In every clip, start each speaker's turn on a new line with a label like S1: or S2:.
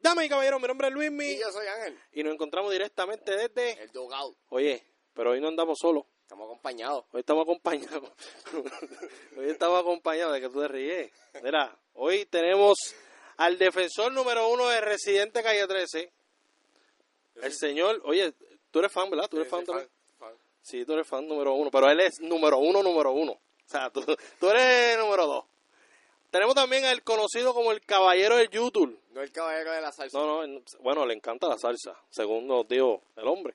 S1: Dame, caballero, mi nombre es Luismi.
S2: Y yo soy Ángel,
S1: Y nos encontramos directamente desde.
S2: el Dugout.
S1: Oye, pero hoy no andamos solos.
S2: Estamos acompañados.
S1: Hoy estamos acompañados. hoy estamos acompañados de que tú te ríes. Mira, hoy tenemos al defensor número uno de Residente Calle 13. El señor, oye, tú eres fan, ¿verdad? Tú
S2: Eh,
S1: eres fan también. Sí, tú eres fan número uno, pero él es número uno, número uno. O sea, tú, tú eres número dos. Tenemos también al conocido como el caballero del YouTube.
S2: No el caballero de la salsa.
S1: No, no, en- bueno, le encanta la salsa, según nos dijo el hombre.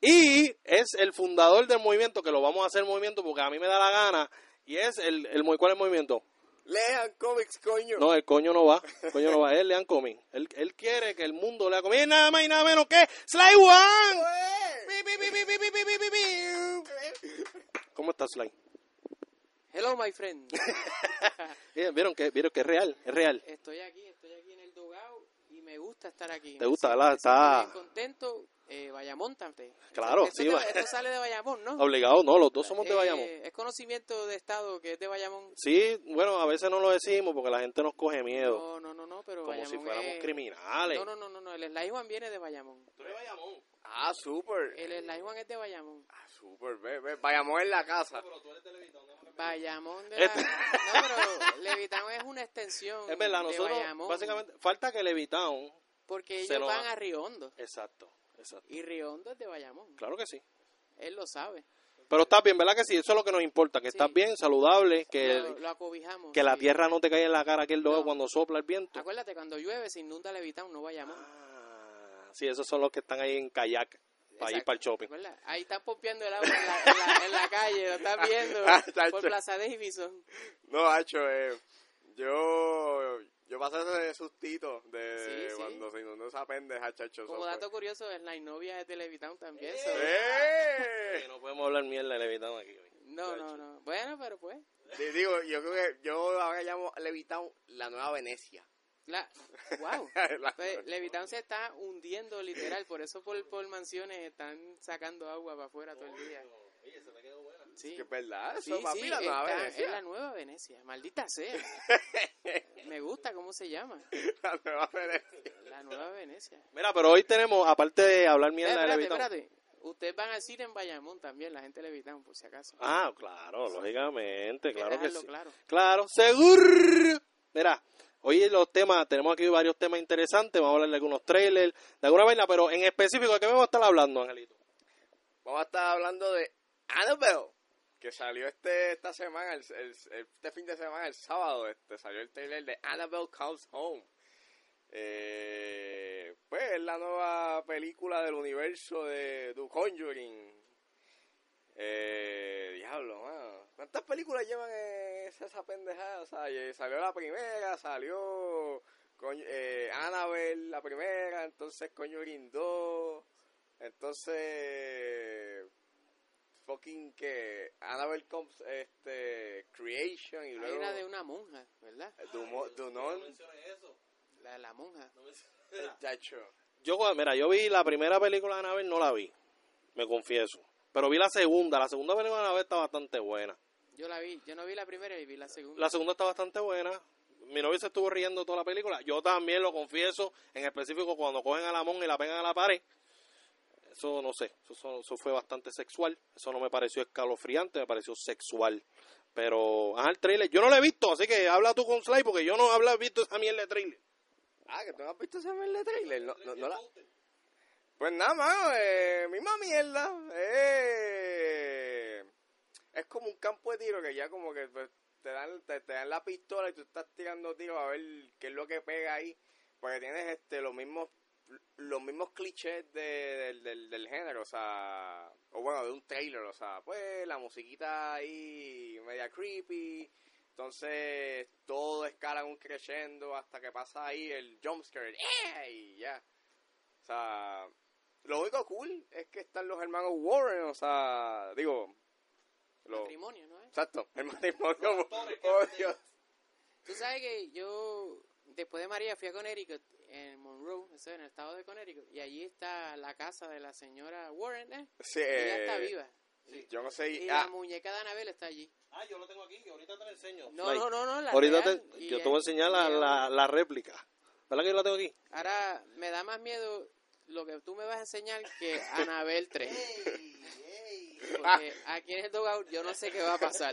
S1: Y es el fundador del movimiento, que lo vamos a hacer movimiento porque a mí me da la gana. Y es el, el mo- ¿cuál es el movimiento?
S2: Lean cómics, coño.
S1: No, el coño no va, el coño no va, él le han comido. Él, él quiere que el mundo le ha comido. Y nada más y nada menos que Sly One.
S2: ¡Eh!
S1: ¿Cómo está Sly?
S3: Hello, my friend.
S1: Eh, Vieron que, vieron que es real, es real.
S3: Estoy aquí, estoy aquí en el Dogao y me gusta estar aquí.
S1: Te
S3: Me
S1: gusta,
S3: siento-
S1: ¿verdad?
S3: me siento
S1: Está-
S3: bien contento. Eh, Bayamón también.
S1: Claro,
S3: esto,
S1: sí,
S3: te-
S1: va.
S3: esto sale de Bayamón, ¿no?
S1: Obligado, no, los dos somos de
S3: Eh,
S1: Bayamón.
S3: es conocimiento de Estado que es de Bayamón.
S1: Sí, bueno, a veces no lo decimos porque la gente nos coge miedo,
S3: No, no, no, no, pero
S1: como
S3: Bayamón
S1: si fuéramos
S3: es-
S1: criminales.
S3: No, no, no, no, no, el Sly Juan viene de Bayamón.
S1: Tú eres Bayamón.
S2: Ah, súper.
S3: El Sly Juan es de Bayamón.
S2: Ah, súper. Ve, ve. Vayamos en la casa.
S3: Bayamón de la...
S1: Este-
S3: No, pero Levitán es una extensión
S1: Es verdad,
S3: de
S1: nosotros
S3: Bayamón,
S1: básicamente falta que Levitown.
S3: Porque
S1: se
S3: ellos
S1: lo
S3: van
S1: dan.
S3: a Riondo.
S1: Exacto, exacto.
S3: Y Riondo es de Bayamón.
S1: Claro que sí.
S3: Él lo sabe.
S1: Pero estás bien, ¿verdad que sí? Eso es lo que nos importa, que
S3: Sí.
S1: estás bien, saludable, que,
S3: lo, lo acobijamos.
S1: que la
S3: sí.
S1: tierra no te caiga en la cara aquel loco
S3: No.
S1: cuando sopla el viento.
S3: Acuérdate, cuando llueve se inunda Levitown, no vayamos.
S1: Ah, sí, esos son los que están ahí en kayak para ir
S3: Exacto,
S1: para el shopping.
S3: ¿verdad? Ahí están pompeando el agua en la, en la- en la calle, lo estás
S2: Ah,
S3: viendo
S2: chacho.
S3: por Plaza Davison.
S2: No, Hacho, eh, yo, yo pasé ese sustito de
S3: Sí, sí.
S2: cuando se inundó esa pendeja, chacho.
S3: Como
S2: eso
S3: dato curioso, la novia es de Levitown también. so-
S2: fue.
S1: eh,
S2: ¡Eh!
S1: Sí, no podemos hablar mierda de Levitown aquí. hoy.
S3: No, no, no. Bueno, pero pues.
S2: Di- Digo, yo creo que yo ahora llamo a Levitown la nueva Venecia.
S3: La, wow.
S2: La-
S3: Levitown se está hundiendo literal, por eso por, por mansiones están sacando agua para afuera todo el día. Sí.
S2: Que es verdad,
S3: Sí,
S2: eso, papi,
S3: sí,
S2: la nueva
S3: está-
S2: Venecia.
S3: es la nueva Venecia, maldita sea. Me gusta cómo se llama,
S2: La nueva Venecia.
S3: la nueva Venecia.
S1: Mira, pero hoy tenemos, aparte de hablar
S3: Eh,
S1: mierda de
S3: espérate,
S1: Levitown.
S3: espérate. Ustedes van a ir en Bayamón también, la gente de Levitown, por si acaso.
S1: Ah, claro, lógicamente, claro que
S3: dejarlo
S1: sí.
S3: claro.
S1: Claro, seguro. Mira, hoy los temas, tenemos aquí varios temas interesantes, vamos a hablar de algunos trailers, de alguna vaina, pero en específico, ¿de qué vamos a estar hablando, Angelito?
S2: Vamos a estar hablando de Annabelle, que salió este esta semana, el, el- el- este fin de semana, el sábado, este salió el trailer de Annabelle Comes Home. Eh, pues es la nueva película del universo de The Conjuring. Eh, diablo, mano. ¿Cuántas películas llevan eh, esa, esa pendejada? O sea, eh, salió la primera, salió coño, eh, Annabelle la primera, entonces Conjuring 2, entonces fucking que Annabelle Comes este, Creation y
S3: Hay
S2: luego
S3: una de una monja, ¿verdad?
S2: Dumo- Dunon,
S3: La de la monja.
S2: el chacho.
S1: Yo, cuando- mira, yo vi la primera película de Anabel, no la vi, me confieso, pero vi la segunda, la segunda película de Anabel está bastante buena,
S3: Yo la vi, yo no vi la primera y vi la segunda.
S1: la segunda está bastante buena, mi novio se estuvo riendo toda la película, yo también lo confieso, en específico cuando cogen a la mon y la pegan a la pared, eso no sé, eso, eso- eso fue bastante sexual, eso no me pareció escalofriante, me pareció sexual. Pero, ajá, el trailer, yo no lo he visto, así que habla tú con Sly, porque yo no he visto esa mierda de trailer.
S2: Ah, que tú no has visto esa mierda de trailer. No, no, no la... Pues nada, mano, eh, misma mierda. Eh, es como un campo de tiro que ya como que pues, te, dan, te, te dan la pistola y tú estás tirando tiros a ver qué es lo que pega ahí. Porque tienes este los mismos los mismos clichés de- del, del, del género, o sea, o bueno, de un trailer, o sea, pues la musiquita ahí media creepy, entonces todo escala en un crescendo hasta que pasa ahí el jumpscare. ¡Eh! Y ya. O sea, lo único cool es que están los hermanos Warren, o sea, digo. Los,
S3: Matrimonio, ¿no ¿Eh? es?
S2: exacto, el matrimonio. Oh, Dios.
S3: Tú sabes que yo, después de María, fui a Connecticut, en Monroe, eso es en el estado de Connecticut, y allí está la casa de la señora Warren, ¿eh?
S2: Sí,
S3: Ella está
S2: eh,
S3: viva.
S2: Yo no sé.
S3: Y
S2: ah,
S3: la muñeca de Anabel está allí.
S1: Ah, yo lo tengo aquí, ahorita te lo enseño.
S3: No, no, no, no. La
S1: ahorita
S3: real.
S1: te-
S3: Y
S1: yo te
S3: ahí-
S1: voy a enseñar la,
S3: y ahí-
S1: la- la réplica. ¿Verdad que yo la tengo aquí?
S3: Ahora me da más miedo lo que tú me vas a enseñar que Anabel 3. Porque aquí en el dogout yo no sé qué va a pasar.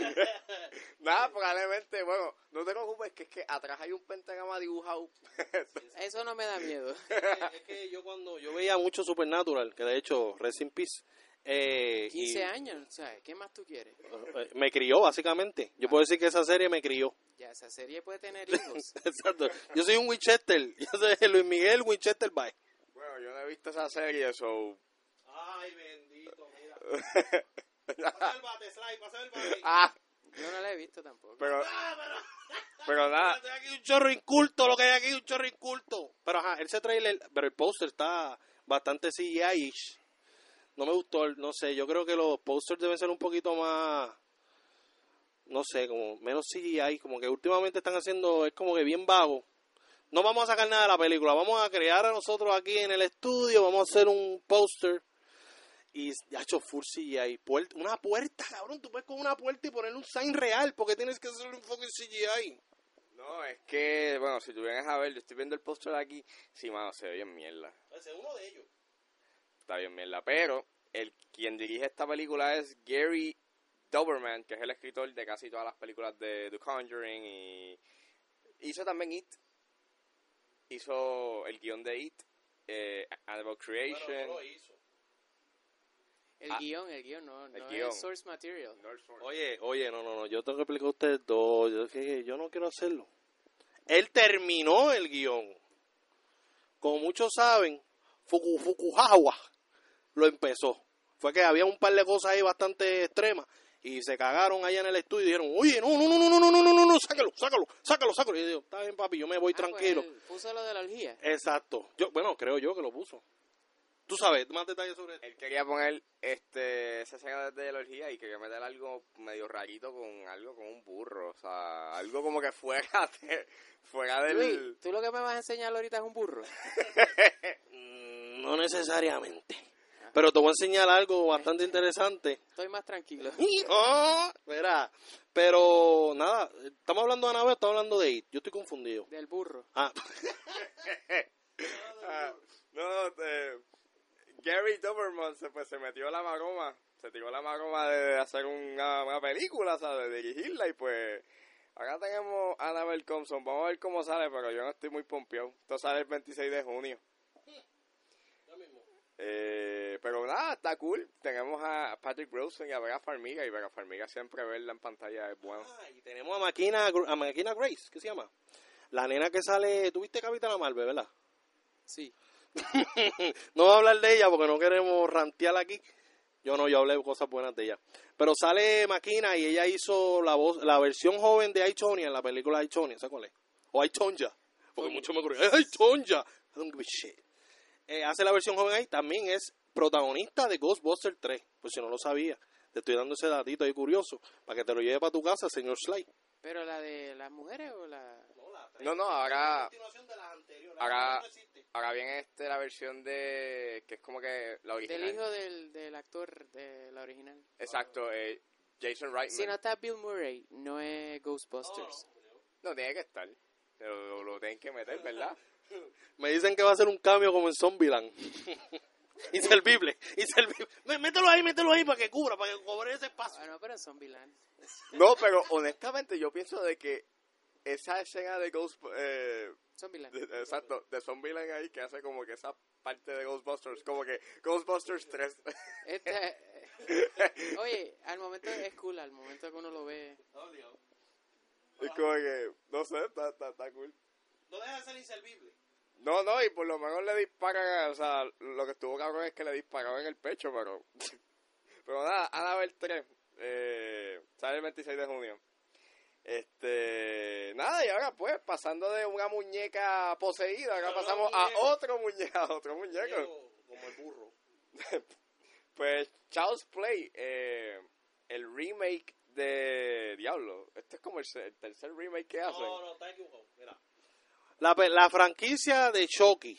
S2: Nada, probablemente, bueno, no te preocupes, que es que atrás hay un pentagrama dibujado.
S3: Eso no me da miedo.
S1: Eh, es que yo cuando yo veía mucho Supernatural, que de hecho Rest in Peace, eh, y-
S3: 15 años, ¿sabes? ¿Qué más tú quieres?
S1: eh, me crió básicamente. Yo puedo decir que esa serie me crió.
S3: Ya, esa serie puede tener hijos.
S1: Exacto. Yo soy un Winchester. Yo soy Luis Miguel Winchester Bye.
S2: bueno, yo no he visto esa serie, eso.
S1: Ay, bendito, mira. Pasa el bate, Sly, pasa el bate.
S2: Ah,
S3: Yo no la he visto tampoco.
S2: pero. Pero nada,
S1: Hay aquí un chorro inculto, lo que hay aquí es un chorro inculto. Pero ajá, ese trailer, pero el póster está bastante CGI-ish. No me gustó, el- no sé, yo creo que los posters deben ser un poquito más, no sé, como menos CGI, como que últimamente están haciendo, es como que bien vago. No vamos a sacar nada de la película, vamos a crear a nosotros aquí en el estudio, vamos a hacer un póster. Y ha hecho full CGI. Puer- una puerta, cabrón. Tú puedes con una puerta y ponerle un sign real. porque tienes que hacer un fucking CGI?
S2: no, es que, bueno, si tú vienes a ver, yo estoy viendo el póster de aquí, sí, mano, se ve bien mierda.
S1: Ese es uno de ellos.
S2: Está bien mierda, pero el quien dirige esta película es Gary Doberman, que es el escritor de casi todas las películas de The Conjuring y hizo también It. Hizo el guión de It, eh, Animal Creation.
S1: hizo.
S3: El
S2: Ah.
S3: guión, el guión, no, no
S2: guión.
S3: es source material.
S1: Oye, oye, no, no, no. Yo tengo que explicar a ustedes dos. Yo, que yo no quiero hacerlo. Él terminó el guión. Como muchos saben, Fuku, Fukuhawa lo empezó. Fue que había un par de cosas ahí bastante extremas. Y se cagaron allá en el estudio y dijeron, oye, no, no, no, no, no, no, no, no, no, no, sácalo, sácalo, sácalo, sácalo. Y yo digo, está bien, papi, yo me voy
S3: Ah, pues
S1: tranquilo.
S3: él puso lo de la orgía.
S1: Exacto. Yo, bueno, creo yo que lo puso. Tú sabes, más detalles sobre esto.
S2: Él quería poner este, esa escena de la orgía y quería meter algo medio rarito con algo con un burro, o sea, algo como que fuera de- fuera del...
S3: Luis, tú lo que me vas a enseñar ahorita es un burro.
S1: Mm, No necesariamente. Pero te voy a enseñar algo bastante interesante.
S3: Estoy más tranquilo.
S1: Oh, verá. Pero nada, ¿estamos hablando de Anabel o estamos hablando de It? Yo estoy confundido.
S3: Del burro.
S1: Ah,
S2: Ah, no, no, te- Gary Doberman se, pues, se metió a la maroma, se tiró la maroma de hacer una, una película, ¿sabes? De dirigirla y pues... Acá tenemos a Annabelle Compson, vamos a ver cómo sale, pero yo no estoy muy pompeado. Esto sale el 26 de junio. Eh, pero nada, está cool. Tenemos a Patrick Rosen y a Vega Farmiga. Y Vega Farmiga siempre verla en pantalla es bueno.
S1: ah, y tenemos a Maquina, Gr- a Maquina Grace, ¿qué se llama? La nena que sale, tuviste Capitana Marvel, ¿verdad?
S3: Sí.
S1: No voy a hablar de ella porque no queremos rantear aquí. Yo no, yo hablé cosas buenas de ella. Pero sale Maquina y ella hizo la voz, la versión joven de Aichonia en la película Aichonia, ¿sabes cuál es? O Aichonja, porque muchos me ocurrió. ¡Es Aichonja! I don't give a shit. Eh, hace la versión joven ahí, también es protagonista de Ghostbusters 3, por si no lo sabía. Te estoy dando ese datito ahí curioso, para que te lo lleve para tu casa, señor Sly.
S3: Pero la de las mujeres o la...
S2: No, no, ahora,
S1: de las anteriores.
S2: ahora, ahora viene este, la versión de. que es como que la
S3: Del
S2: original.
S3: hijo del, del actor de la original.
S2: Exacto, eh, Jason
S3: Si no
S2: Reitman.
S3: está Bill Murray, no es Ghostbusters.
S1: Oh.
S2: No, tiene que estar. Pero lo, lo tienen que meter, ¿verdad?
S1: Me dicen que va a ser un cambio como en Zombieland. inservible, inservible. Me- Mételo ahí, mételo ahí para que cubra, para que cobre ese espacio.
S3: Ah, no, pero son vilanes.
S2: No, pero honestamente yo pienso de que esa escena de Ghost. Eh,
S3: Son vilanes.
S2: de- exacto, de Zombieland ahí que hace como que esa parte de Ghostbusters. Como que Ghostbusters 3.
S3: Esta- Este, eh, oye, al momento es cool, al momento que uno lo ve.
S2: Es como que, no sé, está, está, está cool.
S1: No deja de ser inservible.
S2: No, no, y por lo menos le disparan, o sea, lo que estuvo cabrón es que le dispararon en el pecho, pero... Pero nada, Annabelle 3, eh, sale el 26 de junio. Este... Nada, y ahora pues, pasando de una muñeca poseída, ahora
S1: Pero no
S2: pasamos a
S1: muñeco.
S2: otro muñeco, a otro muñeco.
S1: Como el burro.
S2: Pues, Child's Play, eh, el remake de... Diablo, este es como el, se- el tercer remake que hacen.
S1: No, no, está equivocado. Mira. La, pe- la franquicia de Chucky.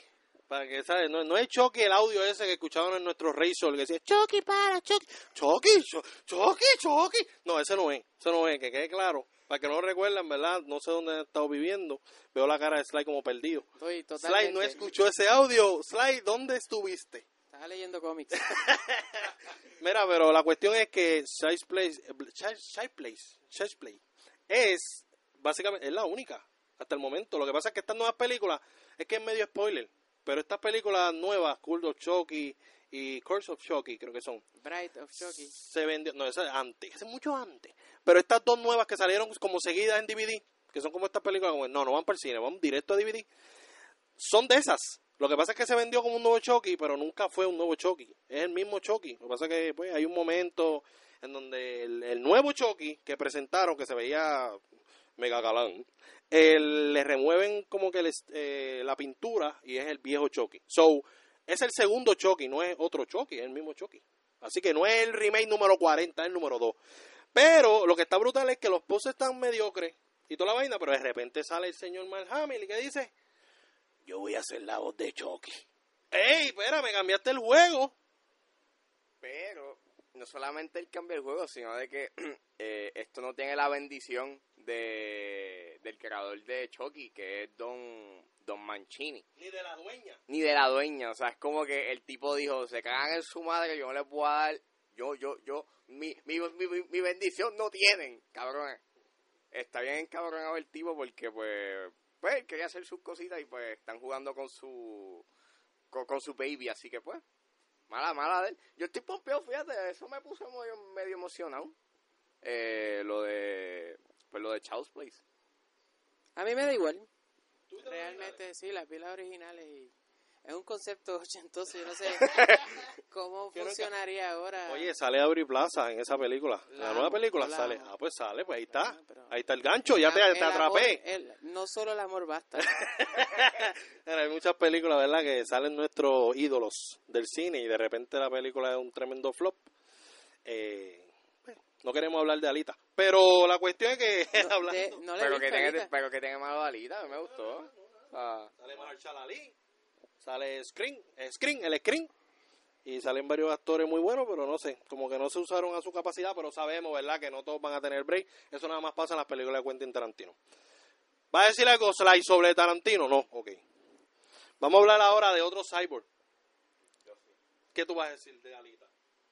S1: Para que sabes, no, no es Chucky el audio ese que escuchaban en nuestro Razor que decía Chucky para, Chucky, Chucky, Chu- Chucky, Chucky. No, ese no es, ese no es, que quede claro. Para que no recuerdan, ¿verdad? No sé dónde he estado viviendo. Veo la cara de Sly como perdido.
S3: Estoy totalmente...
S1: Sly no escuchó ese audio. Sly, ¿dónde estuviste?
S3: Estaba leyendo cómics.
S1: Mira, pero la cuestión es que eh, Child's Play, Child's Place, Child's Play es básicamente es la única hasta el momento. Lo que pasa es que estas nuevas películas es que es medio spoiler, pero estas películas nuevas, Curse of Chucky y Curse of Chucky, creo que son,
S3: Bright of Chucky.
S1: se vendió, no, esa es antes, hace mucho antes. Pero estas dos nuevas que salieron como seguidas en DVD, que son como estas películas, como, no, no van para el cine, van directo a DVD, son de esas. Lo que pasa es que se vendió como un nuevo Chucky, pero nunca fue un nuevo Chucky. Es el mismo Chucky. Lo que pasa es que pues, hay un momento en donde el, el nuevo Chucky que presentaron, que se veía mega galán, eh, le remueven como que les- eh, la pintura y es el viejo Chucky. So, es el segundo Chucky, no es otro Chucky, es el mismo Chucky. Así que no es el remake número 40, es el número 2. Pero lo que está brutal es que los poses están mediocres y toda la vaina, pero de repente sale el señor Marhamil y que dice, yo voy a hacer la voz de Chucky. ¡Ey, espera, me cambiaste el juego!
S2: Pero no solamente él cambia el juego, sino de que eh, esto no tiene la bendición de, del creador de Chucky, que es Don, Don Mancini,
S1: Ni de la dueña.
S2: ni de la dueña. O sea, es como que el tipo dijo, se cagan en su madre, yo no les voy a dar, yo, yo, yo, mi, mi, mi, mi- mi bendición no tienen, cabrones. Está bien cabronado el tipo porque pues, pues él quería hacer sus cositas y pues están jugando con su, con, con su baby, así que pues. Mala, mala de él. Yo estoy pompeado, fíjate, eso me puso medio, medio emocionado. Eh, lo de. Pues lo de Child's Place.
S3: A mí me da igual. Realmente sí, las pilas originales y es un concepto ochentoso, yo no sé cómo
S1: Yo nunca-
S3: funcionaría ahora.
S1: Oye, sale Aubrey Plaza en esa película. En La,
S3: La
S1: nueva
S3: amo,
S1: película
S3: la
S1: sale.
S3: amo.
S1: Ah, pues sale, pues ahí está.
S3: amo, pero-
S1: Ahí está el gancho, ya te,
S3: Ah, El
S1: te
S3: amor-
S1: atrapé.
S3: el- no solo el amor basta.
S1: Mira, hay muchas películas, ¿verdad? Que salen nuestros ídolos del cine y de repente la película es un tremendo flop. Eh, bueno, no queremos hablar de Alita. Pero la cuestión es que... hablando-
S3: De- no le
S2: Pero
S3: he
S2: que,
S3: visto,
S2: tenga,
S3: Anita.
S2: pero que tenga mala balita, me gustó. Ah,
S1: Sale Marshall Ali, sale Screen, eh, Screen, el Screen. Y salen varios actores muy buenos, pero no sé, como que no se usaron a su capacidad, pero sabemos, ¿verdad? Que no todos van a tener break. Eso nada más pasa en las películas de Quentin Tarantino. ¿Va a decir algo Sly sobre Tarantino? No, ok. Vamos a hablar ahora de otro cyborg. ¿Qué tú vas a decir de Alita?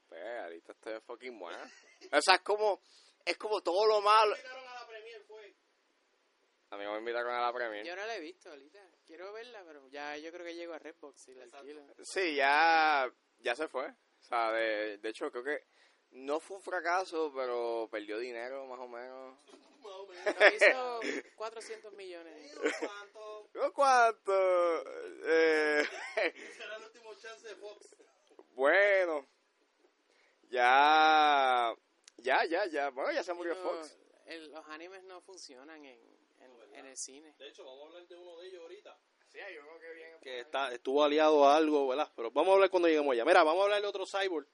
S2: pues ahorita estoy fucking buena. O sea, es como. Es como todo lo malo. A mí me invitaron a la
S3: Yo
S2: premiere.
S3: no la he visto, Lita. Quiero verla, pero ya yo creo que llego a Redbox y la alquilo.
S2: Sí, ya. Ya se fue. O sea, de, de hecho, creo que. No fue un fracaso, pero perdió dinero, más o menos.
S3: Nos hizo 400 millones.
S2: ¿Yo ¿Cuánto? Eh.
S1: Será el último chance de Fox.
S2: Bueno, ya, ya, ya, ya. Bueno, ya se murió
S3: No,
S2: Fox.
S3: el- los animes no funcionan en, en- en el cine.
S1: De hecho, vamos a hablar de uno de ellos ahorita.
S2: Sí, yo creo que bien.
S1: que está, estuvo aliado a algo, ¿verdad? Pero vamos a hablar cuando lleguemos allá. Mira, vamos a hablar de otro cyborg.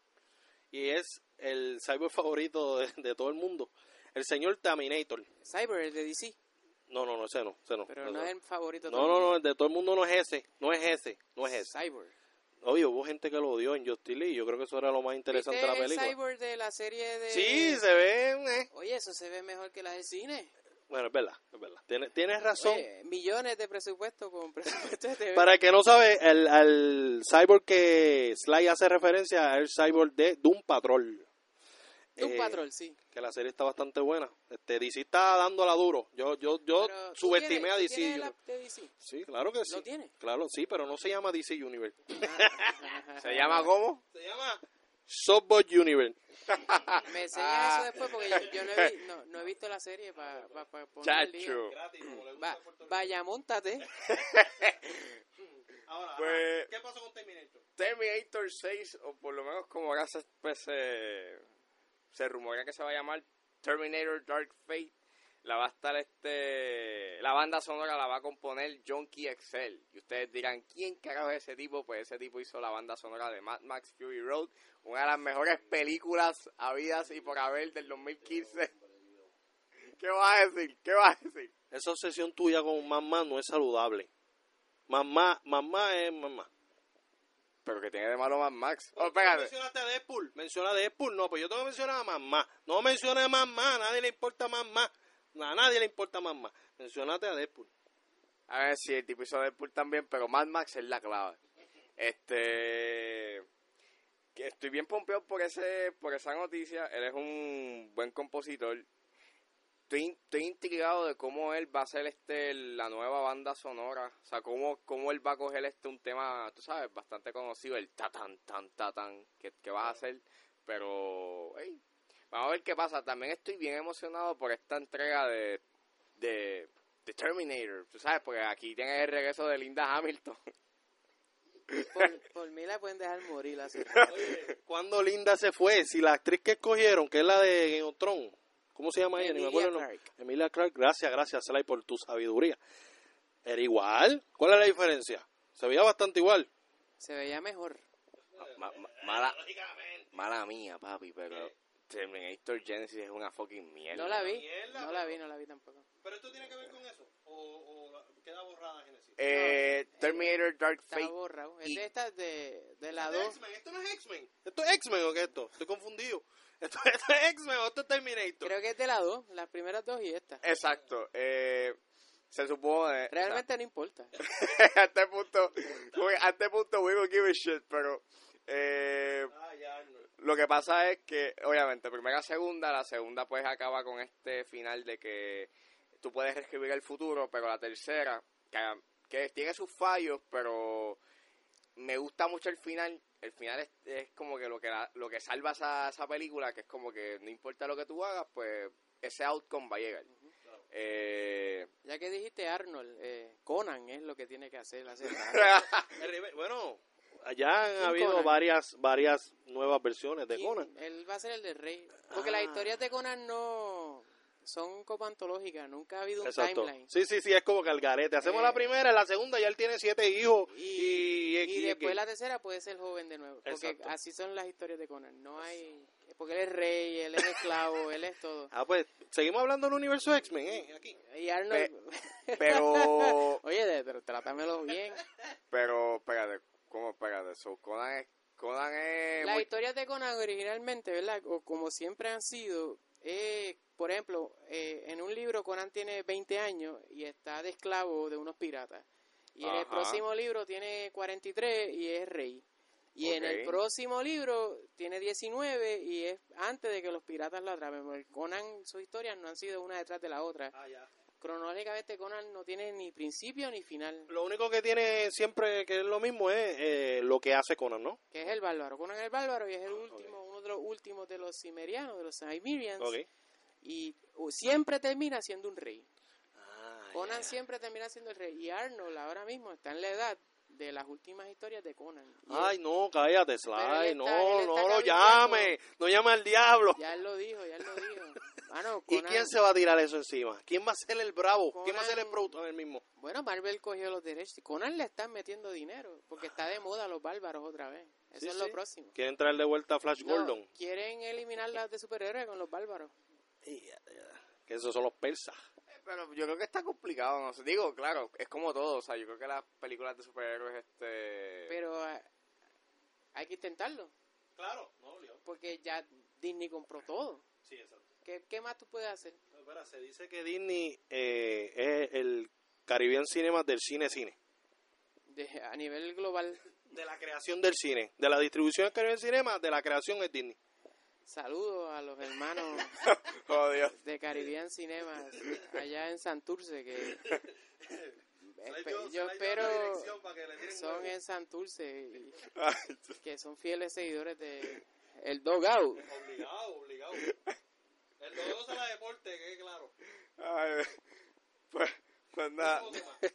S1: Y es el cyborg favorito de, de todo el mundo. El señor Terminator.
S3: Cyber, el de DC,
S1: No, no, no, ese no, ese no.
S3: pero
S1: ese
S3: no es el favorito. de
S1: no,
S3: todo
S1: no,
S3: el
S1: no,
S3: mundo.
S1: el de todo el mundo no es ese. No es ese, no es ese.
S3: Cyber.
S1: Oye, hubo gente que lo odió en Justin Lee. Yo creo que eso era lo más interesante de la
S3: ¿Viste el
S1: película.
S3: Cyber de la serie de...
S1: Sí, se ve. eh.
S3: Oye, eso se ve mejor que las del cine.
S1: Bueno, es verdad, es verdad. Tienes, tienes razón.
S3: Oye, millones de presupuesto con presupuesto de TV.
S1: Para el que no sabe, el, el cyborg que Sly hace referencia es el cyborg de Doom Patrol.
S3: Doom
S1: Eh,
S3: Patrol, sí.
S1: que la serie está bastante buena. Este, DC está dándola duro. Yo, yo, yo
S3: Pero, ¿tú
S1: subestimé
S3: tienes-
S1: a
S3: tú
S1: DC.
S3: tienes
S1: Uni-
S3: la de DC?
S1: Sí, claro que sí.
S3: tiene?
S1: Claro, sí, pero no se llama DC Universe.
S2: ¿Se llama cómo?
S1: Se llama Softball Universe.
S3: Me enseñas
S2: Ah.
S3: eso después porque yo, yo no, he vi- no, no he visto la serie para poner al día.
S2: Chacho.
S3: Va- vaya, montate.
S1: Ahora,
S2: Pues-
S1: ¿qué pasó con Terminator?
S2: Terminator 6, o por lo menos como ahora se, pues, se, se rumorea que se va a llamar Terminator Dark Fate, la va a estar este, la banda sonora la va a componer Jonky Excel. Y ustedes dirán, ¿quién carajo es ese tipo? Pues ese tipo hizo la banda sonora de Mad Max Fury Road, una de las mejores películas habidas y por haber del 2015. ¿Qué vas a decir? ¿Qué vas a decir?
S1: Esa obsesión tuya con mamá no es saludable. Mamá, mamá es mamá.
S2: Pero que tiene de malo Mad Max. Oh, espérate.
S1: Mencionaste a Deadpool. Menciona a Deadpool, no, pues yo tengo que mencionar a mamá. No menciona a mamá, a nadie le importa mamá. A nadie le importa más más. Mencionate a Deadpool.
S2: A ver si el tipo hizo Deadpool también, pero Mad Max es la clave. Este. que estoy bien pompeado por, ese, por esa noticia. Él es un buen compositor. Estoy, estoy intrigado de cómo él va a ser este, la nueva banda sonora. O sea, cómo, cómo él va a coger este un tema, tú sabes, bastante conocido, el tatán, tan, tatán, que, que vas a hacer. Pero, hey, vamos a ver qué pasa. También estoy bien emocionado por esta entrega de, de, de Terminator, tú sabes, porque aquí tienes el regreso de Linda Hamilton.
S3: Por, por mí la pueden dejar morir así.
S1: Cuando Linda se fue, si la actriz que escogieron, que es la de Game of Thrones, ¿cómo se llama ella? Ni me acuerdo el
S3: Emilia
S1: nombre. Emilia Clark, gracias, gracias, Sly, por tu sabiduría. Era igual. ¿Cuál es la diferencia? Se veía bastante igual.
S3: Se veía mejor.
S2: Ma- ma- mala, mala mía, papi, pero Terminator Genesis es una fucking mierda.
S3: Eh. No la vi.
S1: mierda,
S3: No la vi, no la vi tampoco.
S1: ¿Pero esto tiene que ver con eso? ¿O, queda borrada Genesis?
S2: Eh, Terminator Dark
S3: Está
S2: Fate.
S3: borrado. Es
S2: y-
S3: de estas de, de la 2.
S1: Esto no es X-Men. ¿Esto es X-Men o qué es esto? Estoy confundido. ¿Esto, esto es X-Men o esto es Terminator?
S3: Creo que es de la 2. Las primeras dos y esta.
S2: Exacto. Eh, se supone. o sea,
S3: Realmente no importa.
S2: a este punto, we- a este punto we don't give a shit, pero eh,
S1: Ah, ya, Arnold.
S2: lo que pasa es que, obviamente, primera, segunda, la segunda pues acaba con este final de que tú puedes reescribir el futuro, pero la tercera, que, que tiene sus fallos, pero me gusta mucho el final. El final es, es como que lo que, la- lo que salva esa, esa película, que es como que no importa lo que tú hagas, pues ese outcome va a llegar. Eh,
S3: Ya que dijiste Arnold, eh, Conan es lo que tiene que hacer. hacer
S1: El remake- Bueno, allá han
S3: King
S1: habido
S3: Conan.
S1: varias varias nuevas versiones de
S3: Y
S1: Conan. Ah.
S3: Él va a ser el del rey. Porque las historias de Conan no son copantológicas. Nunca ha habido un
S1: Exacto.
S3: timeline.
S1: Sí, sí, sí, es como que el garete. Hacemos
S3: Eh.
S1: la primera, la segunda, ya él tiene siete hijos. Y, y-
S3: Y, y
S1: y-
S3: después
S1: y-
S3: la tercera puede ser joven de nuevo. Porque
S1: Exacto.
S3: así son las historias de Conan. No hay. Porque él es rey, él es esclavo, él es todo.
S1: Ah, pues, seguimos hablando del universo X-Men, ¿eh? Aquí.
S3: Y Arnold.
S2: pero
S3: Oye, de- pero trátamelo bien.
S2: Pero, espérate, ¿cómo espérate? So, Conan es. Conan es.
S3: Las
S2: Eh, muy-
S3: historias de Conan originalmente, ¿verdad? O como siempre han sido, eh, por ejemplo, eh, en un libro Conan tiene 20 años y está de esclavo de unos piratas. Y en el
S2: Ajá.
S3: próximo libro tiene 43 y es rey. Y en el
S2: Ok.
S3: próximo libro tiene 19 y es antes de que los piratas lo atrapen. Porque Conan, sus historias no han sido una detrás de la otra. Cronológicamente Conan no tiene ni principio ni final,
S1: Lo único que tiene siempre que es lo mismo es eh, lo que hace Conan, ¿no?
S3: que es el bárbaro. Conan es el bárbaro y es el último, uno de los últimos de los cimerianos, de los Cimmerians.
S1: Ok.
S3: y o- siempre termina siendo un rey.
S1: Ah,
S3: Conan
S1: ya.
S3: siempre termina siendo el rey. Y Arnold ahora mismo está en la edad de las últimas historias de Conan. Y
S1: Ay,
S3: él-
S1: no, cállate,
S3: Pero
S1: Sly.
S3: él
S1: No,
S3: está- él
S1: no
S3: está
S1: lo
S3: cabildeando.
S1: llame. No llame al diablo.
S3: ya él lo dijo, ya él lo dijo. Mano,
S1: ¿Y
S3: Conan-
S1: quién se va a tirar eso encima? ¿Quién va a ser el bravo? ¿Quién va a
S3: Conan-
S1: ser el productor? El mismo.
S3: Bueno, Marvel cogió los derechos. Conan le están metiendo dinero porque está de moda los bárbaros otra vez. Eso
S1: Sí,
S3: es lo
S1: sí.
S3: próximo.
S1: ¿Quieren traer de vuelta a Flash
S3: No,
S1: Gordon?
S3: quieren eliminar las de superhéroes con los bárbaros.
S1: Que esos son los persas.
S2: Pero yo creo que está complicado, no sé. Digo, claro, es como todo. O sea, yo creo que las películas de superhéroes, este.
S3: Pero ah, hay que intentarlo
S1: Claro, no,
S3: porque ya Disney compró todo.
S1: Sí, exacto.
S3: ¿Qué, qué más tú puedes hacer?
S1: Espera, se dice que Disney eh, es el Caribbean Cinema del cine-cine.
S3: De- a nivel global.
S1: De la creación del cine. De la distribución del Caribbean Cinema, de la creación es Disney.
S3: Saludos a los hermanos
S2: Oh, Dios.
S3: de Caribbean Cinema allá en Santurce que Espe- yo espero son en Santurce y que son fieles seguidores de el Dog Out.
S1: Obligado, obligado. El dodoso la deporte, que claro.
S2: Ay, pues, pues nada.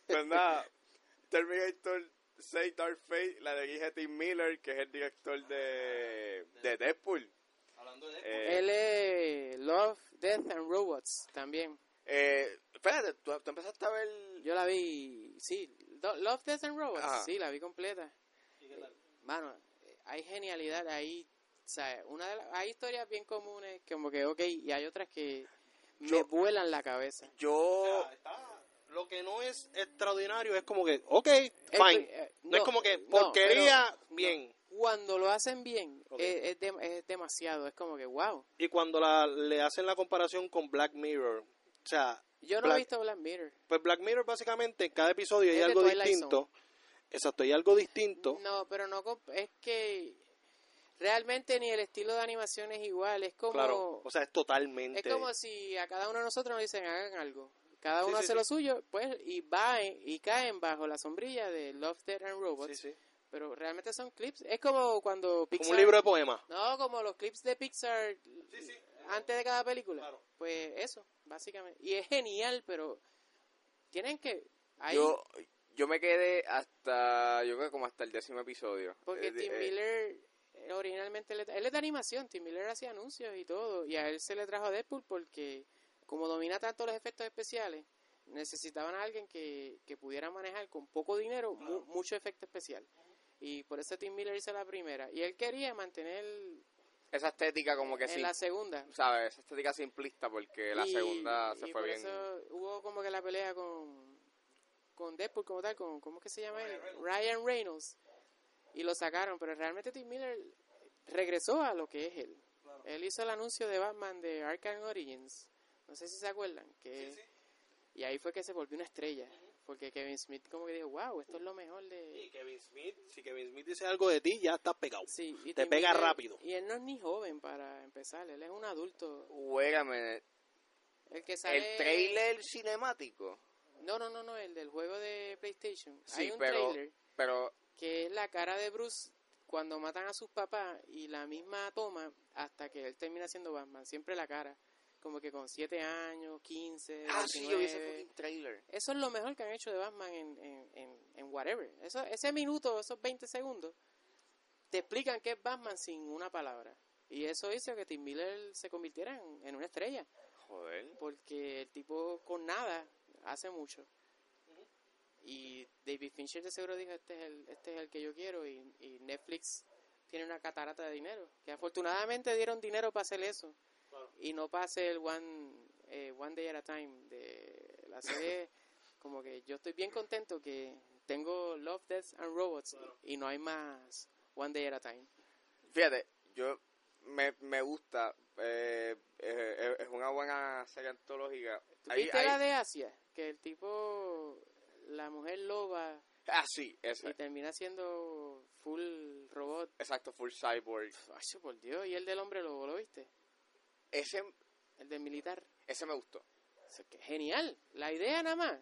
S2: Pues nada. Terminator 6 Dark Fate la dirige Tim Miller, que es el director de. de Deadpool.
S1: Hablando
S2: Eh,
S3: Él es Love, Death and Robots también.
S2: eh, espérate, ¿tú, tú empezaste a ver.
S3: Yo la vi, sí, Do- Love, Death and Robots,
S1: Ah.
S2: Ajá.
S3: sí, la vi completa. Mano, eh, hay genialidad ahí. o sea, una de la- hay historias bien comunes, como que, ok, y hay otras que me
S2: Yo-
S3: vuelan la cabeza.
S2: Yo.
S1: Lo que no es extraordinario es como que, ok,
S3: Eh,
S1: fine.
S3: eh,
S1: no, es como que
S3: no,
S1: porquería,
S3: pero-
S1: bien.
S3: cuando lo hacen bien eh,
S1: Ok.
S3: es, es dem- es demasiado, es como que wow.
S1: Y cuando la, le hacen la comparación con Black Mirror, O sea,
S3: Yo no
S1: Black-
S3: he visto Black Mirror.
S1: pues Black Mirror básicamente en cada episodio hay
S3: Es de
S1: algo
S3: Twilight
S1: distinto. Exacto, hay algo distinto.
S3: No, pero no comp- es que realmente ni el estilo de animación es igual. Es como
S1: claro, o sea, es totalmente.
S3: es como si a cada uno de nosotros nos dicen hagan algo. Cada
S1: Sí,
S3: uno
S1: sí,
S3: hace
S1: sí.
S3: lo suyo, pues y va en- y caen bajo la sombrilla de Love, Dead and
S1: Sí,
S3: Robots.
S1: sí.
S3: Pero realmente son clips. Es como cuando Pixar.
S1: Como un libro de poemas.
S3: No, como los clips de Pixar antes de cada película. Pues eso, básicamente. Y es genial, pero tienen que. Ahí,
S2: Yo, yo me quedé hasta, yo creo que como hasta el décimo episodio.
S3: porque
S2: Eh,
S3: Tim
S2: eh,
S3: Miller eh, originalmente. le- él es de animación, Tim Miller hacía anuncios y todo. Y a él se le trajo Deadpool porque, como domina tanto los efectos especiales, necesitaban a alguien que, que pudiera manejar con poco dinero mu- mucho efecto especial. Y por eso Tim Miller hizo la primera. Y él quería mantener
S2: Esa estética como que
S3: en
S2: sí,
S3: la segunda.
S2: ¿sabes? Esa estética simplista porque la
S3: Y-
S2: segunda se
S3: y
S2: fue
S3: por
S2: bien.
S3: eso hubo como que la pelea con con Deadpool como tal, con ¿cómo es que se llama él? Ryan Reynolds. Y lo sacaron, pero realmente Tim Miller regresó a lo que es él. Él hizo el anuncio de Batman de Arkham Origins. No sé si se acuerdan que y ahí fue que se volvió una estrella, porque Kevin Smith como que dijo, "Wow, esto es lo mejor de
S1: Sí, Kevin Smith, si Kevin Smith dice algo de ti, ya estás pegado.
S3: Sí, y
S1: Te
S3: Tim
S1: pega rápido.
S3: Y él no es ni joven para empezar, él es un adulto.
S2: Wait a minute.
S3: El que sale
S2: El trailer cinemático.
S3: No, no, no, no, el del juego de PlayStation.
S2: Sí,
S3: Hay un
S2: pero,
S3: trailer
S2: pero
S3: que es la cara de Bruce cuando matan a sus papás y la misma toma hasta que él termina siendo Batman. Siempre la cara. Como que con 7 años, 15,
S2: Ah, sí, yo vi ese
S3: 19.
S2: fucking trailer.
S3: Eso es lo mejor que han hecho de Batman en, en, en, en whatever. Eso, ese minuto, esos 20 segundos, te explican que es Batman sin una palabra. Y eso hizo que Tim Miller se convirtiera en- en una estrella
S2: Joder.
S3: porque el tipo con nada hace mucho. Y David Fincher de seguro dijo, este es el, este es el que yo quiero y, y Netflix tiene una catarata de dinero, que afortunadamente dieron dinero para hacer eso y no para hacer el One, eh, One Day at a Time de la serie. como que yo estoy bien contento que tengo Love, Death and Robots y, y no hay más One Day at a Time.
S2: Fíjate, yo me, me gusta. eh, eh, eh, es una buena serie antológica.
S3: ¿Tú
S2: Ahí-
S3: ¿Viste
S2: ahí-
S3: la de Asia? Que el tipo, la mujer loba...
S2: Ah, sí, esa.
S3: Y termina siendo full robot.
S2: Exacto, Full Cyborg.
S3: Ay, por Dios. Y el del hombre lobo, ¿lo viste?
S2: Ese,
S3: El del militar.
S2: ese me gustó. O
S3: Eso es que es genial. La idea nada más.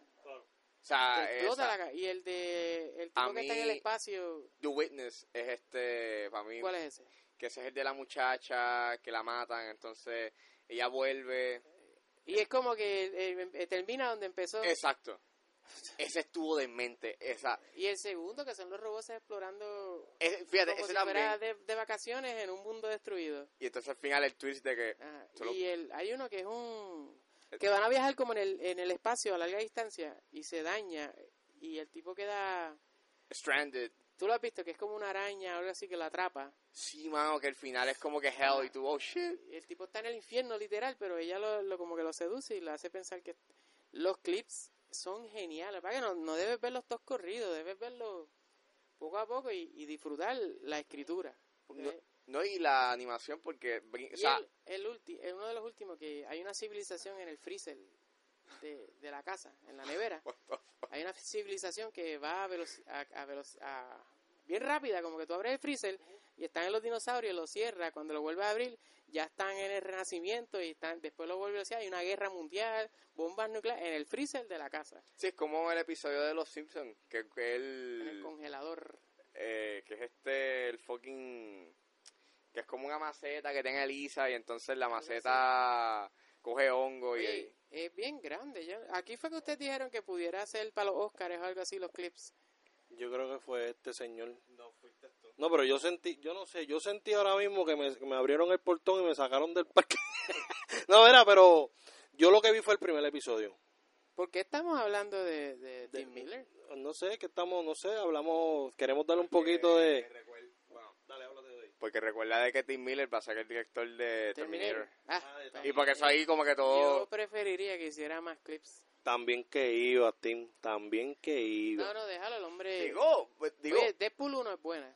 S2: sea,
S3: Te explota
S2: Ah, esa-
S3: la ca- y el de el tipo
S2: A
S3: que está en el
S2: mí-
S3: espacio.
S2: The Witness es este, para mí,
S3: ¿Cuál es ese?
S2: que ese es el de la muchacha que la matan, entonces ella vuelve.
S3: Y es como que eh, eh, termina donde empezó.
S2: Exacto. Ese estuvo de mente. Esa,
S3: Y el segundo, que son los robots explorando
S2: ese- fíjate,
S3: como
S2: ese
S3: si
S2: también.
S3: fuera de, de vacaciones en un mundo destruido.
S2: Y entonces al final el twist de que
S3: Ajá.
S2: Solo-
S3: Y el, hay uno que es un... que van a viajar como en el, en el espacio a larga distancia y se daña y el tipo queda...
S2: Stranded.
S3: Tú lo has visto, que es como una araña o algo así que la atrapa.
S2: Sí, mano, que el final es como que hell y tú, oh shit.
S3: El tipo está en el infierno literal, pero ella lo, lo- como que lo seduce y le hace pensar que los clips son geniales. Para que no, no debes verlos todos corridos, debes verlos poco a poco y, y disfrutar la escritura. Porque
S2: No, no, y la animación porque... brin- O
S3: Y
S2: sea,
S3: el, el ulti- eh, uno de los últimos que hay una civilización en el freezer de, de la casa, en la nevera.
S2: what the fuck.
S3: Hay una civilización que va a, veloc- a, a veloc- a- bien rápida, como que tú abres el freezer y están en los dinosaurios, lo cierra, cuando lo vuelves a abrir ya están en el renacimiento y están después lo vuelves a hacer, hay una guerra mundial, bombas nucleares en el freezer de la casa,
S2: Sí, es como el episodio de Los Simpsons, que, que
S3: en el
S2: el...
S3: congelador.
S2: eh, que es este, el fucking... Que es como una maceta que tiene Elisa y entonces la maceta coge hongo y...
S3: Oye, es bien grande. yo- aquí fue que ustedes dijeron que pudiera hacer para los Oscars o algo así los clips.
S1: Yo creo que fue este señor. No, pero yo sentí, yo no sé, yo sentí ahora mismo que me, que me abrieron el portón y me sacaron del parque. no, era, pero yo lo que vi fue el primer episodio.
S3: ¿Por qué estamos hablando de, de Tim Miller?
S1: No sé, que estamos, no sé, hablamos, queremos darle un poquito
S2: Eh,
S1: de...
S2: Porque recuerda de que Tim Miller va a ser el director de Terminator.
S3: Ah, está
S2: Y
S3: bien.
S2: porque eso ahí como que todo...
S3: Yo preferiría que hiciera más clips.
S1: También que iba, Tim, también que iba.
S3: No, no, déjalo, el hombre.
S2: Digo, pues, digo...
S3: Oye, Deadpool 1 es buena.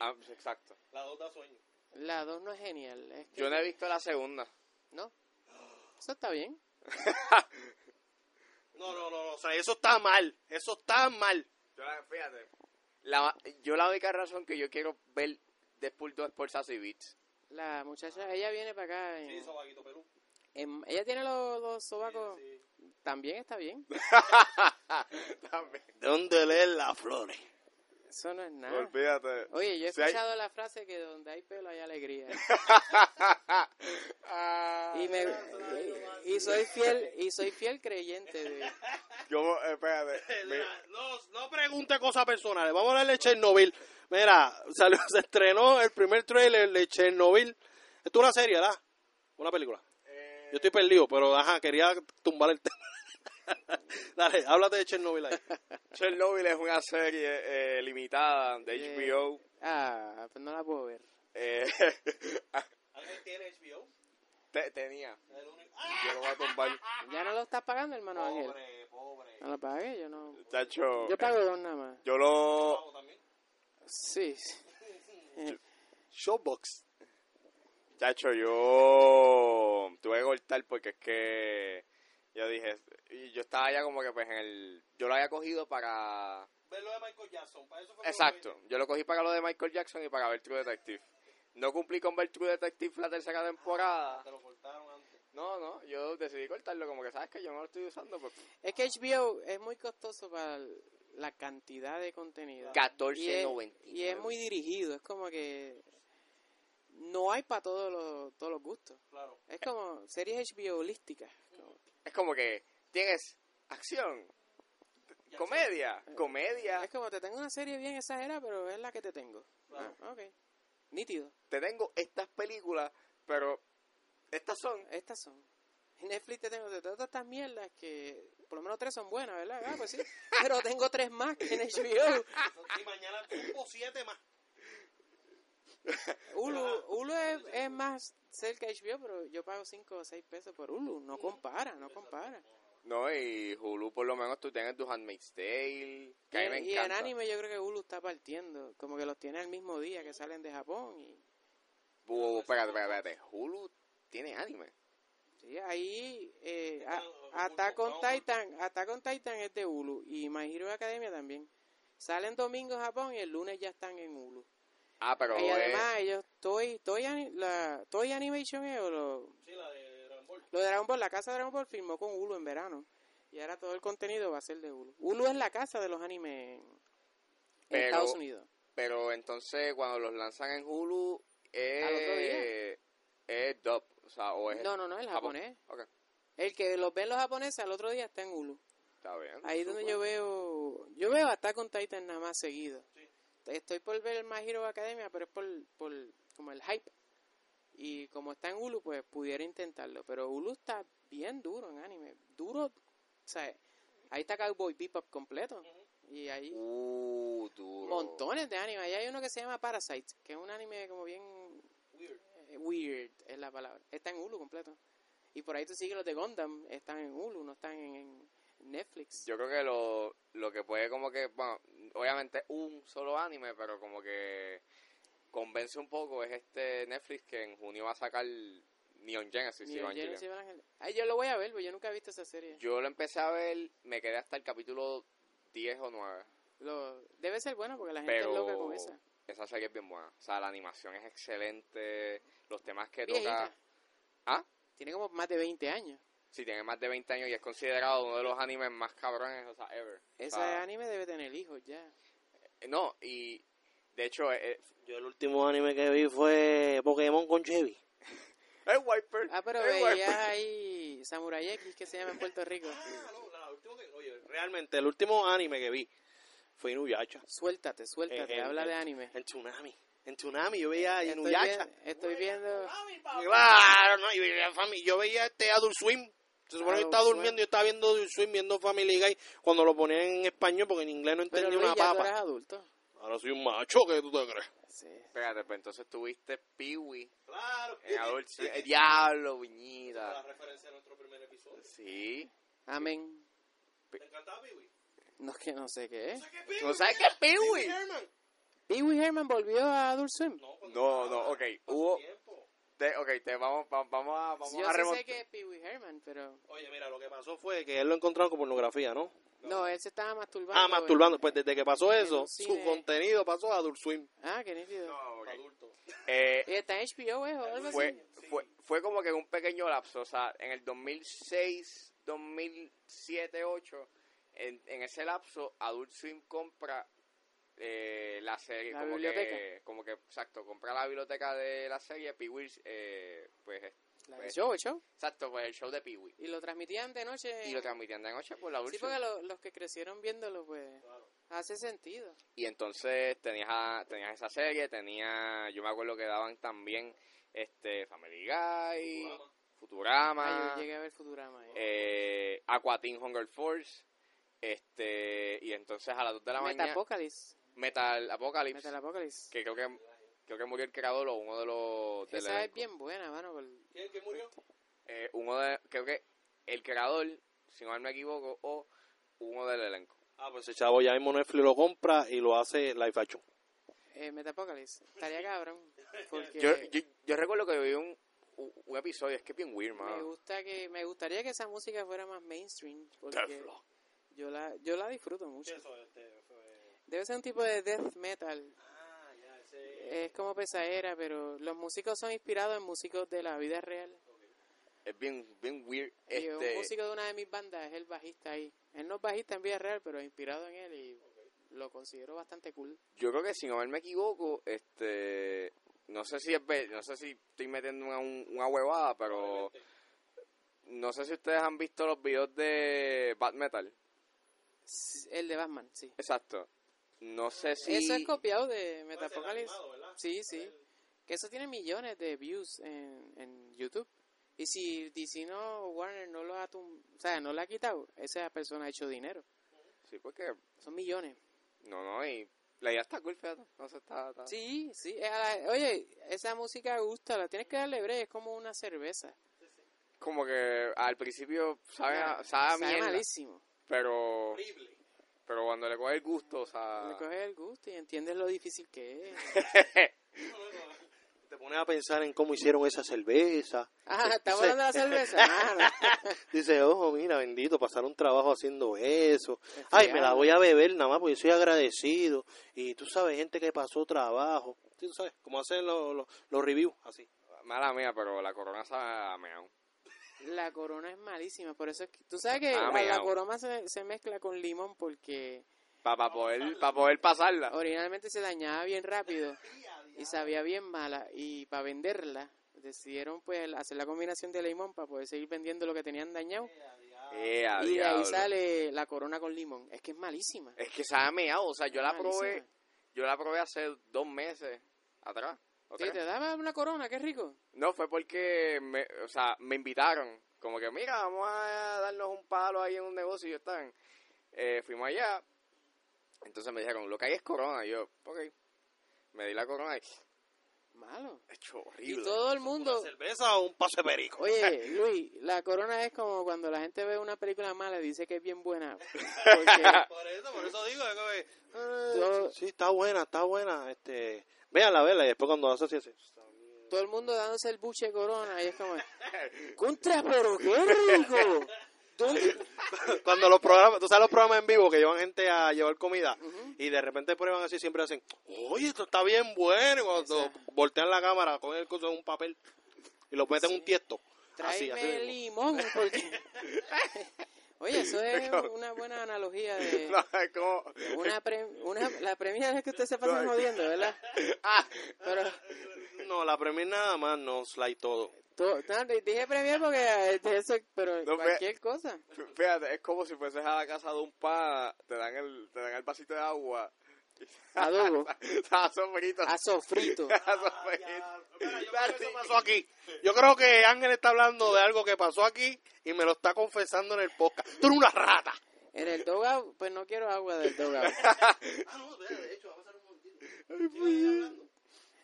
S2: Ah, exacto.
S3: La 2 no es genial. Es que-
S2: Yo no he visto la segunda.
S3: ¿No? Eso está bien.
S1: No, no, no, no, o sea, eso está mal. Eso está mal.
S2: Yo la- fíjate, la- yo la única razón que yo quiero ver Deadpool 2 es por Sassy Beats.
S3: La muchacha, ella viene para acá. en-
S1: sobaquito Perú.
S3: en- ella tiene los, los sobacos. También está bien.
S2: También.
S1: ¿De dónde leen las flores?
S3: Eso no es nada.
S2: Olvídate.
S3: Ah. Oye, yo he
S2: Si hay-
S3: escuchado la frase que donde hay pelo hay alegría.
S2: Ah,
S3: Y, me, y, y soy fiel y soy fiel creyente de
S2: ¿cómo? Espérate. mi-
S1: Mira, No, no pregunte cosas personales. Vamos a hablar de Chernobyl. Mira, salió, se estrenó el primer trailer de Chernobyl. Esto es una serie, ¿verdad? Una película. Yo estoy perdido, pero ajá, quería tumbar el tema. Dale, háblate de Chernobyl ahí.
S2: Chernobyl es una serie eh, limitada de
S3: Eh.
S2: HBO.
S3: Ah, pues no la puedo ver.
S2: eh,
S1: ¿Alguien tiene HBO?
S2: te- tenía. Yo lo voy a tumbar.
S3: Ya no lo estás pagando, hermano Ángel.
S1: Pobre, pobre.
S3: No lo pagué, yo no.
S2: Chacho,
S3: Yo pago dos nada más.
S2: yo lo...
S3: Sí. Eh,
S1: Showbox.
S2: Chacho, yo tuve que cortar porque es que yo dije, y yo estaba ya como que pues en el, yo lo había cogido para,
S1: Ver lo de Michael Jackson, para eso fue
S2: exacto, yo lo cogí para lo de Michael Jackson y para ver True Detective. No cumplí con ver True Detective la tercera temporada.
S1: lo cortaron antes.
S2: No, no, yo decidí cortarlo como que sabes que yo no lo estoy usando. Pues,
S3: Es que HBO es muy costoso para la cantidad de contenido. Y es,
S2: 14.99.
S3: y es muy dirigido, es como que no hay para todos los, todos los gustos.
S1: Claro.
S3: Es como series HBO holísticas. como-
S2: Es como que tienes acción, comedia, comedia,
S3: Es como te tengo una serie bien exagerada, pero es la que te tengo.
S1: Claro.
S3: Ah, ok. Nítido.
S2: te tengo estas películas, pero estas son
S3: Estas son. En Netflix te tengo de todas estas mierdas que por lo menos tres son buenas, ¿verdad? Ah, pues sí. Pero tengo tres más que en HBO.
S1: Y mañana tuvo siete más.
S3: Hulu, Hulu es, es más cerca de HBO, pero yo pago cinco o seis pesos por Hulu. No compara, no compara.
S2: No, y Hulu por lo menos tú tienes tu Handmaid's Tale, que a mí me
S3: y, y en
S2: encanta.
S3: anime yo creo que Hulu está partiendo. Como que los tiene el mismo día que salen de Japón. Y
S2: Wow, espérate, espérate, espérate. Hulu tiene anime.
S3: sí, ahí eh, a- Attack on Titan, Attack on Titan es de Hulu y My Hero Academia también. Salen domingo en Japón y el lunes ya están en Hulu.
S2: Ah, pero
S3: Y
S2: eh,
S3: además ellos, Toy, Toy, Ani- la, Toy Animation eh, o lo,
S1: Sí, la de Dragon Ball.
S3: lo de Dragon Ball, la casa de Dragon Ball firmó con Hulu en verano. Y ahora todo el contenido va a ser de Hulu. Hulu es la casa de los animes en, en
S2: Pero-
S3: Estados Unidos.
S2: pero entonces cuando los lanzan en Hulu es
S3: Al otro día.
S2: es dub, o sea, o es
S3: No, no, no, el
S2: Japón.
S3: japonés.
S2: Ok,
S3: El que los ven los japoneses al otro día está en Hulu.
S2: está bien.
S3: Ahí es donde
S2: super.
S3: yo veo, yo veo hasta con Titan nada más seguido.
S1: Sí.
S3: Estoy por ver el My Hero Academia, pero es por, por como el hype. Y como está en Hulu, pues pudiera intentarlo. Pero Hulu está bien duro en anime. Duro, o sea, ahí está Cowboy Bebop completo. Y hay
S2: Uh, duro.
S3: montones de anime. Ahí hay uno que se llama Parasite, que es un anime como bien
S1: Weird.
S3: eh, weird, es la palabra. Está en Hulu completo. Y por ahí tú sigues los de Gundam, están en Hulu, no están en, en Netflix.
S2: Yo creo que lo, lo que puede como que, bueno, obviamente un solo anime, pero como que convence un poco es este Netflix que en junio va a sacar Neon Genesis
S3: Ni Evangelion,
S2: Evangelion.
S3: ni Evangelion. Ay, yo lo voy a ver, porque yo nunca he visto esa serie.
S2: Yo lo empecé a ver, me quedé hasta el capítulo 10 o 9,
S3: Lo- debe ser bueno porque la gente es loca
S2: pero
S3: con esa.
S2: esa serie es bien buena. O sea, la animación es excelente, los temas que
S3: Viejita.
S2: toca... Ah,
S3: Tiene como más de 20 años.
S2: si tiene más de 20 años y es considerado uno de los animes más cabrones, o sea, ever. O
S3: Ese
S1: Ah.
S2: sea, eh,
S3: anime debe tener hijos ya.
S2: No, y de hecho, eh, es,
S1: Yo el último anime que vi fue Pokémon con Chevy.
S2: es Wiper.
S3: Ah, pero
S2: es Wiper.
S1: pues.
S3: veías ahí Samurai X que se llama en Puerto Rico.
S1: Ah, realmente el último anime que vi fue Inuyasha.
S3: Suéltate, suéltate,
S1: Eh, eh,
S3: habla
S1: eh.
S3: de anime.
S1: En Tsunami. En Tsunami yo veía
S3: Estoy,
S1: Inuyasha. Ah,
S3: vi- estoy viendo...
S1: Claro, no, yo veía, fami- yo veía este Adult Swim. Se supone que yo estaba
S3: Adult
S1: durmiendo,
S3: Swim.
S1: yo estaba viendo Adult Swim, viendo Family Guy, cuando lo ponían en español porque en inglés no
S3: Pero
S1: entendía
S3: Luis,
S1: una
S3: ya tú eres
S1: papa.
S3: adulto.
S1: Ahora soy un macho, ¿qué tú te crees?
S3: Sí.
S2: Espérate, pues entonces tuviste Peewee
S1: Claro.
S2: en Adult Swim. Eh, Diablo, viñita.
S1: referencia a nuestro primer episodio.
S2: Sí.
S3: Amén.
S1: ¿Te encantaba Piwi?
S3: No, que no sé qué es.
S2: ¿Tú no sabes qué es Peewee?
S3: Pee Wee Herman volvió a Adult Swim.
S2: No, no, ok. Hubo, te, ok, te vamos, va- vamos a, vamos
S3: Yo
S2: a
S3: sí
S2: remontar.
S3: sé que es Pee Wee Herman, pero...
S1: Oye, mira, lo que pasó fue que él lo encontraron con pornografía, ¿no?
S3: No, él se estaba masturbando.
S1: Ah, masturbando. Pues desde que pasó
S3: en
S1: eso,
S3: un
S1: su
S3: cine.
S1: contenido pasó a Adult Swim.
S3: Ah, qué nítido.
S2: No, ok.
S1: Adulto.
S2: Eh,
S3: Y está en HBO, ¿eh? O algo
S2: fue,
S3: así.
S2: fue, fue como que un pequeño lapso, o sea, en el 2006, 2007, 8, en, en ese lapso, Adult Swim compra eh, la serie,
S3: La
S2: como que,
S3: biblioteca.
S2: como que, exacto, compra la biblioteca de la serie, Pee Wee's, eh, pues, eh,
S3: La
S2: fue-
S3: de show, el show.
S2: exacto, pues el show de Pee Wee.
S3: Y lo transmitían de noche.
S2: Y lo transmitían de noche por la Adult
S3: Eh. Sí,
S2: Swim.
S3: porque lo- los que crecieron viéndolo, pues... Hace sentido.
S2: Y entonces tenías, a- tenías esa serie, tenía, yo me acuerdo que daban también este Family Guy,
S3: Ah,
S2: Futurama,
S3: yo llegué a ver Futurama. ¿eh?
S2: eh, Aquateen Hunger Force, este y entonces a las 2 de la mañana
S3: Metapocalypse.
S2: Metal Apocalypse,
S3: Metapocalypse.
S2: que creo que creo que murió el creador o uno de los del
S3: Esa es
S2: elenco.
S3: bien buena, mano. por-
S1: ¿Quién que murió?
S2: Eh, uno de creo que el creador, si no me equivoco, o uno del elenco.
S1: Ah, pues ese chavo ya mismo Netflix lo compra y lo hace live action.
S3: Eh, Metapocalypse. Estaría cabrón. Porque
S2: Yo, yo, yo recuerdo que vi un, un- un episodio, es que es bien weird,
S3: me
S2: mano.
S3: gusta que me gustaría que esa música fuera más mainstream porque
S2: Teflon.
S3: yo la yo la disfruto mucho. Debe ser un tipo de death metal. Ah, Es como pesadera, pero los músicos son inspirados en músicos de la vida real.
S2: Es bien, bien weird.
S3: Y un
S2: Este,
S3: músico de una de mis bandas es el bajista ahí. Él no es bajista en vida real, pero es inspirado en él y lo considero bastante cool.
S2: yo creo que si no me equivoco, este, no sé si es, ver- no sé si estoy metiendo una, un- una huevada, pero no sé si ustedes han visto los videos de Bad Metal.
S3: S- El de Batman, sí.
S2: Exacto. No sé si
S3: Eso es copiado de Metapocalypse. sí, sí. Que eso tiene millones de views en, en YouTube. Y si DC no, Warner no lo ha, tum- o sea, no lo ha quitado, esa persona ha hecho dinero.
S2: sí, porque
S3: Son millones.
S2: no, no y la idea está cool, fíjate. No sé, está, está-
S3: Sí, sí. es a la- oye, esa música gusta, la tienes que darle break, es como una cerveza.
S2: como que al principio sabe, a- sabe a
S3: Sabe
S2: mierda,
S3: malísimo.
S2: pero pero cuando le coge el gusto, o sea,
S3: Le coges el gusto y entiendes lo difícil que es.
S1: Te pones a pensar en cómo hicieron esa cerveza.
S3: Ah, estamos
S1: Sí.
S3: hablando de la cerveza. Mano.
S1: Dice, ojo, mira, bendito, pasar un trabajo haciendo eso. Ay, me
S3: ah.
S1: la voy a beber nada más porque soy agradecido. Y tú sabes, gente que pasó trabajo. Sí, tú sabes, como hacen los, los, los reviews, así.
S2: mala mía, pero la corona sabe a meao.
S3: La corona es malísima, por eso es que... Tú sabes que
S2: Ah,
S3: la- la,
S2: meao.
S3: corona se- se mezcla con limón porque...
S2: Para poder, pa poder pasarla.
S3: originalmente se dañaba bien rápido y sabía bien mala y para venderla decidieron pues hacer la combinación de limón para poder seguir vendiendo lo que tenían dañado
S2: Eh, a
S3: y de ahí
S2: diablo.
S3: sale la corona con limón es que es malísima
S2: Es que sabe a meao, o sea, yo la
S3: Malísima.
S2: probé, yo la probé hace dos meses atrás. ¿o
S3: Sí,
S2: tres?
S3: te daba una corona qué rico
S2: No, fue porque me, o sea, me invitaron. Como que, mira, vamos a darnos un palo ahí en un negocio. Y yo están. Eh, fuimos allá. Entonces me dijeron, lo que hay es corona. Y yo, ok. Me di la corona y
S3: malo
S2: hecho
S3: y
S2: horrible.
S3: todo el mundo
S1: cerveza o un pase perico?
S3: oye Luis la corona es como cuando la gente ve una película mala y dice que es bien buena porque
S1: Por eso, por eso digo,
S3: Yo-
S1: "Eh, Sí, está buena, está buena. Este, véanla, véanla. Y después cuando hace así, así.
S3: todo el mundo dándose el buche de corona y es como contra pero qué rico ¿Dónde-
S1: Cuando los programas, tú sabes los programas en vivo que llevan gente a llevar comida y de repente prueban así, siempre hacen, oye, esto está bien bueno. Y cuando
S3: Exacto.
S1: voltean la cámara, cogen el coso en un papel y lo meten en un tiesto.
S2: Ah,
S1: Así,
S3: Tráeme
S1: así mismo.
S3: limón, porque... Oye, eso es una buena analogía de...
S2: No, es como.
S3: Una pre- una, la premia es que usted se pasa jodiendo, ¿verdad?
S2: Ah,
S3: Pero
S1: No, la premia nada más, no, slide todo.
S3: to- no, te dije premia porque eh, de eso, pero
S2: No,
S3: cualquier cosa.
S2: f- fíjate, es como si fueses a la casa de un pa, te dan el, te dan el vasito de agua.
S3: Adobo,
S2: Estaba sofrito.
S3: a sofrito.
S1: Ah, Eso pasó aquí. Yo creo que Ángel está hablando de algo que pasó aquí y me lo está confesando en el podcast. Tú eres una rata.
S3: En el dogout, pues no quiero agua del dogout.
S2: pues.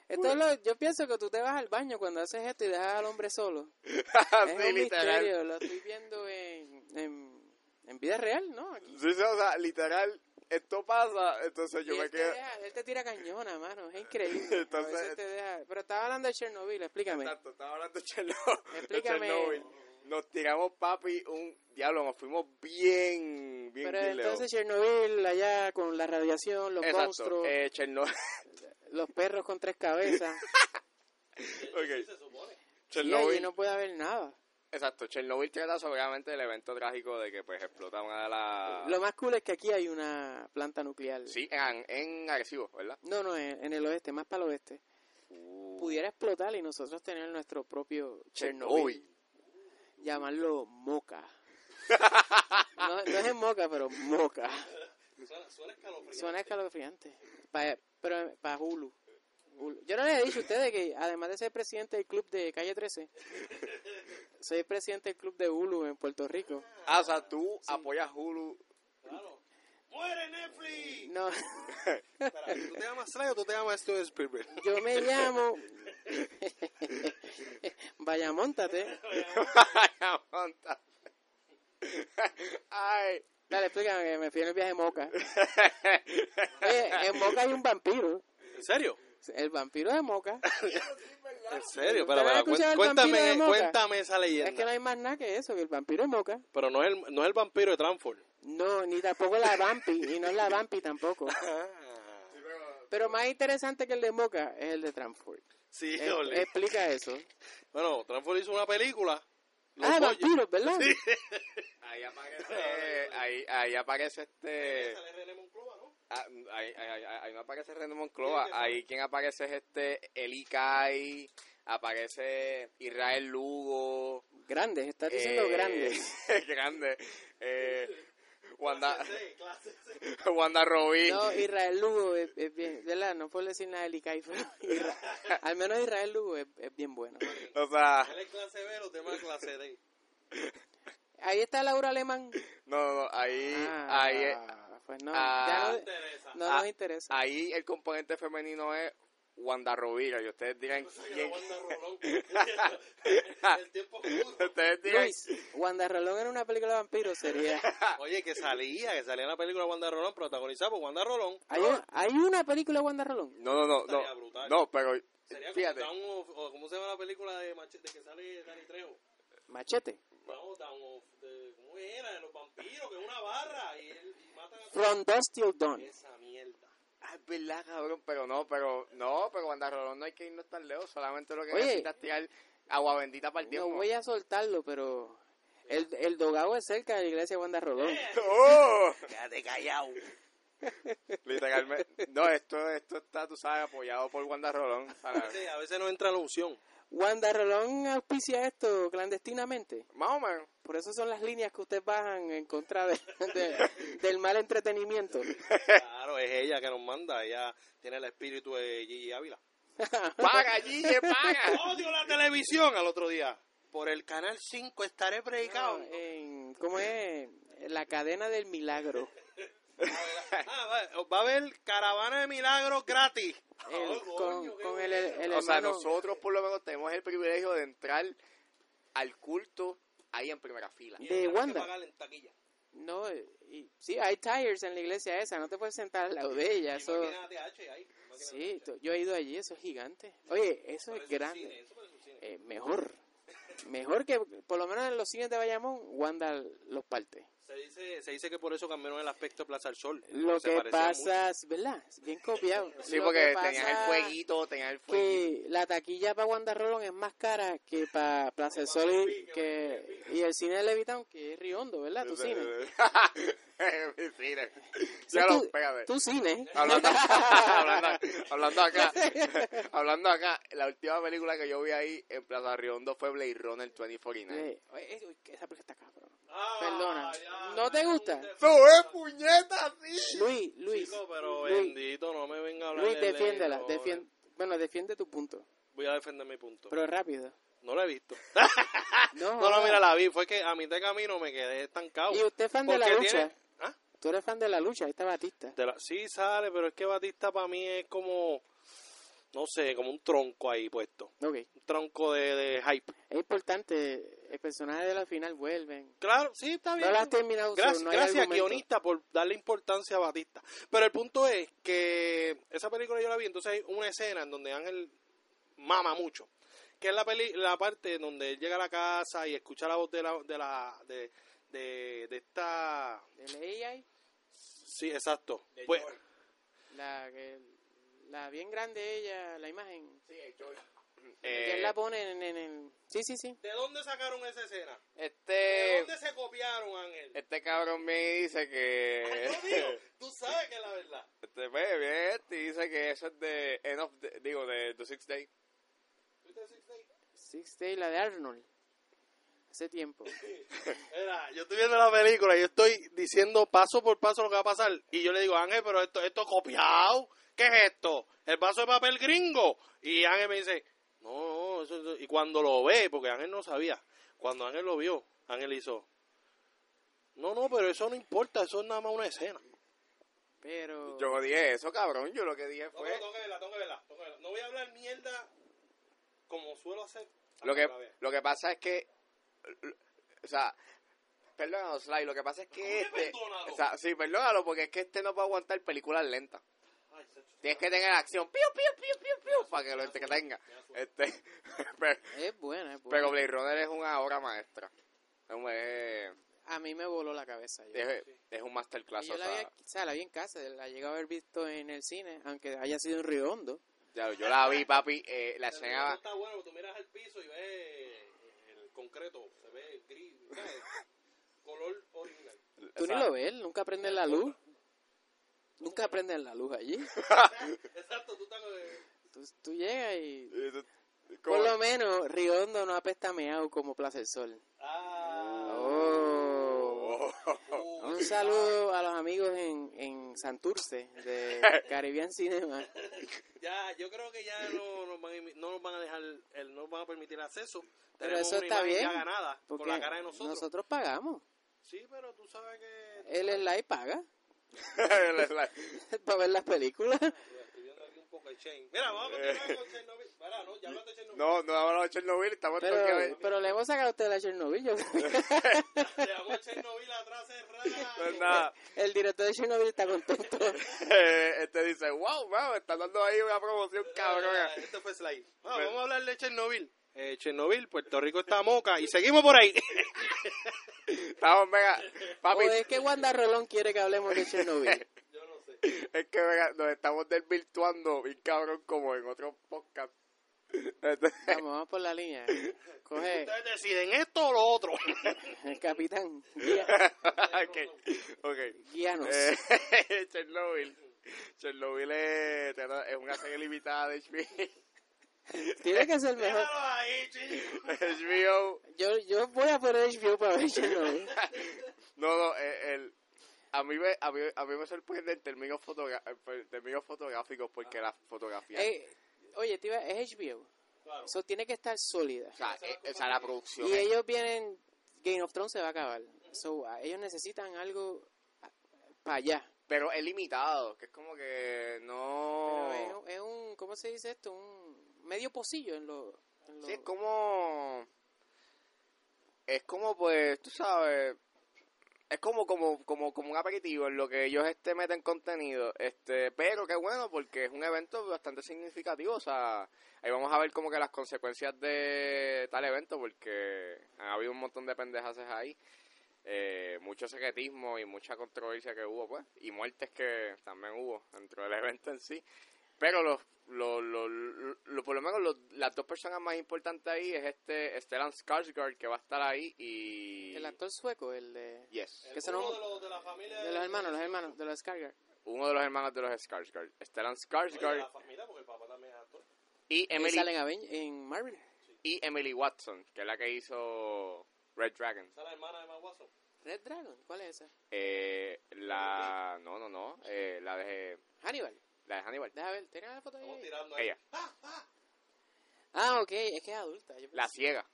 S3: Esto es lo, yo pienso que tú te vas al baño cuando haces esto y dejas al hombre solo. Es
S2: Ah, Sí,
S3: un
S2: literal.
S3: misterio, lo estoy viendo en, en, en vida real, ¿no? Aquí.
S2: Sí, sí, o sea, literal, esto pasa, entonces
S3: Y
S2: yo me
S3: él, te
S2: quedo.
S3: deja- él te tira cañona, mano, es increíble.
S2: Entonces-
S3: A veces te deja- Pero estaba hablando de Chernobyl, explícame.
S2: Exacto, estaba hablando de Chernobyl. de
S3: Explícame.
S2: Chernobyl. Nos tiramos, papi, un diablo, nos fuimos bien, bien,
S3: Pero
S2: bien lejos.
S3: entonces Chernobyl, allá con la radiación, los
S2: Exacto,
S3: monstruos,
S2: eh, Chernobyl.
S3: los perros con tres cabezas.
S2: ok.
S3: y allí
S2: Chernobyl.
S3: no puede haber nada.
S2: Exacto, Chernobyl trata sobre obviamente el evento trágico de que pues explota una de las...
S3: Lo más cool es que aquí hay una planta nuclear.
S2: Ah. Sí, en, en agresivo, ¿verdad?
S3: No, no, en, en el oeste, más para el oeste. Pudiera explotar y nosotros tener nuestro propio Chernobyl. Llamarlo Moca. No, no es en Moca, pero Moca.
S1: Suena, suena escalofriante.
S3: Suena escalofriante. Pa- pero para Hulu. Hulu. Yo no les he dicho a ustedes que además de ser presidente del club de Calle 13, soy presidente del club de Hulu en Puerto Rico.
S2: Ah, o sea, tú apoyas Hulu.
S1: Claro. ¡Muere Netflix!
S3: No,
S1: Espera, ¿tú te llamas Sly o tú te llamas Steven Spielberg?
S3: yo me llamo... Vaya, montate.
S2: Vaya, monta. Ay.
S3: Dale, explícame que me fui en el viaje a Moca. Oye, en Moca hay un vampiro.
S1: ¿En serio?
S3: El vampiro de Moca.
S1: ¿En serio? Pero,
S3: ¿Usted no ha
S1: pero,
S3: escuchado
S1: cuen-
S3: el vampiro de
S1: cuéntame,
S3: Moca?
S1: cuéntame esa leyenda.
S3: Es que no hay más nada que eso, que el vampiro de Moca.
S1: Pero no es, el, no es el vampiro de Transform.
S3: No, ni tampoco la vampi, y no es la vampi tampoco.
S2: Ah.
S3: Pero más interesante que el de Moca es el de Transform.
S1: Sí,
S3: Eh,
S1: ole.
S3: explica eso.
S1: Bueno, Transform hizo una película. Los
S3: ah,
S1: Boyos.
S3: vampiros, ¿verdad?
S2: Ahí aparece, ahí, ahí aparece este... ah, Ahí, ahí, ahí, ahí no aparece René Moncloa. Ahí quien aparece es este Eli Kai. Aparece Israel Lugo.
S3: Grandes, estás diciendo
S2: eh,
S3: grandes.
S2: grande. Eh,
S1: Ah.
S2: Wanda, Wanda Robin.
S3: No, Israel Lugo es, es bien, ¿verdad? No puedo decir nada de Licay, pero Isra- al menos Israel Lugo es, es bien bueno.
S2: O sea,
S1: Él es clase B, los demás clase D.
S3: Ahí está Laura Alemán.
S2: no, no, no, ahí,
S3: Ah,
S2: ahí, es-
S3: pues no,
S2: ah,
S3: ya no, no nos
S2: ah,
S3: interesa.
S2: ahí el componente femenino es Wanda Rovira. Y ustedes digan quién.
S1: El tiempo
S2: ustedes digan.
S3: Luis, Wanda Rolón en una película de vampiros sería...
S1: Oye, que salía, que salía en la película Wanda Rolón, protagonizada por Wanda Rolón.
S3: ¿Hay, un- hay una película de Wanda Rolón?
S2: No, no, no,
S1: Estaría
S2: no.
S1: brutal.
S2: No, pero.
S1: Sería como
S2: Fíjate.
S1: Down of, o ¿cómo se llama la película de, Machete que sale Dani Trejo?
S3: Machete.
S1: No, Down of, de, ¿cómo era? De los vampiros, que es una barra y, él, y matan a
S3: From Dust Till Dawn.
S1: Esa mierda.
S2: Ah, es verdad, cabrón, pero no, pero. No, pero Wanda Rolón no hay que irnos tan lejos. Solamente lo que
S3: Oye.
S2: necesitas es tirar agua bendita para el
S3: No
S2: tiempo.
S3: voy a soltarlo, pero el, el dogado es cerca de la iglesia de Wanda Rolón.
S2: ¡Oh!
S1: Quédate callado.
S2: Literalmente. No, esto, esto está, tú sabes, apoyado por Wanda Rolón. ¿sabes?
S1: a veces no entra la unción.
S3: Wanda Rolón auspicia esto clandestinamente.
S2: Más o menos.
S3: Por eso son las líneas que ustedes bajan en contra de- de- del mal entretenimiento.
S1: Claro, es ella que nos manda. Ella tiene el espíritu de Gigi Ávila.
S3: Ah,
S2: ¡Paga, Gille, paga!
S1: ¡Odio la televisión! Al otro día. Por el canal 5 estaré predicado.
S3: eh. En- ¿Cómo es? La cadena del milagro.
S1: Ah, va, va a haber caravana de milagros gratis.
S3: El-
S1: Oh,
S3: con,
S1: coño, qué
S3: con el, el- el
S2: o sea,
S3: hermano-
S2: nosotros por lo menos tenemos el privilegio de entrar al culto ahí en primera fila.
S1: Y
S3: de
S1: habrá que
S3: Wanda.
S1: pagar en taquilla.
S3: No, y- sí, hay tires en la iglesia esa, no te puedes sentar al lado de ella. eso-
S1: Máquina ATH ahí, máquina
S3: sí, tú- yo he ido allí, eso es gigante. Oye, eso es grande.
S1: Eso parece un cine.
S3: eh, mejor. Mejor que, por lo menos en los cines de Bayamón, Wanda los parte.
S1: Se dice, se dice que por eso cambiaron el aspecto de Plaza del Sol.
S3: Lo
S1: Se
S3: que
S1: parecía mucho.
S3: pasa, es- ¿verdad? Es Bien copiado.
S2: Sí,
S3: Lo
S2: porque
S3: que pasa
S2: tenías el fueguito, tenías el fueguito.
S3: Que la taquilla para Wanda Rolón es más cara que para Plaza del Sol y, que, y el cine de Levitown, que es Riondo, ¿verdad? Tu cine.
S2: Mi cine.
S3: Sí,
S2: Ya lo,
S3: tu-
S2: espérate.
S3: tu cine.
S2: Hablando, hablando, hablando acá, hablando acá, la última película que yo vi ahí en Plaza Riondo fue Blade Runner 2049.
S3: Eh, oye, uy, esa película está cabrón.
S1: Ah,
S3: Perdona.
S1: ya,
S3: ¿No te gusta?
S2: ¡Eso es puñeta, sí!
S3: Luis, Luis.
S1: Chico, pero
S3: Luis,
S1: bendito, no me venga a hablar.
S3: Luis,
S1: de ley,
S3: defiéndela.
S1: no,
S3: defien-
S2: eh.
S3: bueno, defiende tu punto,
S1: Voy a defender mi punto.
S3: pero rápido.
S1: No lo he visto.
S3: No,
S1: Ah, No, no, mira, la vi. Fue que a mitad de camino me quedé estancado.
S3: Y usted es fan de la
S1: Porque
S3: lucha.
S1: tiene- ¿Ah?
S3: Tú eres fan de la lucha, ahí está Batista.
S1: De la- Sí, sale, pero es que Batista para mí es como... no sé, como un tronco ahí puesto.
S3: Ok.
S1: Un tronco de, de hype.
S3: Es importante, el personaje de la final vuelven.
S1: Claro, sí, está bien.
S3: No la has terminado,
S1: Gracias,
S3: so, no hay
S1: gracias
S3: argumento.
S1: guionista por darle importancia a Batista. Pero el punto es que esa película yo la vi, entonces hay una escena en donde Ángel mama mucho, que es la peli, la parte donde él llega a la casa y escucha la voz de la de la de, de, de esta
S3: ¿De la AI?
S1: sí, exacto. Pues
S3: La, que- la bien grande ella, la imagen.
S2: Sí, el George.
S3: Que
S1: eh,
S3: él la pone en, en- en- Sí, sí, sí.
S1: ¿De dónde sacaron esa escena? ¿De
S3: Eh,
S2: Este,
S1: dónde se copiaron, Ángel?
S2: este cabrón me dice que...
S1: Yo digo,
S3: eh.
S1: tú sabes que es la verdad.
S2: Este ve, ve este y dice que eso es de End of the- digo, de The Sixth Day.
S3: Six Day, la de Arnold. Hace tiempo.
S1: Mira, yo estoy viendo la película y yo estoy diciendo paso por paso lo que va a pasar. Y yo le digo, Ángel, pero esto, esto es copiado. ¿Qué es esto? El vaso de papel gringo. Y Ángel me dice, no, no, eso, eso". Y cuando lo ve, porque Ángel no sabía, cuando Ángel lo vio, Ángel hizo, no, no, pero eso no importa, eso es nada más una escena.
S3: Pero.
S2: Yo dije eso, cabrón. Yo lo que dije
S1: No,
S2: fue...
S1: tengo que verla, tengo que verla, tengo que verla. No voy a hablar mierda como suelo hacer.
S2: Lo que,
S1: Hasta la vea.
S2: lo que pasa es que... O sea... Perdónalo, Sly. Lo que pasa es que
S1: ¿Cómo que
S2: este...
S1: perdónalo?
S2: O sea, sí, perdónalo, porque es que este no va a aguantar películas lentas.
S1: Ay, se-
S2: Tienes que tener acción. Piu, piu, piu, piu, piu. Para que lo entretenga. Este... pero,
S3: Es buena, es buena.
S2: pero Blade Runner es una obra maestra. Es, un- es,
S3: a mí me voló la cabeza. Yo,
S2: es- es un masterclass.
S3: Y yo
S2: o
S3: la,
S2: sea,
S3: vi, aquí- o sea, la vi en casa, la llegué a haber visto en el cine, aunque haya sido en Riondo.
S2: ya, yo la vi, papi. eh, la
S1: Pero
S2: escena...
S1: eso está bueno, porque tú miras al piso y ves el concreto, se ve gris, ¿sabes? color original.
S3: Tú
S2: esa-
S3: ni lo ves, nunca prendes la luz. Nunca prendes la luz allí.
S1: Exacto, tú estás eh,
S3: Tú, tú llegas y...
S2: Eh, tú-
S3: Por
S2: ¿cómo?
S3: lo menos Riondo no apesta a meao como Plaza del Sol.
S1: Ah,
S3: Oh.
S1: oh,
S3: Un saludo a los amigos en, en Santurce de Caribbean Cinema.
S1: ya, yo creo que ya no nos van a, imi- no nos van a dejar, el, no nos van a permitir acceso.
S3: Pero
S1: Tenemos
S3: eso
S1: una
S3: está
S1: imagen
S3: bien.
S1: Ya ganada,
S3: Porque
S1: con la cara de nosotros.
S3: nosotros pagamos.
S1: Sí, pero tú sabes que.
S3: El slide paga
S2: La- la-
S3: para ver las películas.
S1: Estoy viendo aquí un poco de Chain. Mira, vamos a continuar con Chernobyl. Mira, no, ya hablaste de Chernobyl.
S2: No, no hablamos de Chernobyl, estamos en
S3: Pero,
S2: Tokio.
S3: pero le hemos sacado a usted la Chernobyl. yo creo que
S1: Dejamos Chernobyl atrás
S2: Pues
S1: cerrado.
S2: nada,
S3: el director de Chernobyl está contento.
S2: eh, este dice, wow, wow, están dando ahí una promoción cabrona.
S1: Esto fue Sly. Ah, vamos a hablar de Chernobyl. Eh, Chernobyl, Puerto Rico está moca. Y seguimos por ahí.
S2: Estamos mega,
S3: O
S2: papi,
S3: es que Wanda Rolón quiere que hablemos de Chernobyl.
S1: Yo no sé.
S2: es que mega, nos estamos desvirtuando bien cabrón como en otros podcasts. Este-
S3: Vamos, vamos por la línea. Coge
S1: Ustedes deciden esto o lo otro.
S3: el capitán. Guía,
S2: ok, ok.
S3: guíanos.
S2: Eh, Chernobyl. Chernobyl es, es una serie limitada de HBO.
S3: Tiene que ser mejor.
S1: Déjalo ahí, chico.
S2: HBO
S3: Yo, yo voy a poner HBO para ver Chernobyl.
S2: No, no, eh, el, a, mí me, a, mí, a mí me sorprende en términos, fotogra- en términos fotográficos porque la fotografía...
S3: Eh, oye, te iba- es HBO.
S1: Claro.
S3: Eso tiene que estar sólida.
S2: o, sea, eh, o sea, la producción...
S3: Y
S2: es-
S3: ellos vienen, Game of Thrones se va a acabar. So, a- ellos necesitan algo para allá.
S2: pero es limitado, que es como que no...
S3: Pero es, un- es un, ¿cómo se dice esto? Un medio pocillo en lo... en lo-
S2: Sí, es como... Es como, pues, tú sabes... Es como, como, como, como un aperitivo en lo que ellos este meten contenido, este, pero qué bueno porque es un evento bastante significativo, o sea, ahí vamos a ver como que las consecuencias de tal evento porque han habido un montón de pendejas ahí, eh, mucho secretismo y mucha controversia que hubo, pues, y muertes que también hubo dentro del evento en sí, pero los, los, los, los- por lo menos los- las dos personas más importantes ahí es este Stellan Skarsgård que va a estar ahí y
S3: El actor sueco, el de...
S2: Yes.
S3: Que se no-
S1: de los de la familia.
S3: De los hermanos, los hermanos, de los Scargar.
S2: uno de los hermanos de los Skarsgård, Stellan Skarsgård
S1: Oye, la familia, porque el papá también es actor.
S2: y
S3: Emily.
S2: Emily
S3: Salen a Aven- en Marvel.
S2: y Emily Watson, que es la que hizo Red Dragon.
S1: Esa es la hermana de Emma Watson.
S3: Red Dragon, ¿cuál es esa?
S2: Eh, la no, no, no, eh, la de
S3: Hannibal.
S2: la de Hannibal.
S3: Deja ver, ¿tenés la foto
S1: Estamos
S3: ahí?
S1: tirando ahí.
S2: Ella,
S3: Ah, ok, es que es adulta. Yo pensé,
S2: la ciega.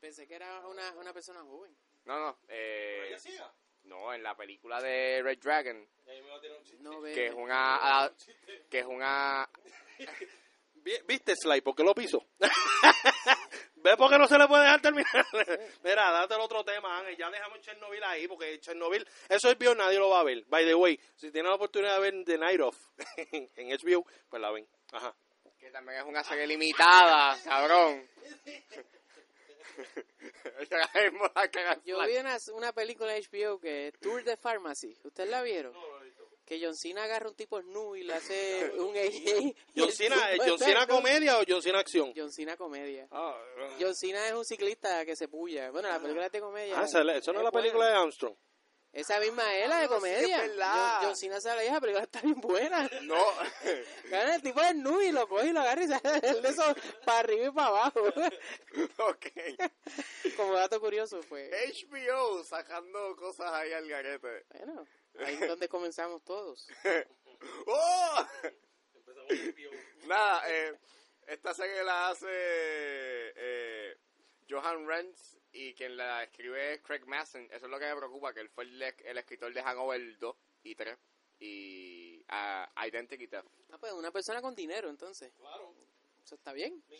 S3: pensé que era una, una persona joven.
S2: No, no,
S1: Pero
S2: eh,
S1: ella siga.
S2: no, en la película de Red Dragon,
S1: Ah, Y ahí me va a tirar un chiste.
S3: No
S2: que es
S3: ve.
S2: una que es una
S1: Vi- ¿Viste Sly? ¿Por qué lo piso? ¿Ves por qué no se le puede dejar terminar? Mira, date el otro tema, Ángel. Ya dejamos Chernobyl ahí, porque Chernobyl, eso es vio, nadie lo va a ver. By the way, si tienen la oportunidad de ver The Night Of en HBO, pues la ven. Ajá.
S2: Que también es una serie limitada, cabrón. Ahora mismo la cagas
S3: Yo
S2: flat.
S3: vi una, una película de HBO que es Tour de Pharmacy. ¿Ustedes la vieron? Que John Cena agarra un tipo snu y le hace un y
S1: John
S3: el
S1: Cena, eh,
S3: tipo
S1: ¿John
S3: está
S1: Cena
S3: snu.
S1: comedia o John Cena acción?
S3: John Cena comedia.
S2: Ah,
S3: John Cena es un ciclista que se puya. Bueno, la película es de comedia.
S1: Ah, esa, eso no es la
S3: buena.
S1: película de Armstrong.
S3: Esa misma es la
S2: Ah, no,
S3: de
S2: sí, es
S3: comedia.
S2: verdad.
S3: John, John Cena sale esa película está bien buena.
S2: no.
S3: Gana el tipo de nu y lo coge y lo agarra y sale de eso para arriba y para abajo.
S2: ok.
S3: Como dato curioso, pues.
S2: HBO sacando cosas ahí al garete.
S3: Bueno, ahí es donde comenzamos todos.
S2: ¡Oh! Nada, eh, esta serie la hace eh, Johan Rentz y quien la escribe es Craig Masson. Eso es lo que me preocupa, que él fue el, el escritor de Hangover 2 y 3 y ah, Identity Theft.
S3: Ah, pues una persona con dinero, entonces. Eso está bien.
S2: Sí,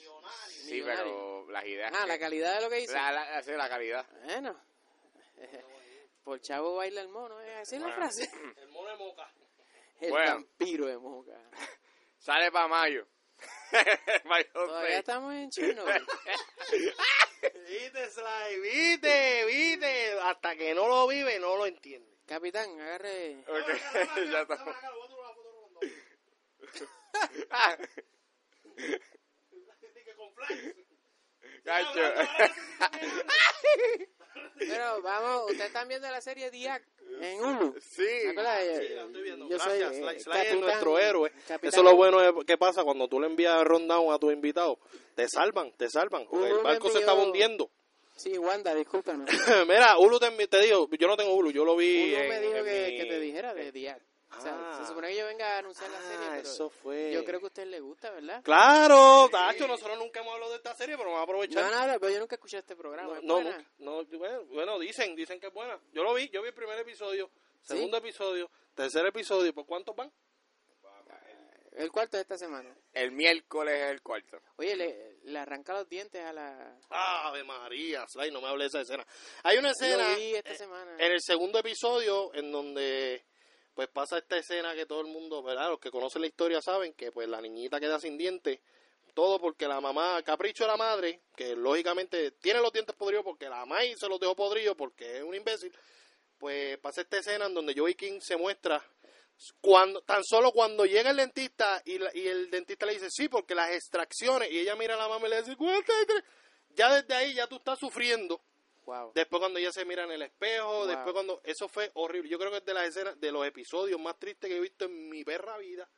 S3: Millonario.
S2: pero las ideas...
S3: Ah,
S2: que-
S3: la calidad de lo que hizo.
S2: la, la- sí, la calidad.
S3: Bueno. Por chavo baila el mono, ¿eh? Así es la
S2: Bueno.
S3: frase.
S1: El mono de moca.
S3: El
S2: Ah. Bueno.
S3: vampiro de moca.
S2: Sale para mayo. mayo
S3: Todavía
S2: seis.
S3: estamos en chino.
S1: Viste, Sly, viste, viste. Hasta que no lo vive, no lo entiende.
S3: Capitán, agarre.
S2: Ok, ya estamos. Ah, Cacho.
S3: Pero vamos, ustedes están viendo la serie Diac en Hulu.
S2: Sí.
S3: ¿Se acuerdan de
S1: Ah,
S3: ella?
S1: Sí, la estoy viendo.
S3: Yo soy,
S1: Gracias.
S3: eh,
S1: Sly, Sly es
S3: capitán-
S1: nuestro héroe.
S3: capitán-
S1: Eso es lo bueno que pasa cuando tú le envías rundown a tu invitado. Te salvan, te salvan. Porque
S3: Uno
S1: el
S3: me
S1: barco se
S3: envió-
S1: estaba hundiendo.
S3: Sí, Wanda, discúlpanos.
S1: Mira, Hulu te, envi- te dijo, yo no tengo Hulu, yo lo vi.
S3: Hulu
S1: en-
S3: me dijo
S1: en
S3: que,
S1: mi- eh,
S3: que te dijera de Diac. O sea,
S1: Ah.
S3: se supone que yo venga a anunciar la serie,
S1: Ah,
S3: pero
S1: eso fue.
S3: yo creo que a usted le gusta, ¿verdad?
S1: Claro, Tacho, nosotros nunca hemos hablado de esta serie, pero vamos a aprovechar.
S3: No, no, no, pero yo nunca escuché este programa.
S1: No,
S3: ¿es
S1: no,
S3: buena?
S1: no, no, bueno, bueno, dicen, dicen que es buena. Yo lo vi, yo vi el primer episodio,
S3: ¿Sí?
S1: segundo episodio, tercer episodio. ¿Por cuántos van?
S3: El cuarto de esta semana.
S2: El miércoles es el cuarto.
S3: Oye, le, le arranca los dientes a la...
S1: Ave María, Sly, no me hable de esa escena. Hay una escena
S3: Lo vi esta semana.
S1: en eh, el segundo episodio en donde pues pasa esta escena que todo el mundo, ¿verdad? Los que conocen la historia saben que pues la niñita queda sin dientes, todo porque la mamá, capricho de la madre, que lógicamente tiene los dientes podridos porque la mamá se los dejó podridos porque es un imbécil, pues pasa esta escena en donde Joey King se muestra cuando tan solo cuando llega el dentista y, la- y el dentista le dice sí porque las extracciones y ella mira a la mamá y le dice "¿Cuántas extra-?" ya desde ahí ya tú estás sufriendo
S3: Wow.
S1: Después cuando ella se mira en el espejo,
S3: Wow.
S1: después cuando... Eso fue horrible. Yo creo que es de las escenas, de los episodios más tristes que he visto en mi perra vida.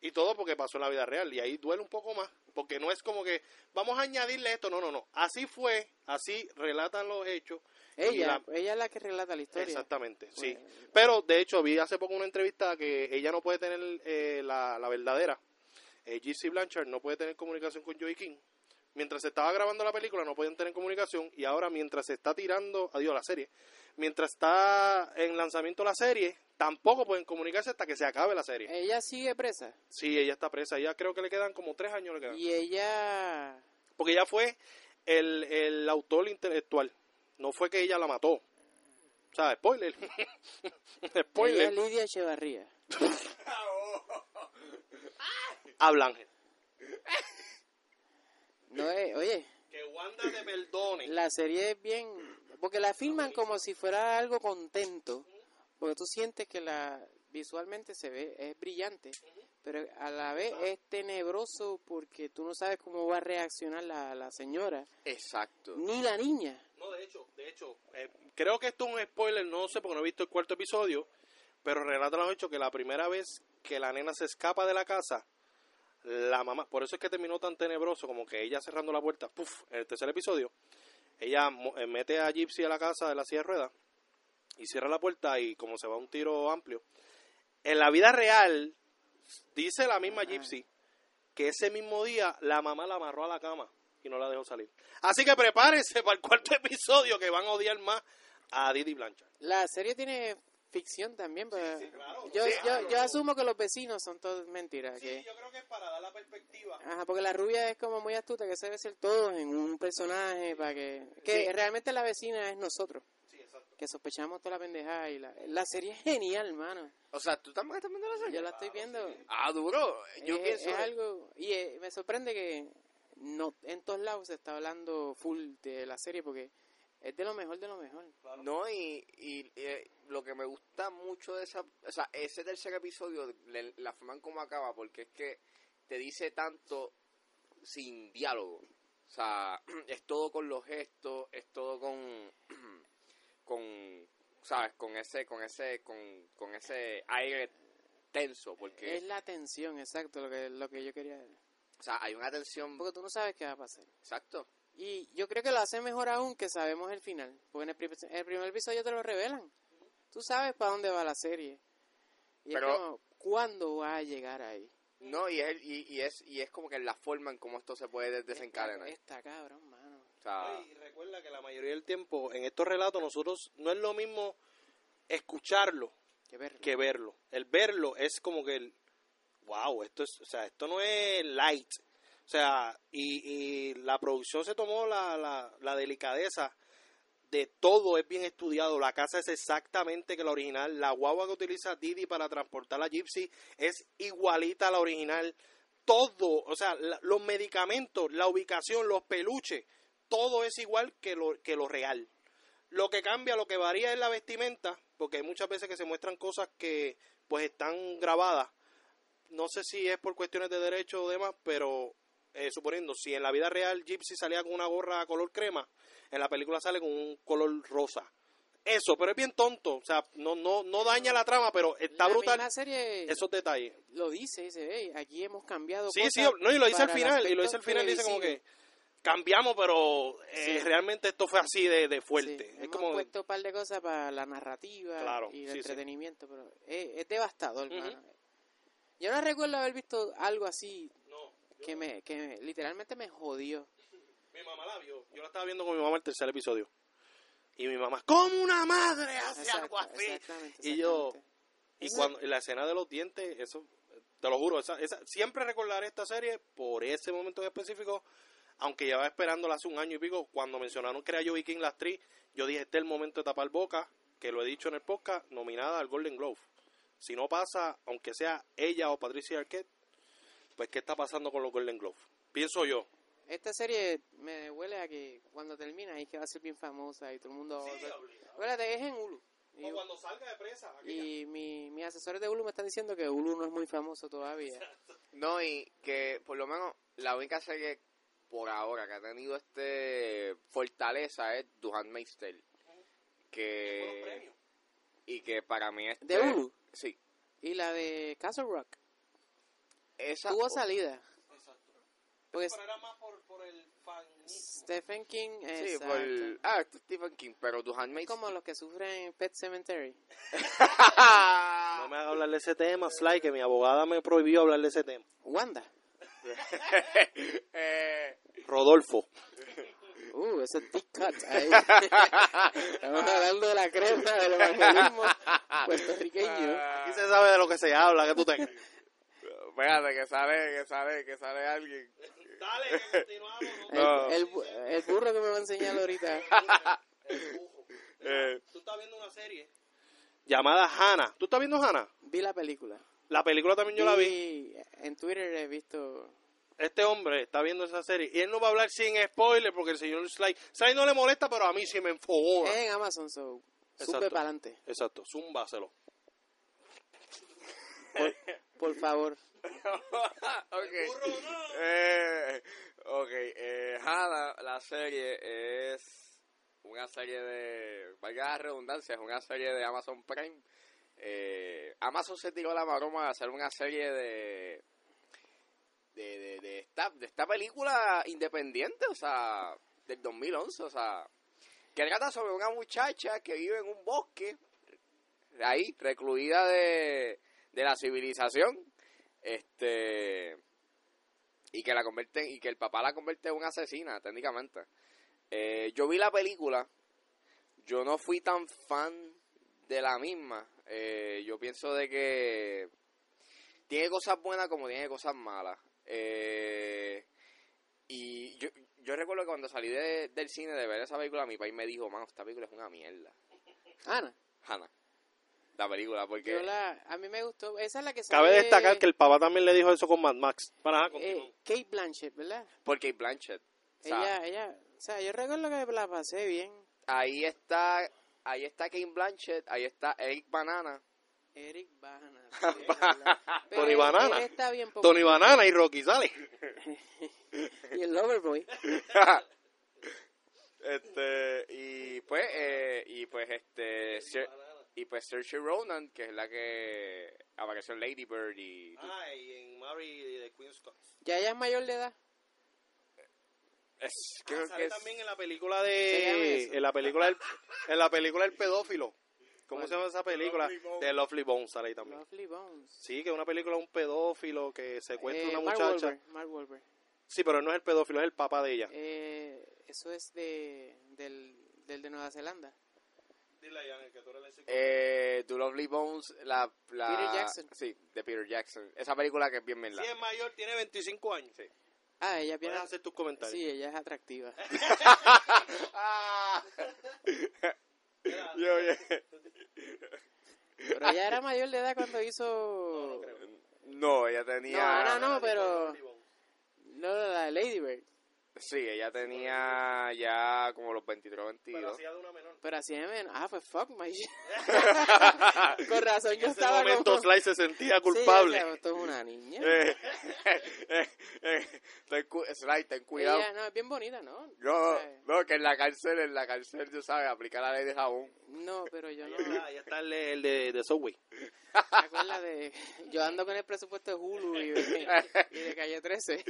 S1: Y todo porque pasó en la vida real. Y ahí duele un poco más. Porque no es como que, vamos a añadirle esto. No, no, no. Así fue, así relatan los hechos. y
S3: Ella,
S1: la-
S3: ella es la que relata la historia.
S1: Exactamente, sí.
S3: Bueno.
S1: Pero de hecho vi hace poco una entrevista que ella no puede tener eh, la, la verdadera. Eh, GC Blanchard no puede tener comunicación con Joey King. Mientras se estaba grabando la película no podían tener comunicación y ahora mientras se está tirando, adiós la serie, mientras está en lanzamiento la serie, tampoco pueden comunicarse hasta que se acabe la serie.
S3: Ella sigue presa.
S1: Sí, ella está presa, ya creo que le quedan como tres años, le quedan.
S3: Y ella...
S1: porque ella fue el, el autor intelectual, no fue que ella la mató. O sea, spoiler.
S3: Ella
S1: spoiler.
S3: es Lidia Echevarría.
S1: Habla Ángel.
S3: No, eh, oye,
S1: Que Wanda te perdone.
S3: la serie es bien... Porque la filman como si fuera algo contento. Porque tú sientes que la visualmente se ve, es brillante. Pero a la vez es tenebroso porque tú no sabes cómo va a reaccionar la, la señora.
S2: Exacto.
S3: Ni la niña.
S1: No, de hecho, de hecho, eh, creo que esto es un spoiler, no sé porque no he visto el cuarto episodio, pero relata los hechos que la primera vez que la nena se escapa de la casa, la mamá, por eso es que terminó tan tenebroso, como que ella cerrando la puerta, puff, en el tercer episodio, ella mo- eh, mete a Gypsy a la casa de la silla de ruedas y cierra la puerta y como se va un tiro amplio. En la vida real, dice la misma Gypsy que ese mismo día la mamá la amarró a la cama y no la dejó salir. Así que prepárense para el cuarto episodio que van a odiar más a Didi Blanchard.
S3: La serie tiene ficción también, pero yo, yo, yo asumo que los vecinos son todos mentiras. que-
S1: yo creo que es para dar la perspectiva.
S3: Ajá, porque la rubia es como muy astuta, que sabe ser todo en un personaje para que... Que
S2: Sí.
S3: realmente la vecina es nosotros,
S1: Sí, exacto.
S3: que sospechamos toda la pendejada y la, la serie es genial, hermano.
S2: O sea, tú también estás viendo la serie.
S3: Yo la estoy viendo.
S2: Ah, duro. Yo
S3: es,
S2: pienso.
S3: es algo... Y eh, me sorprende que no en todos lados se está hablando full de la serie porque es de lo mejor de lo mejor.
S2: No, y, y, eh, lo que me gusta mucho de esa. O sea, ese tercer episodio, le- la forma en cómo acaba, porque es que te dice tanto sin diálogo. O sea, es todo con los gestos, es todo con. con. ¿Sabes? Con ese. con ese. con, con ese aire tenso, porque.
S3: Es la tensión, exacto, lo que, lo que yo quería...
S2: o sea, hay una tensión.
S3: Porque tú no sabes qué va a pasar.
S2: Exacto.
S3: Y yo creo que lo hace mejor aún que sabemos el final. Porque en el, pri- en el primer episodio te lo revelan. Tú sabes para dónde va la serie. Y
S2: Pero-
S3: es como, ¿cuándo va a llegar ahí?
S2: No, y es, el- y, y es, y es como que la forma en cómo esto se puede desencadenar.
S3: Está, está cabrón, mano.
S2: O sea,
S1: Y recuerda que la mayoría del tiempo en estos relatos nosotros no es lo mismo escucharlo
S3: Qué verlo.
S1: que verlo. El verlo es como que el wow, esto es, o sea, esto no es light. O sea, y, y la producción se tomó la, la, la delicadeza de todo, es bien estudiado. La casa es exactamente que la original. La guagua que utiliza Didi para transportar a Gypsy es igualita a la original. Todo, o sea, la- los medicamentos, la ubicación, los peluches, todo es igual que lo, que lo real. Lo que cambia, lo que varía es la vestimenta, porque hay muchas veces que se muestran cosas que pues están grabadas. No sé si es por cuestiones de derecho o demás, pero eh, suponiendo, si en la vida real Gypsy salía con una gorra color crema, en la película sale con un color rosa. Eso, pero es bien tonto, o sea, no, no, no daña la trama, pero está
S3: la
S1: brutal
S3: misma serie
S1: esos detalles.
S3: lo dice, dice, "Ey, aquí hemos cambiado
S1: Sí,
S3: cosas
S1: sí, no, y lo dice al
S3: para el
S1: final, y lo dice
S3: aspecto
S1: al final, dice como que
S3: televisivo".
S1: cambiamos, pero eh,
S3: Sí.
S1: realmente esto fue así de, de fuerte.
S3: Sí,
S1: es
S3: hemos
S1: como,
S3: puesto un par de cosas para la narrativa
S1: Claro,
S3: y el
S1: sí, sí.
S3: entretenimiento, pero es, es devastador,
S1: Ujú.
S3: mano. Yo no recuerdo haber visto algo así que me que me- literalmente me jodió.
S1: Mi mamá la vio. Yo la estaba viendo con mi mamá el tercer episodio. Y mi mamá, como una madre hace algo
S3: Exacto,
S1: así.
S3: exactamente,
S1: Y yo,
S3: exactamente.
S1: y
S3: Eso-
S1: cuando y la escena de los dientes, eso, te lo juro, esa, esa- siempre recordaré esta serie por ese momento en específico. Aunque llevaba esperándola hace un año y pico, cuando mencionaron que era Joey King la actriz, yo dije, este es el momento de tapar boca, que lo he dicho en el podcast, nominada al Golden Globe. Si no pasa, aunque sea ella o Patricia Arquette, pues ¿qué está pasando con los Golden Globes? Pienso yo.
S3: Esta serie me huele a que cuando termina y que va a ser bien famosa y todo el mundo... Acuérdate, es en Hulu. Y,
S1: cuando salga de presa.
S3: y mi, mis asesores de Hulu me están diciendo que Hulu no es muy famoso todavía.
S2: No, y que por lo menos la única serie por ahora que ha tenido este fortaleza es Duhan Meister. Que.
S1: eh,
S2: Y que para mí es.
S3: ¿De Hulu?
S2: Sí.
S3: Y la de Castle Rock
S2: Esa.
S3: tuvo salida. Porque
S1: era más por, el fan.
S3: Stephen King
S2: Sí,
S3: es
S2: por. Ah, esto es Stephen King, pero Duhan Meister.
S3: como los que sufren en Pet Cemetery.
S1: No me hagas hablar de ese tema, Sly, que mi abogada me prohibió hablar de ese tema.
S3: Wanda.
S2: Eh,
S1: Rodolfo.
S3: Uh, ese deep cut ahí. Estamos hablando de la crema del evangelismo puertorriqueño.
S2: ah,
S1: Aquí se sabe de lo que se habla, que tú tengas.
S2: espérate, que sale, que sale, que sale alguien.
S1: Dale, que continuamos.
S3: El, el bu- el burro que me va a enseñar ahorita.
S2: Eh,
S1: Tú estás viendo una serie. Llamada Hannah. ¿Tú estás viendo Hannah?
S3: Vi la película.
S1: La película también yo la vi.
S3: En Twitter he visto.
S1: Este hombre está viendo esa serie y él no va a hablar sin spoiler porque el señor Sly, Sly no le molesta, pero a mí sí me enfogó.
S3: Es en Amazon, so.
S1: Exacto.
S3: Sube para adelante.
S1: Exacto, zumbáselo.
S3: Por favor.
S2: ok. Eh, ok, eh, Hannah, la serie es una serie de, valga la redundancia, es una serie de Amazon Prime. Eh, Amazon se tiró la maroma de hacer una serie de de, de, de esta, de esta película independiente, o sea, del 2011, o sea, que trata sobre una muchacha que vive en un bosque, ahí, recluida de, de la civilización, este y que la convierten y que el papá la convierte en una asesina técnicamente Eh, yo vi la película yo no fui tan fan de la misma eh, yo pienso de que tiene cosas buenas como tiene cosas malas. Eh, y yo, yo recuerdo que cuando salí de- del cine de ver esa película, mi país me dijo, mano, esta película es una mierda.
S3: Ana,
S2: Hannah. La película, porque...
S3: yo la, a mí me gustó. Esa es la que
S1: Cabe
S3: sale-
S1: destacar que el papá también le dijo eso con Mad Max. Para, ajá, continúa.
S3: eh, Kate Blanchett, ¿verdad?
S2: Porque Blanchett. o sea,
S3: ella, ella, o sea, yo recuerdo que la pasé bien.
S2: ahí está... Ahí está Kate Blanchett, ahí está Eric Banana.
S3: Eric Banana. sí, ¿verdad? Pero
S1: Tony
S3: él-
S1: Banana.
S3: él está bien poco-
S1: Tony Banana y Rocky sale.
S3: Y el Loverboy.
S2: este y pues eh, y pues este Cer- y pues Saoirse Ronan que es la que apareció en Lady Bird y
S1: Ah. y en Mary de Queen's
S3: Ya ella es mayor de edad.
S2: es, creo que
S1: Ah, sale
S2: es-
S1: también en la película
S3: Se llama
S1: de
S3: eso.
S1: en la película del, en la película El pedófilo. ¿Cómo
S3: ¿Cuál?
S1: se llama esa película?
S2: Lovely Bones.
S1: De Lovely Bones sale ahí también.
S3: Lovely Bones.
S1: Sí, que es una película de un pedófilo que secuestra
S3: Eh,
S1: a una
S3: Mark
S1: muchacha.
S3: Wahlberg, Mark Wahlberg.
S1: Sí, pero él no es el pedófilo, es el papá de ella.
S3: Eh, eso es de, del, del de Nueva Zelanda.
S1: Dile a Jan, que tú eres el
S2: eh, Do Lovely Bones la, la
S3: Peter Jackson.
S2: sí de Peter Jackson esa película que es bien mierda
S1: Si es mayor, tiene 25 años. Sí.
S3: Ah, ella es bien.
S1: Puedes hacer tus comentarios.
S3: Sí, ella es atractiva.
S2: Ah. Yo, yo-
S3: Pero ella era mayor de edad cuando hizo. No,
S2: no ella tenía
S3: Ana no, pero. No, la de Lady Bird.
S2: sí ella tenía ya como los 23 22
S1: hacía de una menor.
S3: Pero así es, men. Ah, pues fuck my shit. Con razón yo
S1: En ese
S3: estaba
S1: momento
S3: como-
S1: Sly se sentía
S3: Sí, yo
S1: culpable.
S3: decía, esto es una niña.
S2: Eh, eh, eh, ten cu- Sly, ten cuidado.
S3: Ella, no, es bien bonita, ¿no?
S2: No,
S3: O sea,
S2: no, que en la cárcel, en la cárcel, tú sabes, aplicar la ley de jabón.
S3: no, pero yo no.
S1: Ah, ya está el, el de, de Subway.
S3: ¿Te acuerdas de.? Yo ando con el presupuesto de Hulu y de, y de Calle 13.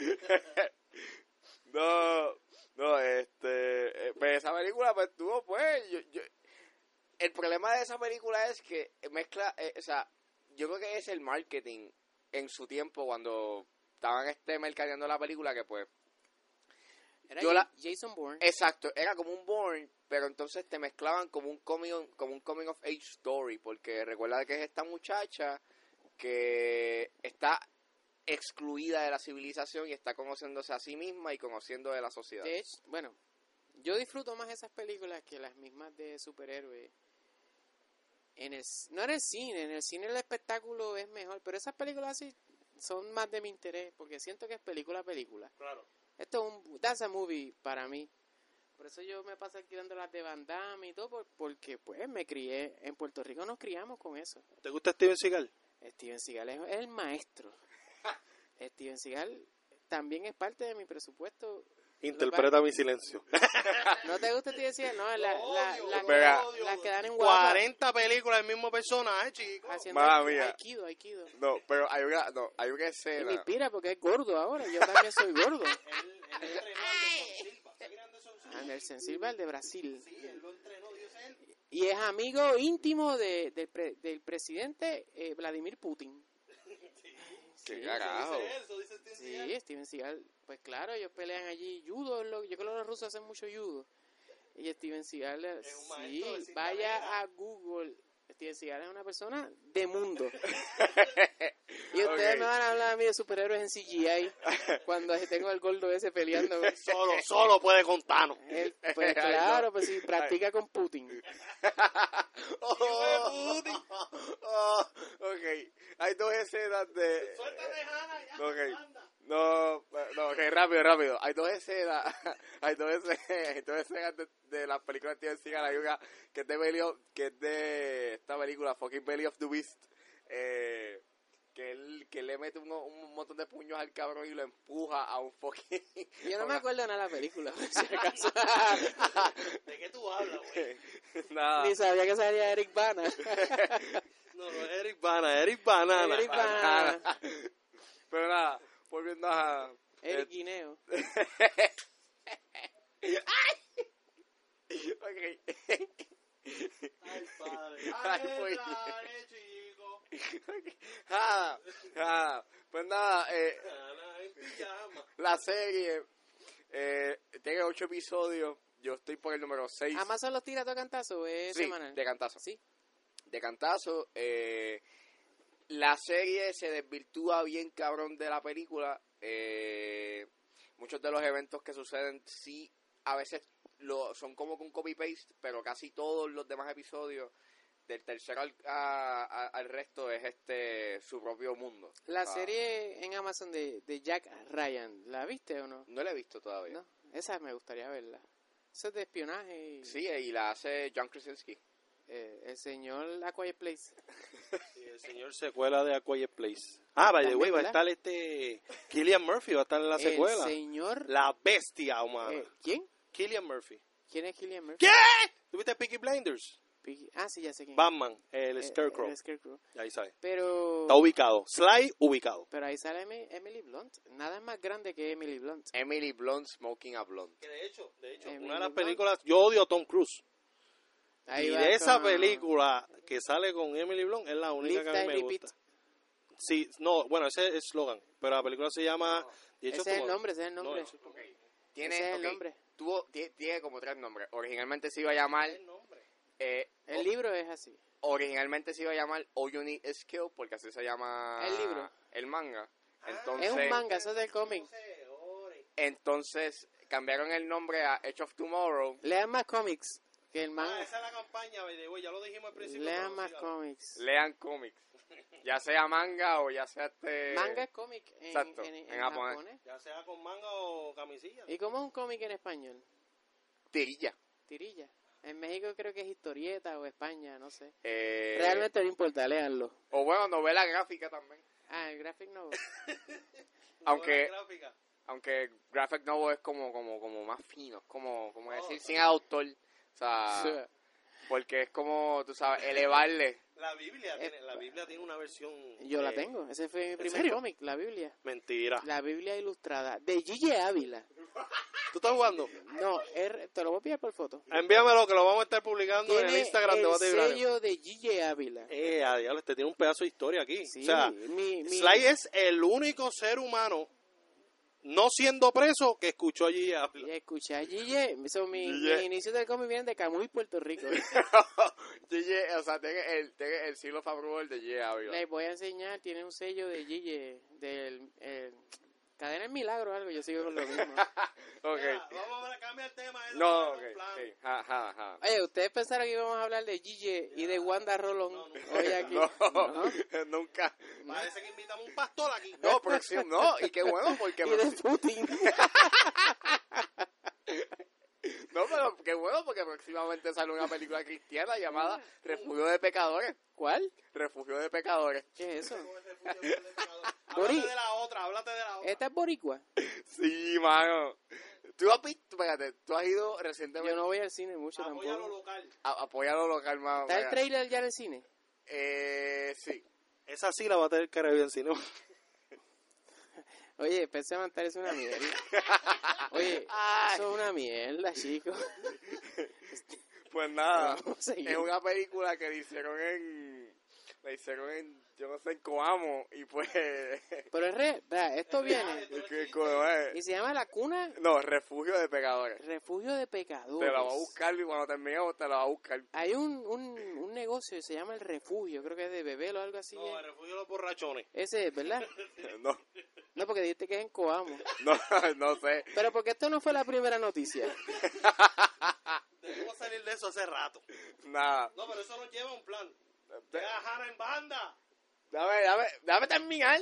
S2: No, no, este, eh, pues esa película, pues tuvo, pues, yo, yo- el problema de esa película es que mezcla, eh, o sea, yo creo que es el marketing en su tiempo cuando estaban este mercadeando la película que pues
S3: Era
S2: Yo la-
S3: Jason Bourne.
S2: Exacto, era como un Born, pero entonces te mezclaban como un coming, como un coming of age story, porque recuerda que es esta muchacha que está excluida de la civilización y está conociéndose a sí misma y conociendo de la sociedad.
S3: De hecho, bueno, yo disfruto más esas películas que las mismas de superhéroes. En el, c- no en el cine, en el cine el espectáculo es mejor, pero esas películas así son más de mi interés porque siento que es película a película.
S1: Claro.
S3: Esto es un that's a movie para mí. Por eso yo me paso alquilando las de Van Damme y todo, por- porque pues me crié. En Puerto Rico nos criamos con eso.
S1: ¿Te gusta Steven Seagal?
S3: Steven Seagal es el maestro. Steven Seagal también es parte de mi presupuesto
S1: Interpreta mi silencio.
S3: ¿No te gusta Steven Seagal? No, la,
S1: Lo
S3: la,
S1: odio,
S3: la-
S2: lo Verá.
S1: odio.
S3: las que dan en guapa
S1: 40 películas del mismo personaje, chico.
S3: haciendo
S2: Mala
S3: aikido,
S2: mía.
S3: aikido, aikido.
S2: No, pero hay una, no, hay una
S3: Y me
S2: escena.
S3: inspira porque es gordo ahora. Yo también soy gordo. Anderson Silva, el de Brasil. Y es amigo íntimo de- del pre- del presidente eh, Vladimir Putin.
S2: ¿Qué
S3: Sí,
S2: carajo?
S3: Sí, Steven Seagal, pues claro, ellos pelean allí judo, es lo- yo creo que los rusos hacen mucho judo. Y Steven Seagal, sí,
S1: maestro de cinta
S3: vaya a Google. Steven Seagal es una persona de mundo. y ustedes
S2: Ok.
S3: me van a hablar a mí de superhéroes en CGI cuando tengo al gordo ese peleando.
S1: Solo, solo puede contarnos.
S3: Él, pues
S2: Ay, no.
S3: claro, pues sí, practica con Putin.
S2: Oh, oh, ok, hay dos escenas de... Ok. No, no, ok, rápido, rápido. Hay dos escenas, hay dos escenas, hay dos escenas de, de las películas de Steven Seagal, hay una que es de Belly of- que es de esta película, fucking Belly of the Beast, eh, que él, que le mete uno- un montón de puños al cabrón y lo empuja a un fucking...
S3: Yo no me acuerdo nada de la película, por si acaso.
S1: ¿De qué tú hablas, güey?
S2: Nada.
S3: Ni sabía que salía Eric Bana.
S1: No, no, Eric Bana, Eric Banana.
S3: Eric Bana.
S2: Pero nada, volviendo a...
S3: Eric Guineo.
S2: eh, Ok.
S1: Ay, padre. pues.
S2: Ay, güey.
S1: dale, chico.
S2: Ah, ah, Pues nada, eh...
S1: Ana en pijama.
S2: La serie eh, tiene ocho episodios. Yo estoy por el número 6.
S3: Amazon los tira todo cantazo, es
S2: sí,
S3: Ah, semanal.
S2: de cantazo.
S3: Sí.
S2: de cantazo. Eh, la serie se desvirtúa bien cabrón de la película. Eh, muchos de los eventos que suceden sí a veces lo, son como con copy-paste, pero casi todos los demás episodios del tercero al, a- a- al resto es este su propio mundo.
S3: La
S2: Ah,
S3: serie en Amazon de, de Jack Ryan, ¿la viste o no?
S2: No la he visto todavía.
S3: No, esa me gustaría verla. Eso es de espionaje. y-
S2: Sí, eh, y la hace John Krasinski.
S3: Eh, el señor A Quiet Place.
S1: Sí, el señor secuela de A Quiet Place. Ah, by the way, va a estar este. Killian Murphy va a estar en la secuela.
S3: El señor...
S1: La bestia humana.
S3: eh, ¿Quién?
S1: Killian Murphy.
S3: ¿Quién es Killian Murphy?
S1: ¿Qué? ¿Tuviste Peaky Blinders?
S3: Piggy- Ah, sí, ya sé quién.
S1: Batman, el
S3: Eh,
S1: Scarecrow.
S3: el Scarecrow.
S1: Ahí sale.
S3: Pero...
S1: Está ubicado. Sly, ubicado.
S3: Pero ahí sale Emi- Emily Blunt. Nada es más grande que Emily Blunt.
S2: Emily Blunt Smoking a Blonde.
S1: Que de hecho, de hecho,
S3: Emily
S1: una de las
S3: Blunt.
S1: películas. Yo odio a Tom Cruise.
S3: Ahí
S1: y
S3: va
S1: de esa
S3: con-
S1: película que sale con Emily Blunt es la única que
S3: Live,
S1: a mí
S3: Die,
S1: me
S3: Repeat.
S1: gusta. Sí, no, bueno, ese es el slogan. Pero la película se llama. De hecho,
S3: Ese es el
S1: como-
S3: nombre, ese es el
S1: no,
S3: nombre.
S1: eso es como-
S2: Tiene,
S3: Ese es el
S2: ok,
S3: nombre.
S2: tuvo- tie- tiene como tres nombres. Originalmente se iba a llamar. eh,
S3: El libro es así.
S2: originalmente se iba a llamar All You Need Is Kill porque así se llama
S3: El libro. Ah.
S2: el manga entonces
S3: Es un manga, eso es del cómic.
S2: entonces cambiaron el nombre a Edge of Tomorrow
S3: Lean más cómics que el
S1: Ah,
S3: manga.
S1: esa es la campaña, by the way, ya lo dijimos al principio. pero
S3: Lean
S1: no,
S3: más
S1: sígalo.
S3: cómics.
S2: lean cómics ya sea manga o ya sea
S1: Eh,
S2: este
S3: Manga es cómic en,
S2: exacto,
S3: en-
S2: en
S3: en
S2: japonés.
S3: japonés.
S1: Ya sea con manga o camisilla.
S3: ¿Y cómo es un cómic en español?
S2: tirilla
S3: Tirilla. En México creo que es historieta o España, no sé.
S2: Eh,
S3: Realmente no importa, leanlo.
S2: o bueno novela gráfica también
S3: Ah, el graphic novel.
S2: aunque
S1: Novela gráfica.
S2: aunque graphic novel es como como como más fino es como
S3: Oh.
S2: como decir sin autor o
S1: Ah,
S2: sea porque es como tú sabes elevarle
S1: La Biblia, tiene, la Biblia tiene una versión.
S3: Yo la
S1: eh,
S3: tengo. Ese fue mi primer
S1: serio?
S3: cómic, la Biblia.
S1: Mentira.
S3: La Biblia ilustrada de Gigi Ávila.
S1: ¿Tú estás jugando?
S3: No, er- te lo voy a pillar por foto.
S1: Envíamelo que lo vamos a estar publicando en
S3: Tiene
S1: el Instagram de
S3: el
S1: Bate Vibrario.
S3: sello de Gigi Ávila.
S1: Eh, a diablo, este tiene un pedazo de historia aquí.
S3: Sí,
S1: o sea,
S3: mi- mi-
S1: Sly es el único ser humano, no siendo preso, que escuchó allí
S3: Y
S1: hablar.
S3: escuché a Gille, so, mi,
S2: Gille.
S3: mis inicios del cómic vienen de Camuy, Puerto Rico.
S2: DJ, o sea, tiene el, tiene el siglo Fabruel de J. Ávila.
S3: Les voy a enseñar, tiene un sello de Gille, del el- Cadena el Milagro o algo, yo sigo con lo mismo.
S2: Ok.
S1: Vamos a cambiar el tema.
S2: No, ok. ok. Ja, ja, ja.
S3: Oye, ustedes pensaron que íbamos a hablar de Gille y de Wanda Rolón hoy aquí.
S2: No,
S3: No.
S2: nunca.
S1: Parece que invitamos un pastor aquí.
S2: No, próximo, no, y qué bueno, porque.
S3: Y de Putin.
S2: No, pero qué bueno, porque próximamente sale una película cristiana llamada Refugio de Pecadores.
S3: ¿Cuál?
S2: Refugio de Pecadores.
S3: ¿Qué es eso?
S1: Háblate de la otra, háblate de la otra.
S3: Esta es boricua.
S2: Sí, mano. Tú has visto, espérate, tú has ido
S3: Yo
S2: recientemente.
S3: no voy al cine mucho
S1: Apoya lo
S3: tampoco.
S1: local.
S2: a- apoya lo local, mano.
S3: ¿Está el
S2: mira.
S3: trailer ya en el cine?
S2: Eh, sí.
S1: Esa sí la va a tener que revisar, si no.
S3: Oye, PC Mantar es una mierda. Oye, eso es una mierda, chicos.
S2: Pues nada,
S3: Vamos a seguir.
S2: es una película que le hicieron en. La hicieron en. Yo no sé, en Coamo. Y pues.
S3: Pero es re, vea, esto viene
S2: que- como es-
S3: y se llama La Cuna
S2: No, Refugio de Pecadores.
S3: Refugio de
S2: Te
S3: Pecadores.
S2: la va a buscar y cuando terminemos te la va a buscar.
S3: Hay un, un, un negocio que se llama El Refugio, creo que es de Bebel o algo así.
S1: No,
S3: ¿eh?
S1: el refugio de los borrachones.
S3: Ese es, ¿verdad?
S2: No,
S3: No, porque dijiste que es en Coamo.
S2: no, no sé.
S3: Pero porque esto no fue la primera noticia.
S1: Debemos salir de eso hace rato.
S2: Nada.
S1: No, pero eso nos lleva a un plan.
S2: Te-
S1: Deja a Jara en banda.
S2: Dame, dame, dame terminar.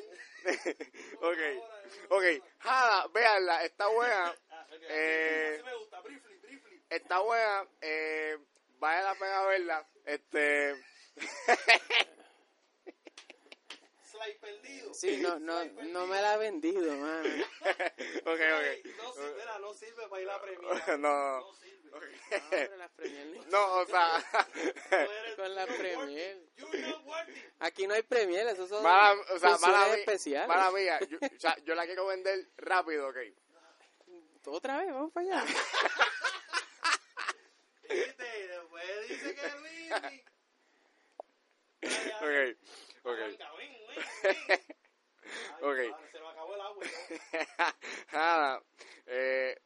S2: ok, ok. Jada, véanla, está buena. Eh,
S1: Así me gusta, briefly, briefly.
S2: Está buena, eh, vale la pena verla. Este.
S1: Slide perdido.
S3: Sí, no, no, no me la ha vendido, mano.
S2: ok,
S1: Ey,
S2: ok.
S1: No sirve, mira, no sirve para ir a premiar.
S2: No, no,
S1: No sirve.
S3: Ah, pero las Premier League.
S2: no, o sea,
S1: No eres-
S3: Con la
S1: you're
S3: Premier.
S1: worthy. You're not worthy.
S3: Aquí no hay Premier, eso son
S2: mala, o sea,
S3: funciones
S2: mala, mía-
S3: especiales.
S2: mala mía, yo, o sea, yo la quiero vender rápido, ok.
S3: Otra vez, vamos para allá.
S1: Viste, y después dice que es Lili.
S2: Ok, ok.
S1: Venga, ven, ven, ven. Ay,
S2: Ok.
S1: padre, Se nos acabó el agua. ¿no?
S2: Nada, eh,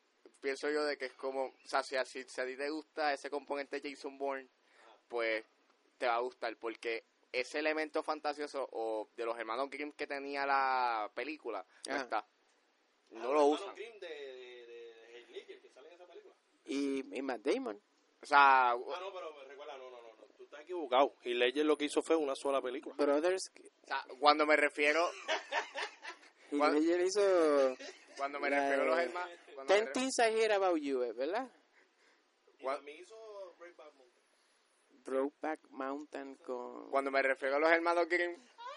S2: pienso yo de que es como, o sea, si a, si- si a ti te gusta ese componente Jason Bourne, pues te va a gustar porque ese elemento fantasioso o de los hermanos Grimm que tenía la película no
S3: Ajá.
S2: está. No
S1: Ah,
S2: lo
S1: hermano
S2: usan.
S1: Grimm de, de, de, de Heath Ledger, que sale en esa película.
S3: Y, y Matt Damon.
S2: O sea,
S1: Ah, no, pero recuerda, no, no, no, no, tú estás equivocado. Y Ledger lo que hizo fue una sola película.
S3: Brothers.
S2: o sea, cuando me refiero,
S3: Y
S2: ¿Cuál?
S3: Ledger hizo
S2: cuando me
S3: La
S2: refiero a los
S3: de-
S2: hermanos, cuando me
S3: Ten
S2: re-
S3: Things I Hear About You, eh, ¿verdad?
S1: Y
S2: Gua-
S1: también hizo Breakback Mountain.
S3: Brokeback Mountain con...
S2: cuando me refiero a los hermanos Grimm,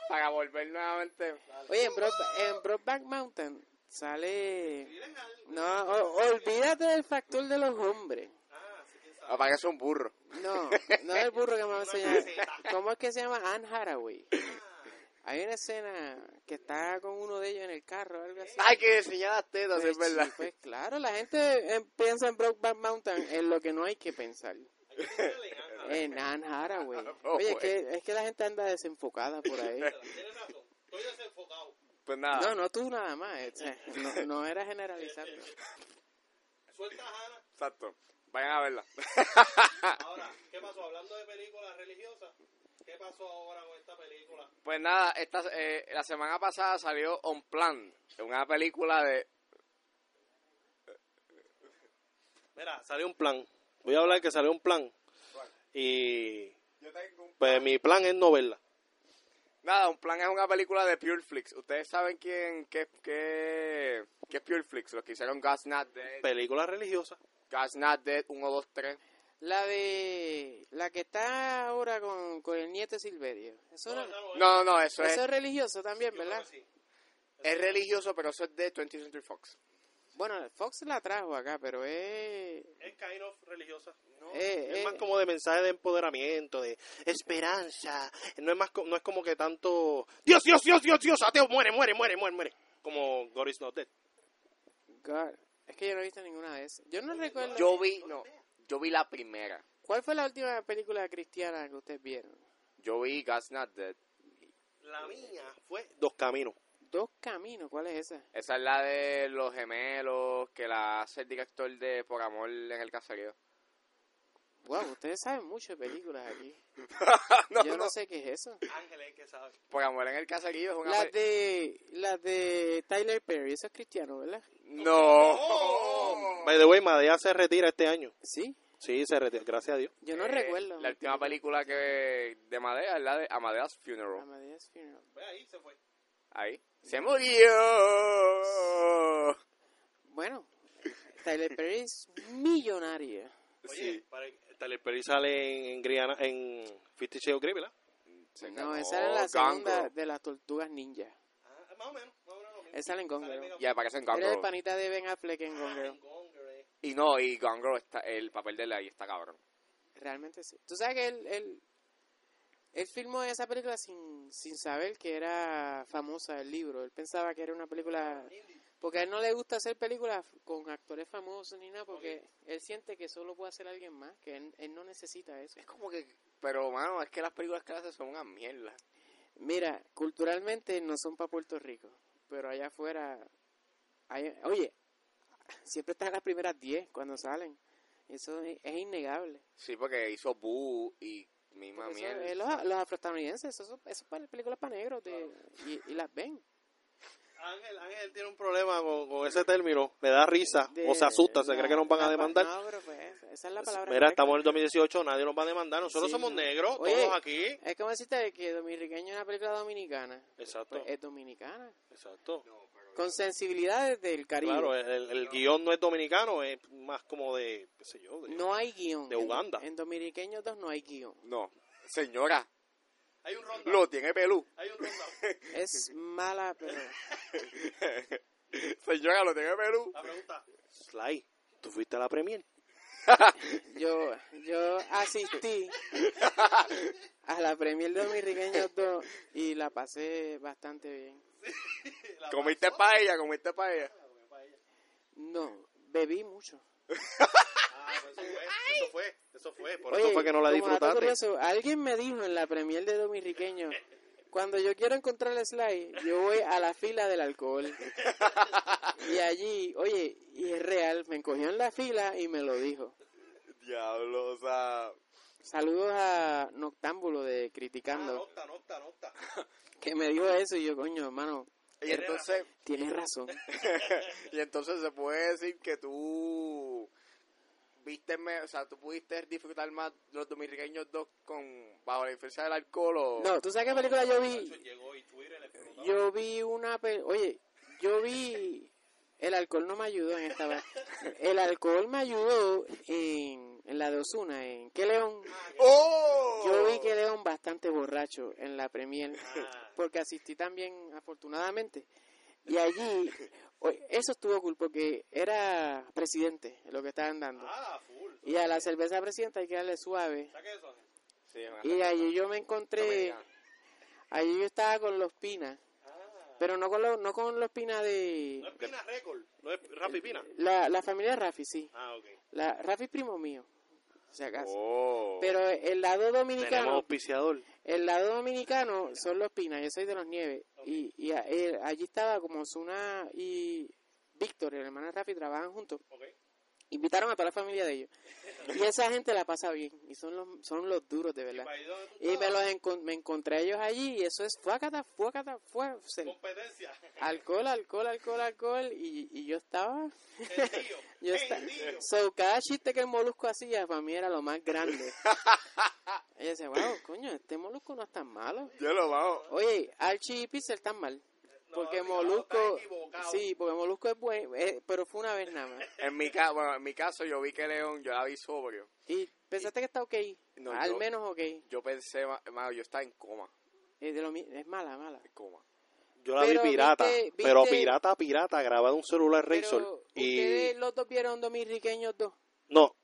S2: para volver nuevamente,
S3: Oye, en Brokeback, en Brokeback Mountain sale...
S1: Miren al-
S3: No, o- olvídate del factor de los hombres.
S1: Ah, sí, quién sabe.
S2: apaga un burro.
S3: No, no el burro que me va a enseñar. ¿Cómo es que se llama Anne Haraway? Hay una escena que está con uno de ellos en el carro o algo así.
S2: Hay que enseñar las tetas, es
S3: Pues sí,
S2: verdad.
S3: pues claro, la gente eh, piensa en Brokeback Mountain en lo que no hay que pensar.
S1: Hay que ponerle ganas.
S3: En Anne Haraway.
S2: no, pues.
S3: Oye, es
S2: güey.
S3: que, es que la gente anda desenfocada por ahí.
S1: Tienes razón. Estoy desenfocado.
S2: Pues nada.
S3: No, no tú nada más. eh, o sea, no, no era generalizar.
S1: Suelta a Hannah.
S2: Exacto. Vayan a verla.
S1: Ahora, ¿qué pasó? Hablando de películas religiosas, ¿qué pasó ahora con esta película?
S2: Pues nada, esta, eh, la semana pasada salió On Plan, una película de...
S1: Mira, salió un plan. Voy a hablar que salió un plan. Y pues mi plan es no verla.
S2: Nada, On Plan es una película de Pureflix. Ustedes saben quién, qué, qué, qué es Pureflix, los que hicieron Gas Not Dead,
S1: Película religiosa.
S2: Gas Not Dead 1, 2, 3.
S3: La de... La que está ahora con, con el nieto Silverio. Eso, no-
S2: No, no, no, eso
S3: eso
S2: es,
S3: es religioso también, ¿verdad?
S2: es religioso, pero eso es de 20th Century Fox.
S3: Bueno, Fox la trajo acá, pero es...
S1: Es kind of religiosa. No,
S3: Eh,
S1: es
S3: eh.
S1: más como de mensaje de empoderamiento, de esperanza. No es más co- no es como que tanto Dios, Dios, Dios, Dios, Dios, ateo, muere, muere, muere, muere, muere. Como God is not dead.
S3: God. Es que yo no he visto ninguna de esas. Yo no recuerdo...
S2: Yo vi, no, yo vi la primera.
S3: ¿Cuál fue la última película cristiana que ustedes vieron?
S2: Yo vi Gas Not Dead.
S1: La mía fue Dos Caminos.
S3: Dos Caminos, ¿cuál es esa?
S2: Esa es la de los gemelos, que la hace el director de Por Amor en el Caserío.
S3: Wow, ustedes saben mucho de películas aquí.
S2: no,
S3: Yo
S2: no,
S3: no sé qué es eso.
S1: Ángeles que sabe.
S2: Por Amor en el Caserío es una...
S3: Las
S2: pe-
S3: de, las de Tyler Perry, eso es cristiano, ¿verdad?
S2: No.
S1: By the way, Madea se retira este año.
S3: Sí,
S1: Sí, se retira, gracias a Dios.
S3: yo no
S2: Eh,
S3: recuerdo.
S2: La última película que de Madea es la de Amadeus Funeral.
S3: Amadeus Funeral.
S1: ahí se fue.
S2: Ahí. Se murió.
S3: Bueno, Tyler Perry es millonaria.
S1: Oye, para Tyler Perry sale en, en, Griana, en Fifty Shades of Grey, ¿verdad?
S2: Se
S3: No,
S2: ganó
S3: esa era la
S2: Gone
S3: segunda
S2: Girl.
S3: de las tortugas ninja.
S1: Ah, más o menos. Más o menos lo mismo. Ah,
S3: Él sale en Gone Girl.
S2: Y aparece en Gone
S3: Era el
S2: Girl.
S3: panita de Ben Affleck en Gone Girl.
S1: eh.
S2: Y no, y Gone Girl está, el papel de él ahí está cabrón.
S3: Realmente sí. Tú sabes que él, él, él filmó esa película sin, sin saber que era famosa el libro. Él pensaba que era una película... Porque a él no le gusta hacer películas con actores famosos ni nada, porque él siente que solo puede hacer alguien más, que él, él no necesita eso.
S2: Es como que, pero mano, es que las películas que él hace son una mierda.
S3: Mira, culturalmente no son para Puerto Rico, pero allá afuera... hay- oye, siempre están las primeras 10 cuando salen. Eso es, es innegable.
S2: Sí, porque hizo Boo y misma
S3: Porque eso
S2: mierda.
S3: es los, los afroestadounidenses, eso, eso, eso es para películas para negros de- y, y las ven.
S1: Ángel, Ángel tiene un problema con, con ese término. Le da risa
S3: De-
S1: o se asusta, se
S3: no,
S1: cree que nos van a
S3: la-
S1: demandar.
S3: No, pero pues, esa es la palabra.
S1: Mira,
S3: correcta.
S1: estamos en el 2018, nadie nos va a demandar. Nosotros
S3: Sí,
S1: somos
S3: no.
S1: negros,
S3: Oye.
S1: todos aquí.
S3: Es como decirte que Dominiqueño es una película dominicana.
S1: Exacto,
S3: Pues es dominicana.
S1: exacto.
S3: Con sensibilidades del Caribe.
S1: Claro, el, el- el guión no es dominicano, es más como de, qué sé yo, de-
S3: no hay guión.
S1: de Uganda.
S3: En, en Dominiqueños 2 no hay guión.
S2: No, señora,
S1: Hay un ronda,
S2: lo tiene pelú.
S1: hay un ronda.
S3: Es mala, pero.
S2: señora, lo tiene pelú.
S1: La pregunta. Sly, ¿tú fuiste a la premier?
S3: Yo, yo asistí a la Premier Dominiqueños 2 y la pasé bastante bien.
S2: Comiste paella, comiste paella.
S3: No, bebí mucho.
S1: Ah, pues eso fue, eso fue. Por
S3: Oye,
S1: eso fue que no la
S3: como dato
S1: disfrutaste.
S3: curioso, alguien me dijo en la premier de Dominiqueño, cuando yo quiero encontrar el slide, yo voy a la fila del alcohol. Y allí, oye, y es real, me encogió en la fila y me lo dijo.
S2: Diablo, o sea,
S3: Saludos a Noctámbulo de Criticando,
S1: Ah, nocta, nocta, nocta.
S3: que me dijo eso y yo, coño, hermano,
S2: Y entonces,
S3: tienes razón.
S2: y entonces se puede decir que tú viste, me- o sea, tú pudiste disfrutar más los dominicanos dos con bajo la influencia del alcohol o
S3: No, ¿tú sabes qué película yo vi?
S1: Nacho Oh. Llegó y Twitter le preguntó.
S3: Yo vi una... pe- Oye, yo vi... El alcohol no me ayudó en esta vez. El alcohol me ayudó en, en la de Osuna, en Que León.
S2: ¡Oh!
S3: Yo vi que León bastante borracho en la Premier,
S1: Ah.
S3: porque asistí también afortunadamente. Y allí, o- eso estuvo cool, porque era presidente lo que estaban dando.
S1: Ah, full.
S3: Y a la cerveza presidente hay que darle suave.
S1: ¿Saca eso? Ángel?
S2: Sí, ajá.
S3: Y
S1: Ah.
S3: allí yo me encontré,
S2: Dominicana.
S3: allí yo estaba con los pinas,
S1: Ah.
S3: pero no con los, no con los pinas de...
S1: No es Pina Record, no es Rappi Pina.
S3: La, la familia de Rafi, sí.
S1: Ah, ok.
S3: La, Rafi es primo mío, si acaso.
S2: Oh.
S3: Pero el lado
S1: Tenemos
S3: dominicano...
S1: auspiciador.
S3: El lado dominicano son los Pinas, yo soy de los Nieves. Y, y a- él- allí estaba como Zuna y Víctor, el hermano de Rafi, trabajan juntos.
S1: Ok.
S3: Invitaron a toda la familia de ellos. Y esa gente la pasa bien. Y son los, son los duros, de verdad.
S1: País donde tú
S3: Y me
S1: estabas,
S3: los encon- me encontré a ellos allí. Y eso es fuácata, fuácata, fuá- se-
S1: Competencia.
S3: Alcohol, alcohol, alcohol, alcohol. Y, y yo estaba.
S1: El tío.
S3: Yo estaba.
S1: el tío.
S3: So, cada chiste que el molusco hacía para mí era lo más grande. Ella decía, wow, coño, este molusco no es tan malo.
S2: Yo lo bajo.
S3: Oye, Archie y Pizza están mal. Porque
S1: no,
S3: Molusco.
S1: está equivocado.
S3: Sí, porque Molusco es bueno, eh, pero fue una vez nada más.
S2: En mi, ca bueno, en mi caso, yo vi que León, yo la vi sobrio.
S3: Y pensaste que está ok.
S2: No,
S3: Al
S2: yo-
S3: menos ok. Eh,
S2: Yo pensé, ma- hermano, yo estaba en coma.
S3: de lo mi- es mala, mala.
S2: En coma.
S1: Yo la
S3: Pero
S1: vi pirata,
S3: viste-
S1: pero
S3: viste-
S1: pirata, pirata, grabada en un celular Razor.
S3: Pero,
S1: Y
S3: ¿Ustedes los dos vieron dominriqueños dos?
S1: no,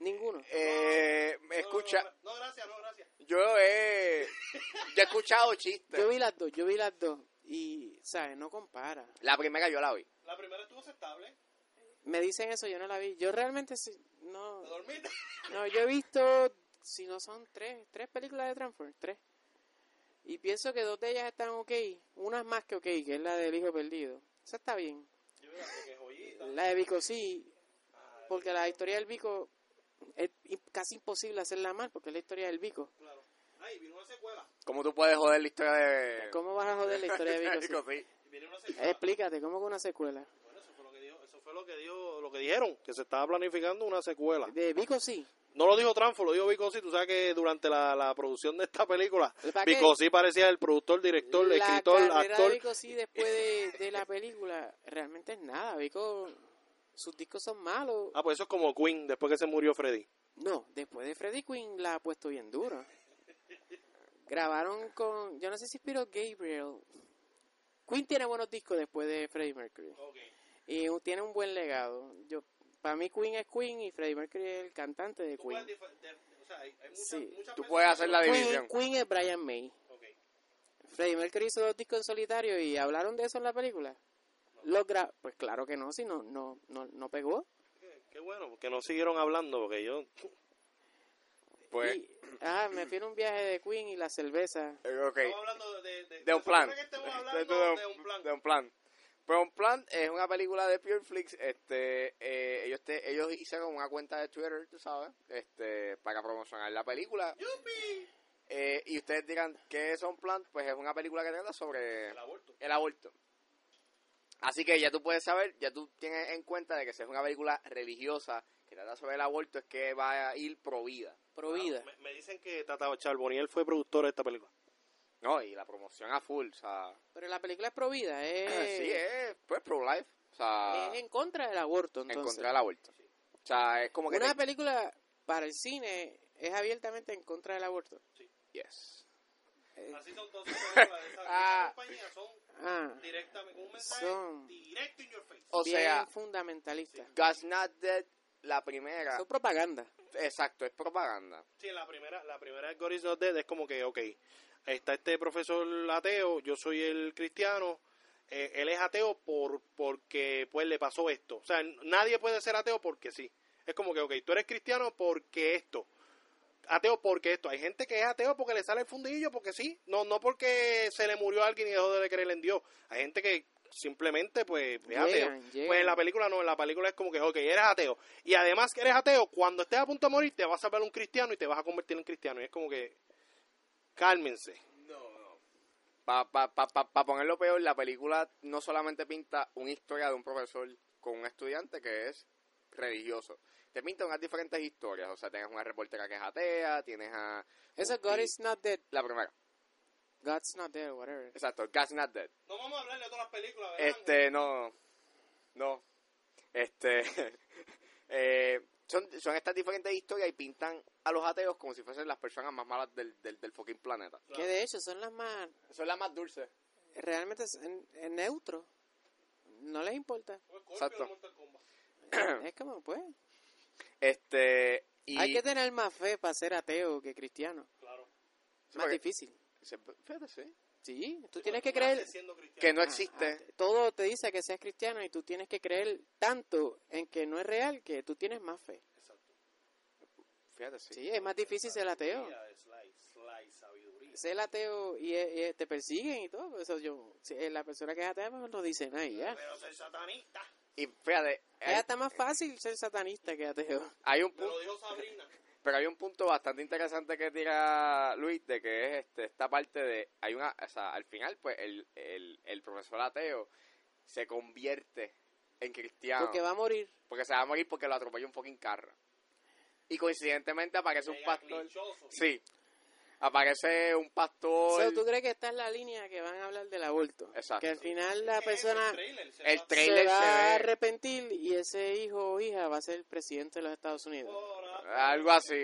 S3: Ninguno.
S2: Eh, me escucha,
S1: No, gracias, no, gracias.
S2: yo he, yo he escuchado chistes.
S3: Yo vi las dos, yo vi las dos. Y, ¿sabes? No compara.
S2: La primera yo la vi.
S1: La primera estuvo aceptable.
S3: Me dicen eso, yo no la vi. Yo realmente sí- no.
S1: ¿Te dormiste?
S3: No, yo he visto, si no son tres, tres películas de Transformers, tres. Y pienso que dos de ellas están ok. Una es más que ok, que es la del hijo perdido. Esa está bien.
S1: Yo la que joyita.
S3: La de Vico sí, porque la historia del Vico es i- casi imposible hacerla mal, porque es la historia del Vico.
S1: Claro. Ay, vino una secuela.
S2: ¿Cómo tú puedes joder la historia de...
S3: ¿Cómo vas a joder la historia de Vico sí?
S2: sí.
S1: Viene una secuela.
S3: Explícate, ¿cómo que una secuela?
S1: Bueno, eso fue lo que dijo, eso fue lo que dijo, lo que dijeron, que se estaba planificando una secuela.
S3: De Vico sí.
S1: No lo dijo Tranfo, lo dijo Vicosi. Tú sabes que durante la, la producción de esta película,
S3: ¿Para qué?
S1: Vicosi parecía el productor, director,
S3: la
S1: escritor,
S3: carrera
S1: actor.
S3: de Vico sí después de, de la película realmente es nada. Vico, sus discos son malos.
S1: Ah, pues eso es como Queen, después que se murió Freddy.
S3: No, después de Freddy Quinn la ha puesto bien dura. Grabaron con, yo no sé si inspiró Gabriel. Quinn tiene buenos discos después de Freddie Mercury. Y un- tiene un buen legado. Yo, para mí Queen es Queen y Freddie Mercury es el cantante de Queen. Sí.
S2: Tú puedes hacer la
S3: Queen,
S2: división.
S3: Queen es Brian May. Freddie Mercury hizo dos discos en solitario y hablaron de eso en la película. Los gra- pues claro que no, si no, no, no, no pegó.
S1: Qué bueno, que no siguieron hablando, porque yo.
S2: Pues,
S3: Y- ah, me fui en un viaje de Queen y la cerveza.
S2: eh, ok.
S1: hablando de,
S2: De un plan.
S1: hablando de un plan.
S2: De un plan. Pero un plan es una película de Pureflix. Este, eh, ellos, te- ellos hicieron una cuenta de Twitter, tú sabes, este, para promocionar la película. Eh, y ustedes digan, ¿qué es un plan? Pues es una película que trata sobre...
S1: El aborto.
S2: el aborto. Así que ya tú puedes saber, ya tú tienes en cuenta de que si es una película religiosa que trata sobre el aborto, es que va a ir pro vida.
S3: Pro vida.
S1: Me, me dicen que Tata Charboniel fue productor de esta película.
S2: No, y la promoción a full, o sea,
S3: Pero la película es pro vida, eh. es,
S2: Ah, sí,
S3: es.
S2: es pues pro life, o sea,
S3: en contra del aborto.
S2: en
S3: Entonces,
S2: contra del aborto. O sea, es como que...
S3: una
S2: te-
S3: película para el cine es abiertamente en contra del aborto.
S2: Yes.
S1: Así son todas esas películas de esas-
S2: Ah.
S1: esas compañías, son
S3: Ah,
S1: directamente con un
S3: Son.
S1: directo in your face.
S2: O
S3: bien
S2: sea,
S3: fundamentalista.
S2: God's Not Dead, la primera,
S3: Son propaganda.
S2: exacto, es propaganda.
S1: Sí, la primera, la primera God is Not Dead es como que, ok, está este profesor ateo, yo soy el cristiano, eh, él es ateo por porque pues le pasó esto. O sea, n- nadie puede ser ateo porque sí. Es como que, ok, tú eres cristiano porque esto. Ateo porque esto. Hay gente que es ateo porque le sale el fundillo, porque sí. No, no porque se le murió a alguien y dejó de creer en Dios. Hay gente que simplemente pues, es
S3: Llegan,
S1: ateo.
S3: llegan.
S1: Pues en la película no, en la película es como que, ok, eres ateo. Y además que eres ateo, cuando estés a punto de morir te vas a ver un cristiano y te vas a convertir en cristiano. Y es como que, cálmense.
S2: Para pa, pa, pa- pa ponerlo peor, la película no solamente pinta una historia de un profesor con un estudiante que es religioso. Te pinta unas diferentes historias. O sea, tienes una reportera que es atea, tienes a...
S3: Esa
S2: un
S3: God
S2: ti-
S3: is not dead.
S2: La primera.
S3: God's not dead, whatever.
S2: Exacto, God's Not Dead.
S1: No vamos a hablar de todas las películas,
S2: Este, no. No. Este. eh, son, son estas diferentes historias y pintan a los ateos como si fuesen las personas más malas del, del, del fucking planeta.
S3: Que de hecho son las más...
S2: Son las más dulces.
S3: Realmente es, en- es neutro. No les importa.
S2: Exacto.
S3: es como, pues...
S2: Este. Y,
S3: Hay que tener más fe para ser ateo que cristiano.
S2: sí,
S3: más
S2: porque-
S3: difícil.
S2: sí, fíjate, sí.
S3: Sí, tú tienes que creer...
S2: Que no
S3: Ah,
S2: existe.
S3: ah, todo te dice que seas cristiano y tú tienes que creer tanto en que no es real que tú tienes más fe.
S2: Fíjate, sí.
S3: Sí, es más difícil ser ateo. Ser ateo y, eh, y te persiguen y todo. Eso yo, si es la persona que es atea mejor no dice nada y ya.
S2: Y fíjate,
S3: Ya
S2: hay,
S3: está más fácil ser satanista que ateo.
S2: hay un punto. Pero hay un punto bastante interesante que tira Luis de que es este, esta parte de hay una, o sea, al final pues el, el, el profesor ateo se convierte en cristiano
S3: Porque va a morir.
S2: porque se va a morir porque lo atropella un fucking carro. Y coincidentemente aparece un pastor. Sí. Aparece un pastor.
S3: So, ¿Tú crees que esta es la línea que van a hablar del aborto?
S2: Exacto.
S3: Que al final la persona
S2: el
S3: se
S2: trailer
S3: va
S2: se
S3: a
S2: ve
S3: arrepentir y ese hijo o hija va a ser el presidente de los Estados Unidos.
S2: algo así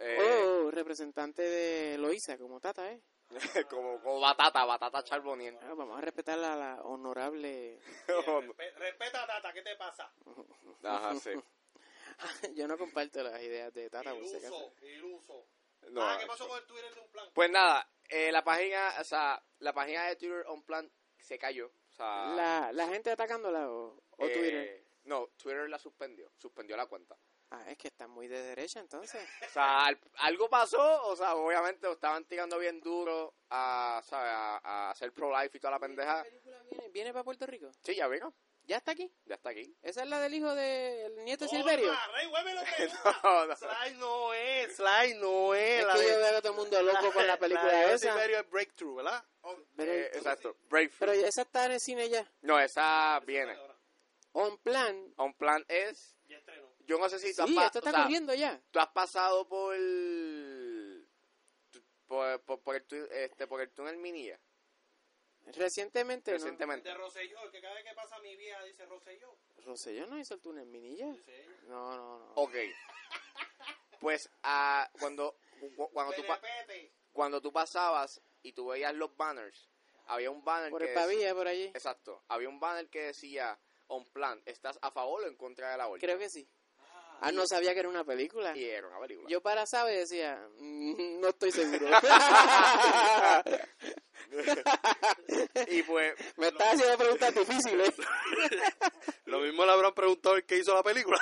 S2: eh,
S3: O representante de Loíza, como Tata, ¿eh?
S2: como, como batata, batata charboniente.
S3: Ah, vamos a respetar a la honorable...
S1: Respeta, Tata, ¿qué te pasa?
S2: Ajá, sí.
S3: Yo no comparto las ideas de
S1: Ah,
S3: Tata,
S1: pues,
S3: por si acaso.
S1: iluso.
S2: No,
S1: ah, ¿qué
S2: eso-
S1: pasó con el Twitter de un plan?
S2: Pues nada, eh, la página, o sea, la página de Twitter on plan se cayó. O sea,
S3: La, la gente atacándola o, o
S2: eh,
S3: Twitter.
S2: No, Twitter la suspendió, suspendió la cuenta.
S3: Ah, es que está muy de derecha entonces.
S2: O sea, al- algo pasó, o sea, obviamente lo estaban tirando bien duro a, ¿sabes? A, a hacer pro-life y toda la pendeja.
S3: ¿Viene, viene para Puerto Rico?
S2: Sí, ya vino,
S3: ¿Ya está aquí?
S2: ya está aquí.
S3: ¿Esa es la del hijo del nieto de Silverio?
S2: No, eh, no.
S1: Sly no es, Sly no es.
S3: Es
S1: la
S3: que
S1: de-
S3: yo veo a todo el mundo loco con la película
S1: de
S3: esa.
S1: Silverio es Breakthrough, ¿verdad?
S3: Pero,
S2: Eh, exacto, Breakthrough.
S3: pero esa está en el cine ya.
S2: No, esa viene.
S3: On plan.
S2: On plan es,
S1: Ya estrenó.
S2: yo no sé si tú has
S3: Sí,
S2: pa-
S3: esto
S2: o
S3: está
S2: sea,
S3: corriendo ya.
S2: tú has pasado por tu- por, por, por el tu- este por el túnel Minilla
S3: Recientemente,
S2: recientemente
S1: De Rosselló, que cada vez que pasa mi vieja dice Rosselló.
S3: ¿no? Rosellón no hizo el túnel Minilla. No, no, no.
S2: ok pues ah, cuando cu- cuando tú pa-
S1: Telepete.
S2: cuando tú pasabas y tú veías los banners había un banner
S3: por
S2: que
S3: el
S2: dec-
S3: pavía, por allí.
S2: exacto había un banner que decía on plan estás a favor o en contra de la aborto
S3: Creo que sí. Ah, no sabía que era una película.
S2: y era una película
S3: Yo para saber decía, "Mm, no estoy seguro.
S2: y pues
S3: Me estás haciendo preguntas difíciles.
S1: Lo mismo le habrán preguntado el que hizo la película.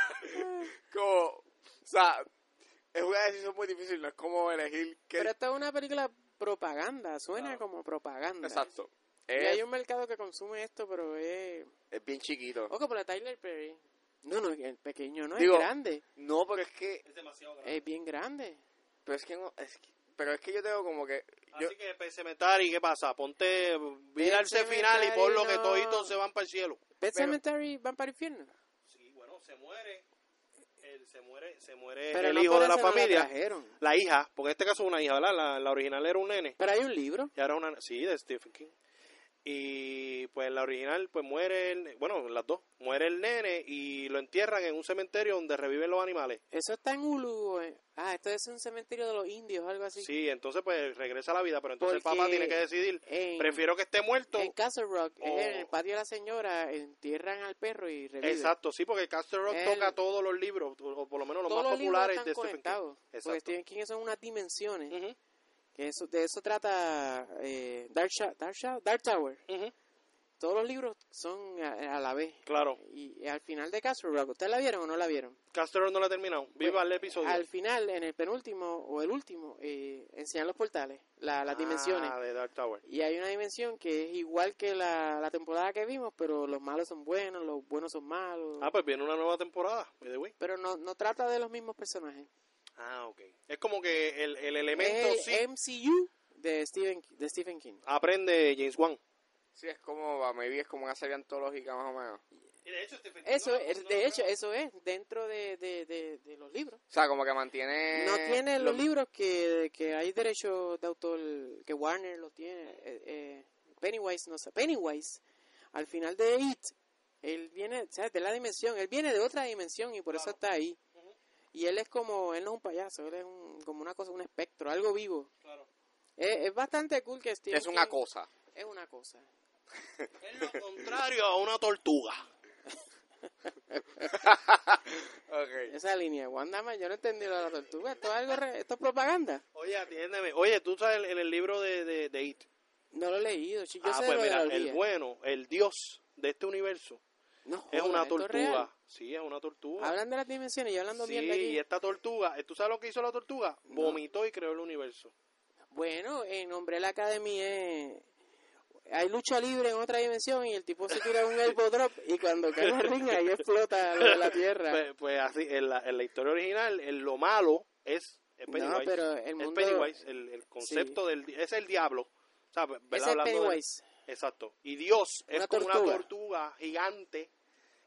S2: como o sea es una decisión muy difícil no es como elegir qué
S3: Pero esto es una película propaganda, suena
S1: Ah.
S3: como propaganda.
S2: exacto
S3: Y
S2: es,
S3: hay un mercado que consume esto, pero es...
S2: es bien chiquito
S3: Ojo, por la Tyler Perry. No, no, el pequeño no,
S2: Digo-
S3: es grande.
S2: No, pero es que,
S1: Es demasiado grande.
S3: Es bien grande.
S2: pero es que no, es que- pero es que yo tengo como que, yo,
S1: Así que Pesementari, ¿qué pasa? Ponte, mira el
S3: Cementari,
S1: final y por lo que
S3: no.
S1: toditos se van para el cielo.
S3: Pet
S2: Pero-
S3: Cemetery van para el infierno.
S1: Sí, bueno, se muere. El, se muere, se muere
S3: Pero
S1: el
S3: no
S1: hijo
S3: por
S1: de la
S3: eso no
S1: familia.
S3: trajeron.
S1: la hija, porque en este caso es una hija, ¿verdad? La, la original era un nene.
S3: Pero hay un libro.
S1: Y ahora es una... Sí, de Stephen King. Y pues la original, pues muere el... Bueno, las dos. Muere el nene y lo entierran en un cementerio donde reviven los animales.
S3: Eso está en Hulu. eh. Ah, esto es un cementerio de los indios o algo así.
S1: Sí, entonces pues regresa a la vida, pero entonces
S3: Porque
S1: el papá tiene que decidir.
S3: en-
S1: Prefiero que esté muerto.
S3: En Castle Rock, es
S1: Oh.
S3: en el patio de la señora, entierran al perro y revive.
S1: Exacto, sí, porque Castle Rock
S3: Él-
S1: toca todos los libros, o- o por lo menos los
S3: Todos
S1: más
S3: los libros
S1: populares
S3: están
S1: de Stephen King.
S3: conectados. Porque
S1: Exacto.
S3: Stephen King son unas dimensiones.
S1: Ujú,
S3: que eso, de eso trata eh, Dark, Sha- Dark, Sha- Dark Tower.
S1: ujú.
S3: todos los libros son a, a la vez.
S1: Claro.
S3: Y, y al final de Castle Rock, ¿ustedes la vieron o no la vieron?
S1: Castro no la ha terminado. Viva el episodio.
S3: Al final, en el penúltimo o el último, eh, enseñan los portales, la- las dimensiones.
S1: Ah, de Dark Tower.
S3: Y hay una dimensión que es igual que la, la temporada que vimos, pero los malos son buenos, los buenos son malos.
S1: Ah, pues viene una nueva temporada, by the way.
S3: Pero no, no trata de los mismos personajes.
S1: Ah, ok. Es como que el, el elemento
S3: Es
S1: sí
S3: el MCU de Stephen, de Stephen King.
S1: aprende James Wan.
S2: Sí, es como, maybe es como una serie antológica más o menos.
S1: de hecho, este Stephen
S3: Eso es, de hecho, eso es dentro de, de, de, de los libros.
S2: O sea, como que mantiene...
S3: No tiene
S2: Eh, lo-
S3: los libros que, que hay derecho de autor, que Warner los tiene. eh, eh, Pennywise, no sé, Pennywise, al final de It, él viene, o sea, de la dimensión, él viene de otra dimensión y por eso está ahí. Y él es como, él no es un payaso, él es un- como una cosa, un espectro, algo vivo. Es, es bastante cool que Stephen
S2: Es una
S3: King-
S2: cosa.
S3: Es una cosa.
S1: Es lo contrario a una tortuga.
S2: Ok.
S3: Esa línea, Wanda, man, yo no entendí lo de la tortuga, esto es algo, re- esto es propaganda.
S1: Oye, atiéndeme. Oye, tú sabes en el libro de, de, de It.
S3: No lo he leído, chi- yo
S1: ah,
S3: sé
S1: pues
S3: lo de
S1: mira,
S3: la
S1: el
S3: orgía.
S1: bueno, el dios de este universo
S3: No
S1: es
S3: joda,
S1: una
S3: esto real.
S1: tortuga. Sí, es una tortuga.
S3: Hablan de las dimensiones, yo hablando
S1: Sí,
S3: mierda aquí.
S1: y esta tortuga, ¿tú sabes lo que hizo la tortuga?
S3: No.
S1: Vomitó y creó el universo.
S3: Bueno, en Umbrella Academy es... hay lucha libre en otra dimensión y el tipo se tira un elbow drop y cuando cae la ring ahí explota lo de la tierra.
S1: Pues, pues así, en la, en la historia original, en lo malo es, es
S3: No,
S1: Pennywise.
S3: pero el
S1: Es
S3: mundo-
S1: Pennywise, el, el concepto del... di- Es el diablo. O sea, ¿verdad?
S3: Ese es
S1: Hablando de-
S3: Pennywise.
S1: Exacto. Y Dios es
S3: Una
S1: como una
S3: tortuga.
S1: tortuga gigante.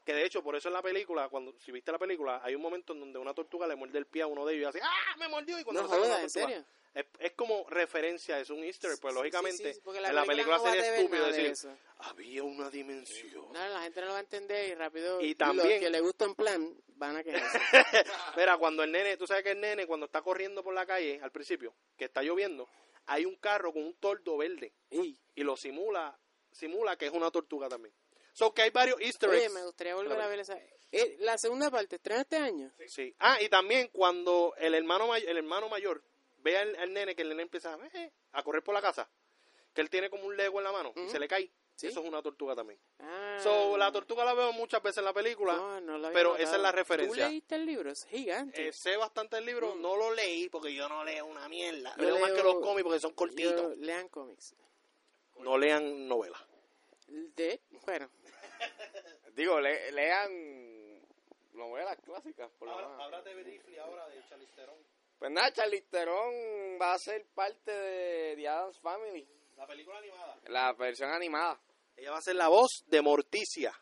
S1: Que de hecho, por eso en la película, cuando si viste la película, hay un momento en donde una tortuga le muerde el pie a uno de ellos y hace ¡Ah! ¡Me mordió! Y cuando
S3: No
S1: sale una
S3: jodas, ¿en
S1: tortuga-
S3: serio?
S1: Es, es como referencia, es un easter egg. Pues
S3: Sí,
S1: lógicamente,
S3: sí, sí, porque la
S1: en la película
S3: película no va a
S1: sería
S3: tener
S1: estúpido
S3: nada de
S1: decir:
S3: eso.
S1: Había una dimensión.
S3: No, la gente no lo va a entender y rápido
S1: Y
S3: los
S1: también-
S3: que le gustan plan van a quejarse.
S1: Mira, cuando el nene, tú sabes que el nene cuando está corriendo por la calle al principio, que está lloviendo, hay un carro con un tordo verde
S3: y,
S1: y lo simula, simula que es una tortuga también. So que hay varios easter
S3: oye,
S1: eggs.
S3: me gustaría volver a ver esa... Eh, la segunda parte, ¿estrena este año?
S1: Sí. Ah, y también cuando el hermano may- el hermano mayor ve al, al nene que el nene empieza "Eh", a correr por la casa, que él tiene como un lego en la mano y
S3: Ujú.
S1: se le cae.
S3: Sí.
S1: Eso es una tortuga también.
S3: Ah.
S1: So, la tortuga la veo muchas veces en la película.
S3: No, no lo había
S1: pero esa es
S3: notado.
S1: la referencia.
S3: ¿Tú leíste el libro? Es gigante.
S1: Eh, sé bastante el libro,
S3: Mm.
S1: no lo leí porque yo no leo una mierda.
S3: Yo
S1: leo, más
S3: leo-
S1: que los cómics porque son
S3: Yo-
S1: cortitos.
S3: lean cómics.
S1: No lean novelas.
S3: De, bueno,
S2: Digo, le- lean novelas clásicas, por lo menos.
S1: de Brifli ahora de Chalisterón.
S2: Pues nada, Charlisterón va a ser parte de The Adams Family,
S1: La película animada.
S2: la versión animada.
S1: Ella va a ser la voz de Morticia.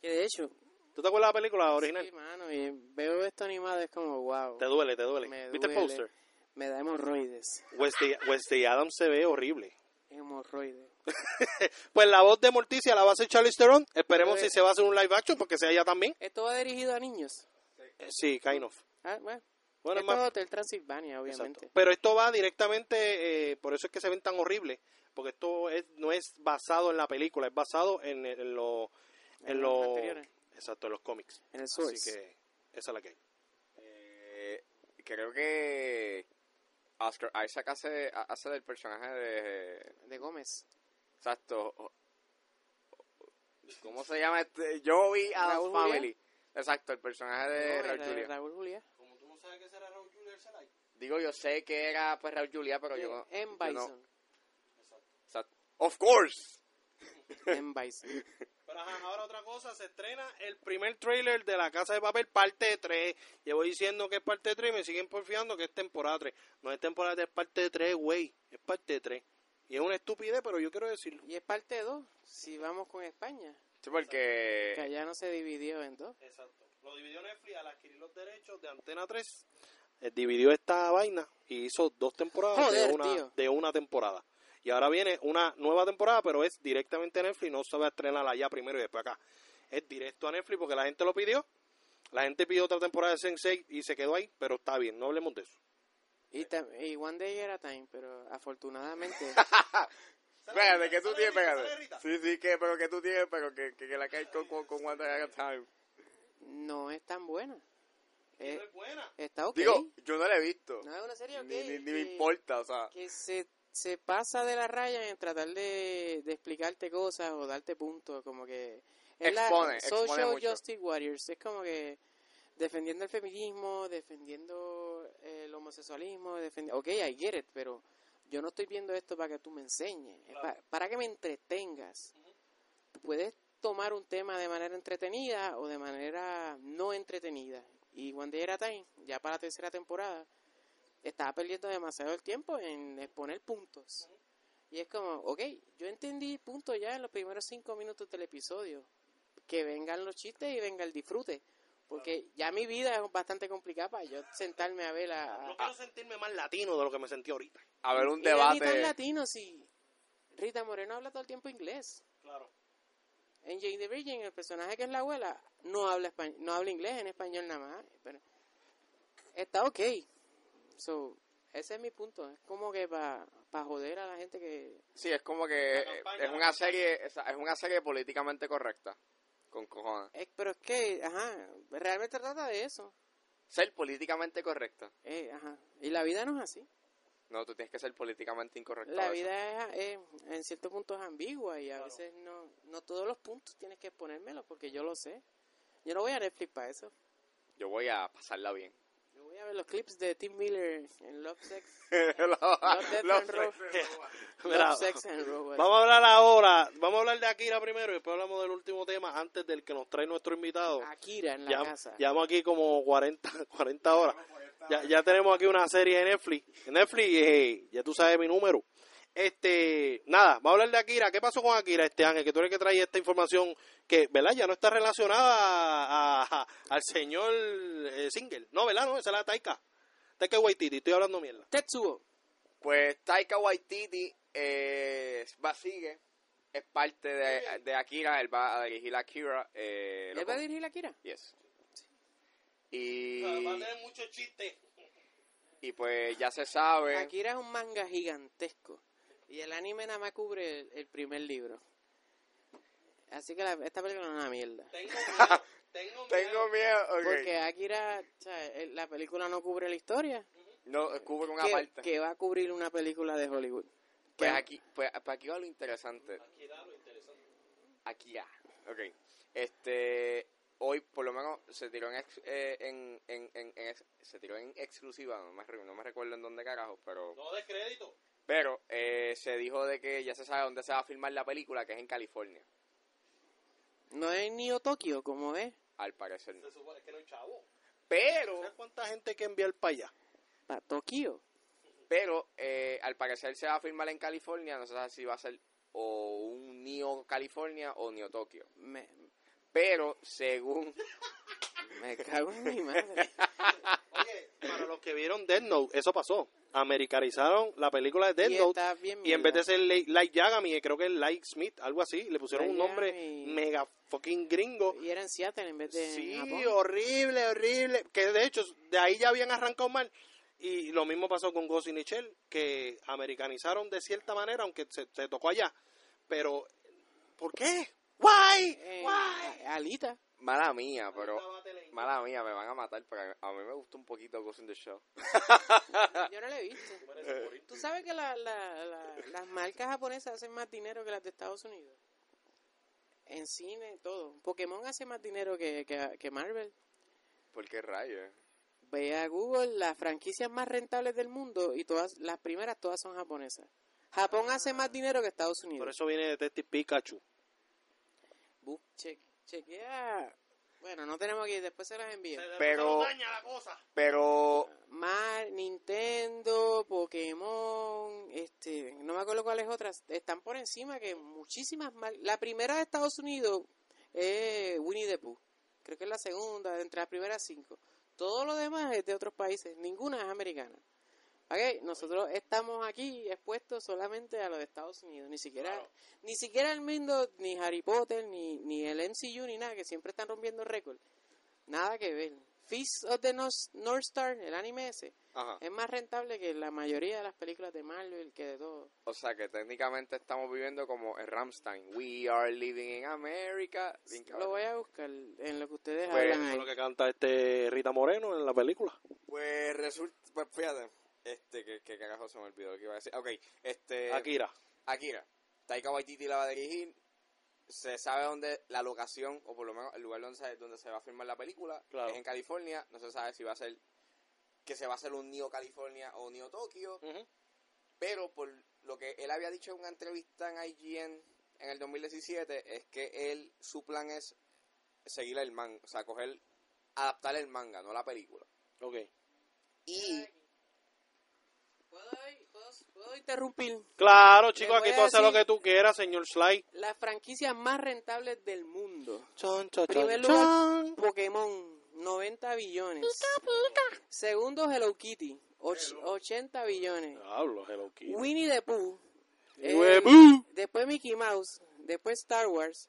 S3: que de hecho,
S1: ¿Tú te acuerdas de la película original?
S3: sí, mano, y veo esto animado es como wow.
S1: Te duele, te duele.
S3: Me
S1: ¿Viste el
S3: duele.
S1: póster?
S3: Me da hemorroides.
S1: Wesley, Wesley Adams se ve horrible.
S3: Hemorroides.
S1: Pues la voz de Morticia la va a hacer Charlize Theron. Esperemos
S3: Pero,
S1: si se va a hacer un live action porque sea ella también.
S3: Esto va dirigido a niños.
S1: Eh, Sí, kind of.
S3: Ah, bueno.
S1: Bueno, es
S3: esto es
S1: más-
S3: Hotel Transilvania,
S1: Exacto.
S3: obviamente.
S1: Pero esto va directamente, eh, por eso es que se ven tan horribles, porque esto es, no es basado en la película, es basado en, el- en los en
S3: En
S1: los
S3: los anteriores.
S1: exacto, en los cómics.
S3: En el
S1: Así
S3: source.
S1: que esa es la que hay.
S2: Eh, creo que Oscar Isaac hace, hace del personaje de...
S3: De Gómez.
S2: Exacto. ¿Cómo se llama este? Yo vi Adams
S3: Raúl Juliá.
S2: Family. Exacto, el personaje
S1: Eh,
S2: de
S3: No,
S2: Raúl
S3: era de
S2: Juliá.
S3: Raúl Juliá.
S2: Digo, yo sé que era pues Raúl Juliá, pero yo no...
S3: Eh, En
S2: yo no-
S3: Bison.
S2: Exacto. Of course.
S3: En Bison.
S1: Pero ajá, ahora otra cosa, se estrena el primer trailer de La Casa de Papel, parte 3. Llevo diciendo que es parte 3 y me siguen porfiando que es temporada 3. No es temporada 3, es parte 3, güey. Es parte 3. Y es una estupidez, pero yo quiero decirlo.
S3: Y es parte 2, si vamos con España.
S2: Sí, porque...
S3: Que allá no se dividió en dos.
S1: Exacto. Lo dividió Netflix al adquirir los derechos de Antena 3. dividió esta vaina y hizo dos temporadas
S3: Joder,
S1: de, una,
S3: tío.
S1: de una temporada. Y ahora viene una nueva temporada, pero es directamente Netflix. No se va a estrenar allá primero y después acá. Es directo a Netflix porque la gente lo pidió. La gente pidió otra temporada de Sensei y se quedó ahí, pero está bien, no hablemos de eso.
S3: Y, tam- y One Day era Time, pero afortunadamente
S2: Espérate, que tú
S1: Sale
S2: tienes,
S1: Rita,
S2: espérate.
S1: sale Rita.
S2: Sí, sí, que, pero que tú tienes, pero que, que, que la caes con, con, con Wanda Gaga Time.
S3: no es tan buena. Eh, está ok.
S2: Digo, yo no la he visto.
S3: no es una serie ok. eh,
S2: Ni, ni, ni
S3: que-
S2: me importa, o sea.
S3: Que se, se pasa de la raya en tratar de, de explicarte cosas o darte puntos, como que... Es
S2: Expone,
S3: la
S2: expone
S3: Social
S2: mucho.
S3: Justice Warriors, es como que defendiendo el feminismo, defendiendo el homosexualismo, defendiendo... Ok, I get it, pero yo no estoy viendo esto para que tú me enseñes, es pa- para que me entretengas. Puedes tomar un tema de manera entretenida o de manera no entretenida. Y One Day at a Time, ya para la tercera temporada, estaba perdiendo demasiado el tiempo en exponer puntos. Y es como, ok, yo entendí puntos ya en los primeros cinco minutos del episodio. Que vengan los chistes y venga el disfrute. Porque ya mi vida es bastante complicada para yo sentarme a ver a-
S1: No
S3: a,
S1: quiero sentirme más latino de lo que me sentí ahorita.
S2: A ver, un
S3: y era ni tan
S2: debate.
S3: latino si Rita Moreno habla todo el tiempo inglés.
S1: Claro.
S3: En Jane the Virgin, el personaje que es la abuela, no habla espa- no habla inglés, en español nada más. Pero está ok. So, ese es mi punto. Es como que para joder a la gente que...
S2: Sí, es como
S1: La
S2: que
S1: campaña,
S2: es una serie, esa- es una serie políticamente correcta. Con cojones.
S3: eh, pero es que, ajá, realmente trata de eso.
S2: Ser políticamente correcta.
S3: Eh, ajá. Y la vida no es así.
S2: No, tú tienes que ser políticamente incorrecta.
S3: La
S2: a veces.
S3: vida es, es- en ciertos puntos es ambigua y a veces no, no todos los puntos tienes que ponérmelo porque yo lo sé. Yo no voy a Netflix para eso.
S2: Yo voy a pasarla bien.
S3: Yo voy a ver los clips de Tim Miller en Love Sex,
S2: Lo-
S3: Death
S2: lo-
S3: and Robots.
S1: Mira,
S3: Love Sex and Robots.
S1: Vamos a hablar ahora, vamos a hablar de Akira primero y después hablamos del último tema antes del que nos trae nuestro invitado.
S3: Akira en la
S1: Ya,
S3: casa.
S1: llevamos aquí como 40, 40 horas. Ya, ya tenemos aquí una serie de Netflix. En Netflix, eh, ya tú sabes mi número. Este, nada, vamos a hablar de Akira. ¿Qué pasó con Akira este Ángel? Que tú eres el que trae esta información que, ¿verdad? Ya no está relacionada a- a- a- al señor eh, Single. No, ¿verdad? No, esa es la Taika. Taika Waititi, estoy hablando mierda.
S3: Tetsuo.
S2: Pues Taika Waititi eh, va sigue. Es parte de, de Akira. Él va a dirigir Akira. Eh, lo
S3: ¿Le va a
S2: com-
S3: dirigir Akira?
S2: Yes. Y,
S1: mucho chiste.
S2: y pues ya se sabe.
S3: Akira es un manga gigantesco. Y el anime nada más cubre el, el primer libro. Así que la- esta película no es una mierda.
S1: Tengo miedo.
S2: Tengo miedo. ok.
S3: Porque Akira, o sea, el- la película no cubre la historia.
S2: No, cubre una
S3: Que,
S2: parte.
S3: que va a cubrir una película de Hollywood.
S2: Pues
S3: Que-
S2: aquí, pues, pues aquí va lo interesante. Aquí ya. Ok. Este, hoy por lo menos se tiró en, ex- eh, en, en, en- en ex- se tiró en exclusiva, no me, re- no me recuerdo en dónde carajo, pero
S1: No des crédito.
S2: pero eh, se dijo de que ya se sabe dónde se va a filmar la película, que es en California,
S3: No es Neo Tokio, como es.
S2: al parecer.
S1: Se supone que no hay chavo.
S2: Pero
S1: ¿Sabes cuánta gente hay que enviar para allá?
S3: Para Tokio.
S2: Pero eh, al parecer se va a filmar en California, no se sabe si va a ser o un Neo California o Neo Tokio.
S3: Me,
S2: Pero según
S3: me cago en mi madre.
S1: Oye, para los que vieron Dead Note, eso pasó. Americanizaron la película de Dead
S3: Y
S1: Note.
S3: está bien
S1: Y en vez de
S3: mierda.
S1: ser Lei- Light Yagami, eh, creo que es Light Smith, algo así, le pusieron
S3: Light
S1: un nombre
S3: Yagami.
S1: mega fucking gringo.
S3: Y era en Seattle en vez de en
S1: Sí,
S3: Japón.
S1: horrible, horrible. Que de hecho, de ahí ya habían arrancado mal. Y lo mismo pasó con Ghost in the Shell, que americanizaron de cierta manera, aunque se, se tocó allá. Pero, ¿por qué? ¡Why!
S3: Eh,
S1: ¡Why!
S3: Alita.
S2: mala mía, pero mala mía, me van a matar, pero a mí me gusta un poquito Ghost in the Shell.
S3: Yo no la he visto. Tú sabes que la- la- la- las marcas japonesas hacen más dinero que las de Estados Unidos. En cine, todo. Pokémon hace más dinero que, que, que Marvel.
S2: ¿Por qué rayos?
S3: Ve a Google las franquicias más rentables del mundo y todas las primeras todas son japonesas. Japón hace más dinero que Estados Unidos.
S1: Por eso viene Detective Pikachu.
S3: Bu- che- chequea. Bueno, no tenemos aquí, después se las envío.
S2: Pero- Pero
S3: Mar, Nintendo, Pokémon, este, no me acuerdo cuáles otras, están por encima que muchísimas mar- La primera de Estados Unidos es Winnie the Pooh, creo que es la segunda, entre las primeras cinco. Todo lo demás es de otros países, ninguna es americana. Ok, Nosotros estamos aquí expuestos solamente a los de Estados Unidos, ni siquiera, ni siquiera el mundo, ni Harry Potter, ni, ni el MCU, ni nada, que siempre están rompiendo récords. Nada que ver. Fist of the North, North Star, el anime ese,
S2: ajá,
S3: es más rentable que la mayoría de las películas de Marvel, que de todo.
S2: o sea que técnicamente estamos viviendo como en Ramstein. We are living in America. Bien
S3: Lo
S2: cabrón.
S3: voy a buscar en lo que ustedes
S2: Pues,
S3: hablan
S1: Es
S3: ahí.
S1: lo que canta este Rita Moreno en la película.
S2: Pues resulta, pues fíjate, Este, que, que carajo se me olvidó lo que iba a decir. Ok,
S3: Eh,
S2: este.
S1: Akira.
S2: Akira. Taika Waititi la va a dirigir. Se sabe dónde la locación, o por lo menos el lugar donde se, donde se va a filmar la película.
S1: Claro.
S2: Es en California. No se sabe si va a ser. Que se va a hacer un Neo California o Neo Tokio.
S1: Ujú.
S2: Pero por lo que él había dicho en una entrevista en IGN en el 2017 es que él su plan es seguir el manga, o sea, coger adaptar el manga, no la película.
S1: Ok.
S2: Y
S3: ¿Puedo, puedo, puedo interrumpir?
S1: Claro, chicos,
S3: voy
S1: aquí
S3: a
S1: tú haces lo
S3: decir-
S1: que tú quieras, señor Sly.
S3: Las franquicias más rentables del mundo.
S1: Chon, chon,
S3: Primer
S1: chon,
S3: lugar,
S1: chon.
S3: Pokémon, 90 billones. Segundo, Hello Kitty, och- 80 billones.
S1: Diablo, Hello Kitty.
S3: Winnie the Pooh. eh,
S1: Huevú.
S3: después Mickey Mouse. Después Star Wars.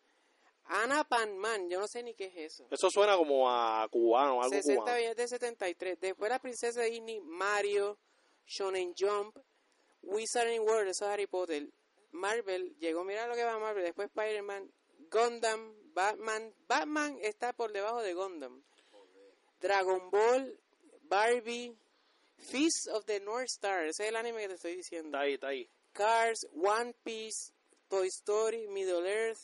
S3: Ana Panman, yo no sé ni qué es eso.
S1: Eso suena como a cubano, algo
S3: 60
S1: cubano.
S3: billones de 73. Después la princesa de Disney, Mario, Shonen Jump, Wizarding World, eso es Harry Potter. Marvel, llegó, mira lo que va Marvel. Después Spider-Man, Gundam, Batman. Batman está por debajo de Gundam. Dragon Ball, Barbie, Feast of the North Star, ese es el anime que te estoy diciendo.
S1: Está ahí, está ahí.
S3: Cars, One Piece, Toy Story, Middle Earth,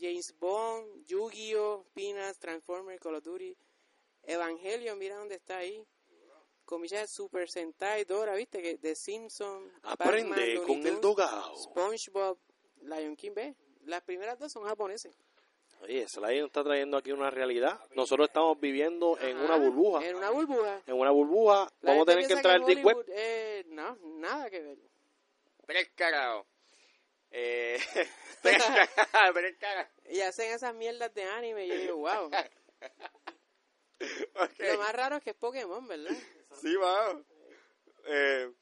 S3: James Bond, Yu-Gi-Oh, Peanuts, Transformers, Call of Duty, Evangelion, mira dónde está ahí. Comillas Super Sentai, Dora, viste que The Simpsons,
S1: Aprende
S3: Batman, Looney
S1: con el
S3: Tunes,
S1: dogao.
S3: SpongeBob, Lion King, ve. Las primeras dos son japoneses.
S1: Oye, Sly nos está trayendo aquí una realidad. Nosotros estamos viviendo en una
S3: Ah,
S1: burbuja.
S3: En una burbuja.
S1: En una burbuja.
S3: La
S1: Vamos a
S3: gente
S1: tener que
S3: piensa
S1: entrar al deep web.
S3: Hollywood, eh, no, nada que ver.
S2: tres carajo. Eh, tres carajo, tres carajo.
S3: Y hacen esas mierdas de anime y yo digo, wow.
S2: Ok.
S3: Lo más raro es que es Pokémon, ¿verdad?
S2: Sí, mano. Eh,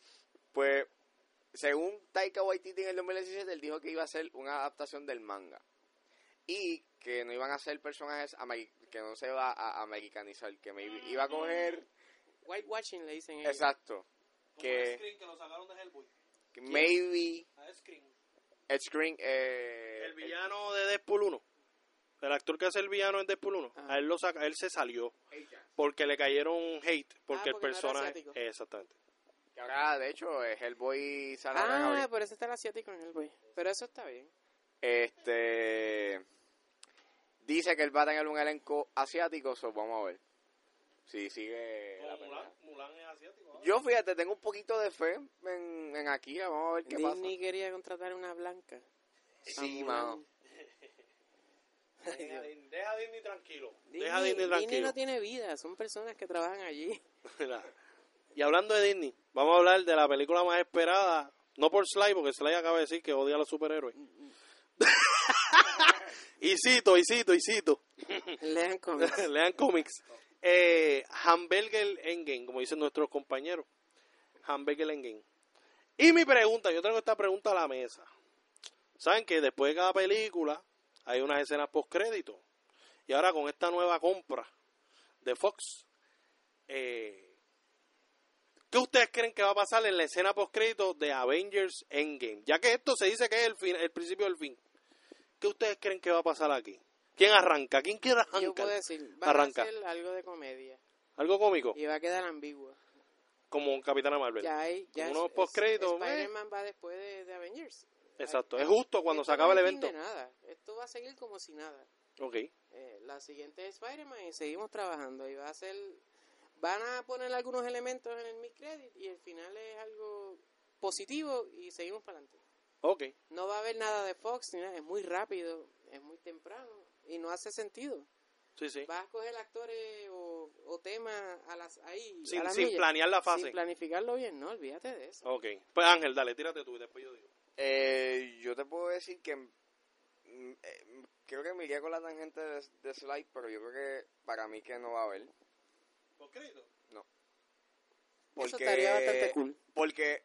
S2: pues, según Taika Waititi en el 2017, él dijo que iba a ser una adaptación del manga. Y que no iban a ser personajes ameri- que no se va a americanizar, que me iba a coger...
S3: Whitewashing le dicen ellos.
S2: Exacto. Que que maybe el screen... eh,
S1: El villano de Deadpool 1. El actor que hace el villano en Deadpool 1.
S3: Ajá.
S1: A él, lo saca, a él se salió
S2: el- el-
S1: porque le cayeron hate. Porque
S3: Ah, porque
S1: el
S3: no era
S1: personaje.
S3: asiático.
S1: Exactamente.
S2: que ahora, de hecho, es el boy
S3: Ah, por eso está el asiático en el boy. Pero eso está bien.
S2: Este dice que él va a tener un elenco asiático, so vamos a ver. Si sigue la pelea.
S1: es asiático.
S2: Yo fíjate, tengo un poquito de fe en, en Akira, vamos a ver qué
S3: Disney quería contratar una blanca.
S2: pasa. Sí,
S3: A Mulan.
S2: mano.
S3: Ay, Dios.
S1: Deja a Disney tranquilo. Deja a Disney
S3: Disney, Disney
S1: tranquilo.
S3: no tiene vida, son personas que trabajan allí.
S1: Mira, Y hablando de Disney, vamos a hablar de la película más esperada. No por Sly, porque Sly acaba de decir que odia a los superhéroes.
S3: Mm,
S1: y cito, y cito, y cito.
S3: Lean cómics.
S1: Lean cómics. Eh, Hamburger Endgame, como dicen nuestros compañeros. Hamburger Endgame. Y mi pregunta, yo tengo esta pregunta a la mesa. ¿Saben que después de cada película hay unas escenas postcrédito? Y ahora con esta nueva compra de Fox, eh, ¿qué ustedes creen que va a pasar en la escena postcrédito de Avengers Endgame? Ya que esto se dice que es el, fin, el principio del fin. ¿Qué ustedes creen que va a pasar aquí? ¿Quién arranca? ¿Quién quiere arrancar?
S3: Yo puedo decir, va
S1: Arranca.
S3: a hacer algo de comedia
S1: Algo cómico,
S3: y va a quedar ambigua.
S1: como Capitana Marvel.
S3: Ya hay, ya
S1: Unos
S3: es-
S1: postcréditos,
S3: es- Spider-Man va después de, de Avengers.
S1: eh. Exacto, es justo cuando
S3: Esto
S1: se acaba
S3: no
S1: el
S3: es fin
S1: evento.
S3: de nada. Esto va a seguir como si nada.
S1: Ok,
S3: Eh, la siguiente es Spider-Man y seguimos trabajando y va a ser van a poner algunos elementos en el mid credit y el final es algo positivo y seguimos para adelante
S1: ok.
S3: no va a haber nada de Fox ni nada es muy rápido es muy temprano y no hace sentido
S1: Sí, sí.
S3: vas a coger actores o, o temas a las ahí
S1: Sin-
S3: a las
S1: sin
S3: millas.
S1: planear la fase.
S3: sin planificarlo bien no olvídate de eso
S1: Ok. Pues Ángel, dale, tírate tú y después yo digo.
S2: Eh, yo te puedo decir que mm, eh, creo que me iría con la tangente de, de Sly, pero yo creo que para mí que no va a haber. Porque,
S3: eso estaría bastante cool
S2: Porque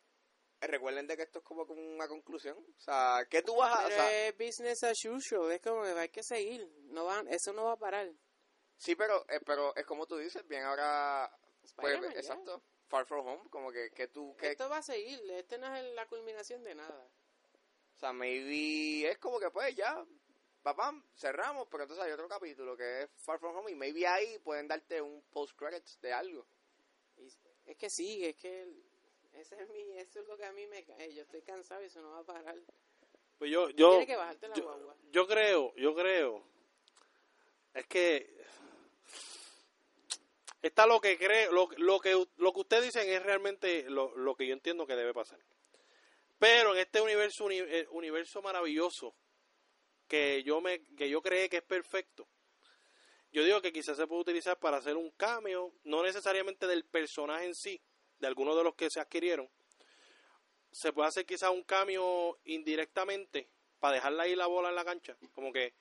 S2: recuerden de que esto es como una conclusión. O sea, ¿qué tú vas a... o
S3: pero
S2: sea,
S3: es eh, business as usual es como que hay que seguir no van eso no va a parar
S2: Pues, Sí, pero, eh, pero es como tú dices, bien ahora, pues,
S3: Spider-Man, ya.
S2: exacto, Far From Home, como que, que tú, que,
S3: Esto va a seguir, este no es el- la culminación de nada.
S2: o sea, maybe es como que pues ya, papam, cerramos, pero entonces hay otro capítulo que es Far From Home y maybe ahí pueden darte un post-credits de algo.
S3: Y es que sigue, es que el- Ese es mi, eso es lo que a mí me cae. Yo estoy cansado y eso no va a parar.
S1: Pues yo, yo,
S3: Tienes que bajarte la
S1: yo,
S3: guagua.
S1: yo creo, yo creo. Es que está lo que creo, lo, lo que lo que ustedes dicen es realmente lo, lo que yo entiendo que debe pasar. Pero en este universo uni- eh, universo maravilloso que yo me que yo creé que es perfecto. Yo digo que quizás se puede utilizar para hacer un cambio, no necesariamente del personaje en sí, de alguno de los que se adquirieron, se puede hacer quizás un cambio indirectamente para dejarla ahí la bola en la cancha. Como que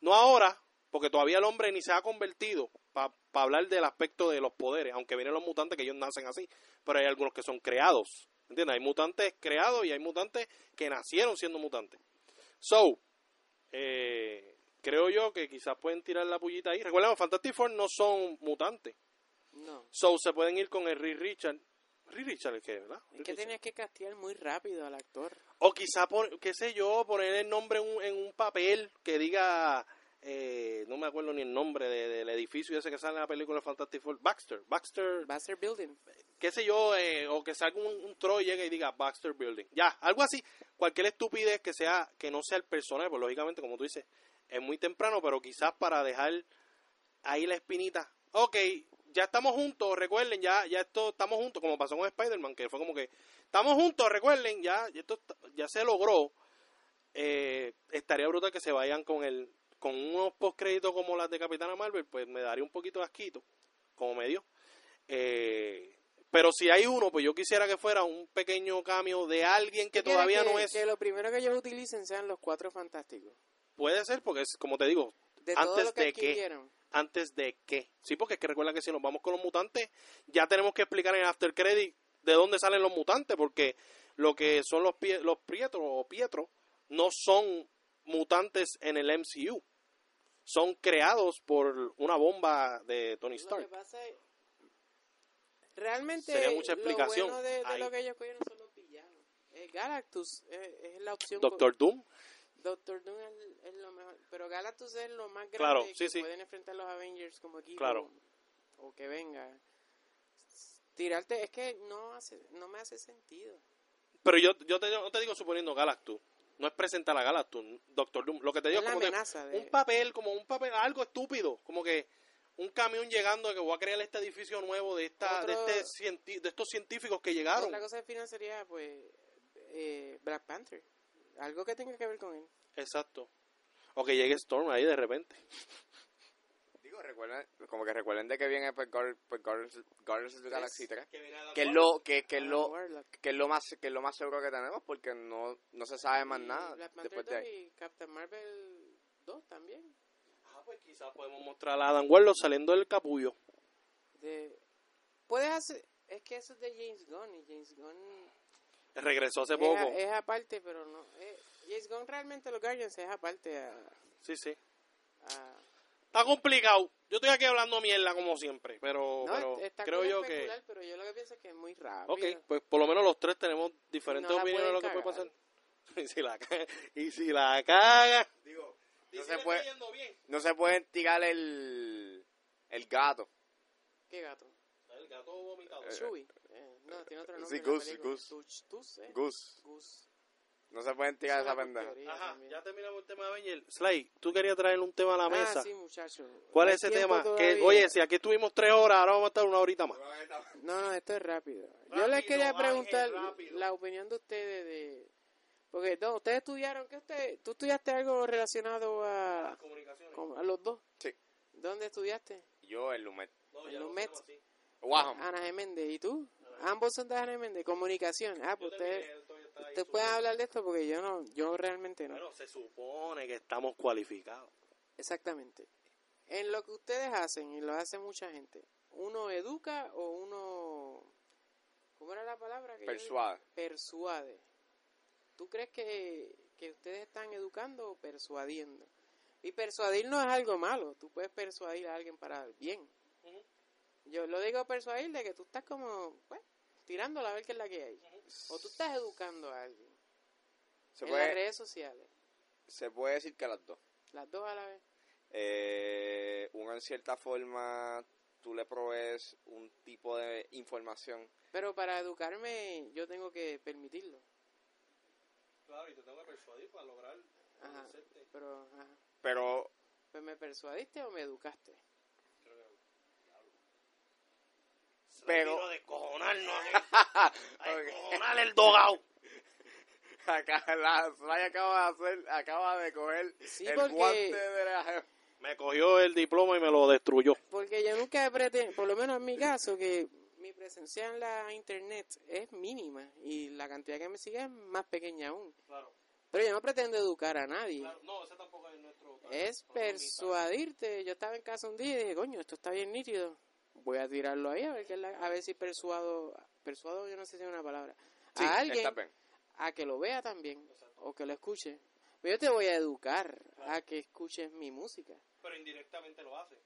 S1: no ahora, porque todavía el hombre ni se ha convertido para hablar del aspecto de los poderes, aunque vienen los mutantes que ellos nacen así, pero hay algunos que son creados. ¿Entiendes? Hay mutantes creados y hay mutantes que nacieron siendo mutantes. So, eh, creo yo que quizás pueden tirar la pullita ahí. Recuerden, los Fantastic Four no son mutantes.
S3: No.
S1: So, se pueden ir con el Reed Richard. Reed Richard, ¿el qué, verdad?
S3: Es
S1: Reed
S3: que
S1: Richards.
S3: tenías que castear muy rápido al actor.
S1: O quizá, por, qué sé yo, poner el nombre en un, en un papel que diga, eh, no me acuerdo ni el nombre de- del edificio ese que sale en la película Fantastic Four, Baxter, Baxter,
S3: Va a ser building.
S1: qué sé yo, eh, o que salga un, un troll y llegue y diga Baxter Building, ya, algo así, cualquier estupidez que sea, que no sea el personaje, pues lógicamente, como tú dices, es muy temprano, pero quizás para dejar ahí la espinita, ok, ya estamos juntos, recuerden, ya, ya esto, estamos juntos, como pasó con Spider-Man, que fue como que, estamos juntos, recuerden, ya, ya esto, está- ya se logró, eh, estaría brutal que se vayan con el, con unos postcréditos como las de Capitana Marvel, pues me daría un poquito de asquito, como me dio, eh, pero si hay uno, pues yo quisiera que fuera un pequeño cambio de alguien que
S3: ¿Tú quieres
S1: todavía
S3: que-
S1: no es.
S3: Que lo primero que ellos utilicen sean los cuatro fantásticos.
S1: Puede ser, porque es como te digo,
S3: De todo
S1: antes
S3: lo que
S1: de qué.
S3: adquirieron.
S1: antes de qué. Sí, porque es que recuerda que si nos vamos con los mutantes, ya tenemos que explicar en el After Credit de dónde salen los mutantes, porque lo que son los, pie- los Pietro o Pietro no son mutantes en el MCU. Son creados por una bomba de Tony
S3: Lo que
S1: Stark.
S3: pasa es- Realmente,
S1: Sería mucha explicación
S3: lo bueno de, de
S1: ahí.
S3: lo que ellos cogieron son los villanos. El Galactus eh, es, la opción.
S1: Doctor Doom,
S3: Doctor Doom es, es lo mejor. Pero Galactus es lo más grande
S1: Claro, sí,
S3: que
S1: sí.
S3: pueden enfrentar los Avengers como equipo.
S1: Claro.
S3: O que venga. Tirarte, es que no hace, no me hace sentido.
S1: pero yo, yo te, yo te digo suponiendo Galactus. No es presentar a Galactus, Doctor Doom. Lo que te digo es
S3: Es la
S1: como que
S3: amenaza de...
S1: un papel, como un papel, algo estúpido, como que un camión llegando de que voy a crear este edificio nuevo de esta,
S3: Otro-
S1: de, este cienti- de estos científicos que llegaron.
S3: Otra cosa de final sería, pues, eh, Black Panther. Algo que tenga que ver con él.
S1: Exacto. O que llegue Storm ahí de repente.
S2: Digo, recuerden, como que recuerden de que viene pues, Guard- pues, Guardians Guardians of the Galaxy 3. Que es lo, que, que es
S3: Adam
S2: lo,
S3: Warlock.
S2: que es lo más, que es lo más seguro que tenemos porque no, no se sabe más
S3: Y
S2: nada
S3: Black Panther
S2: después de
S3: 2
S2: ahí.
S3: y Captain Marvel 2 también.
S1: Ah, pues quizás podemos mostrar a Adam Warlock saliendo del capullo.
S3: De... Puedes hacer... Es que eso es de James Gunn y James Gunn
S1: Regresó hace
S3: es,
S1: poco.
S3: a- es aparte, pero no. eh, James Gunn realmente los Guardians es aparte a,
S1: Sí, sí.
S3: a-
S1: Está complicado. Yo estoy aquí hablando mierda como siempre, pero,
S3: no,
S1: Oh, pero
S3: es- está
S1: creo
S3: cool
S1: yo que...
S3: especular, pero yo lo que pienso es que es muy rápido.
S1: Ok, pues por lo menos los tres tenemos diferentes
S3: No la
S1: opiniones de lo que
S3: pueden
S1: puede
S3: cagar.
S1: pasar. Y si la, ca- y si la caga...
S2: Digo,
S1: y
S2: no
S1: si
S2: se
S1: le
S2: puede-
S1: está yendo bien.
S2: no se pueden tirar el, el gato.
S3: ¿Qué gato?
S1: El gato vomitado.
S3: Chewie. Eh, no, tiene otro
S2: sí,
S3: nombre. en la
S2: Goose,
S3: película.
S2: Goose.
S3: Tuch- Tus, eh.
S2: Goose.
S3: Goose.
S2: No se pueden tirar
S3: Es una
S2: esa pendeja.
S3: porquería
S1: Ajá,
S3: también.
S1: ya terminamos el tema de Avenger. Slay, tú querías traer un tema a la mesa.
S3: Ah, sí, muchacho.
S1: ¿Cuál
S3: Hay
S1: es ese
S3: tiempo
S1: tema? Que,
S3: todavía.
S1: oye, si aquí estuvimos tres horas, ahora vamos a estar una horita más.
S3: No, no, esto es rápido.
S1: Rápido,
S3: Yo les quería
S1: Ángel,
S3: preguntar
S1: rápido.
S3: la opinión de ustedes de... Porque, no, ustedes estudiaron, ¿qué usted, ¿tú estudiaste algo relacionado a, con- a los dos?
S2: Sí.
S3: ¿Dónde estudiaste?
S2: Yo, el Lumet.
S3: ya lo Met. tenemos
S2: Guajam.
S3: Ana Geméndez. ¿Y tú? Ambos son de Ana Geméndez. Comunicación. Ah, pues ustedes, ustedes pueden hablar de esto porque yo no, yo realmente no.
S1: Bueno, se supone que estamos cualificados.
S3: Exactamente. En lo que ustedes hacen, y lo hace mucha gente, ¿uno educa o uno... ¿Cómo era la palabra? que yo dije?
S2: Persuade.
S3: persuade. ¿Tú crees que, que ustedes están educando o persuadiendo? Y persuadir no es algo malo, tú puedes persuadir a alguien para el bien. Yo lo digo persuadir de que tú estás como, pues, tirándola a ver qué es la que hay. O tú estás educando a alguien
S2: Se
S3: en las
S2: puede,
S3: redes sociales,
S2: se puede decir que las dos.
S3: las dos a la vez.
S2: Eh, uno en cierta forma tú le provees un tipo de información.
S3: Pero para educarme yo tengo que permitirlo.
S1: Claro, y te tengo que persuadir para lograr
S3: Ajá,
S1: convencerte.
S3: pero, ajá.
S2: Pero,
S3: Pues, me persuadiste o me educaste.
S2: Pero-
S1: Quiero descojonarnos a
S2: Ok.
S1: descojonar el dogao.
S2: acá, la Sly acaba de hacer, acaba de coger
S3: Sí,
S2: el
S3: porque-
S2: guante de la...
S1: Me cogió el diploma y me lo destruyó.
S3: Porque yo nunca he preten- por lo menos en mi caso, que mi presencia en la internet es mínima y la cantidad que me sigue es más pequeña aún.
S1: Claro,
S3: Pero yo no pretendo educar a nadie.
S1: No, ese tampoco es nuestro...
S3: Es persuadirte. Yo estaba en casa un día y dije, coño, esto está bien nítido. Voy a tirarlo ahí a ver, qué es la- a ver si persuado, persuado, yo no sé si es una palabra,
S2: Sí,
S3: a alguien
S2: está bien.
S3: a que lo vea también o que lo escuche. Pero yo te voy a educar a que escuches mi música.
S1: Pero indirectamente lo hace.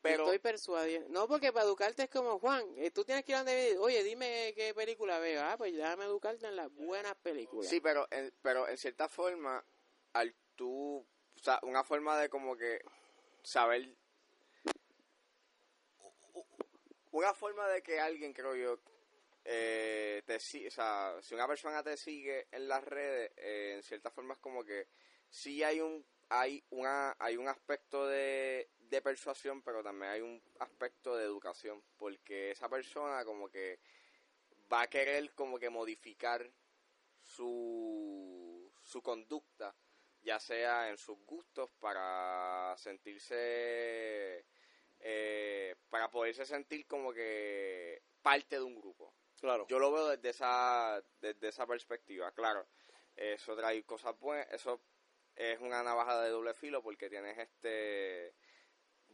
S2: Pero,
S3: Estoy persuadido. No, porque para educarte es como Juan. eh, tú tienes que ir a donde vive, Oye, dime qué película veo. Ah, pues déjame educarte en las buenas películas.
S2: sí, pero, en, pero en cierta forma, al tú, o sea, una forma de como que saber, una forma de que alguien, creo yo, eh, te sigue, o sea, si una persona te sigue en las redes, eh, en cierta forma es como que sí hay un hay una hay un aspecto de, de persuasión pero también hay un aspecto de educación porque esa persona como que va a querer como que modificar su, su conducta, ya sea en sus gustos, para sentirse, eh, para poderse sentir como que parte de un grupo.
S1: Claro.
S2: Yo lo veo desde esa, desde esa perspectiva, claro. Eso trae cosas buenas, eso es una navaja de doble filo porque tienes este,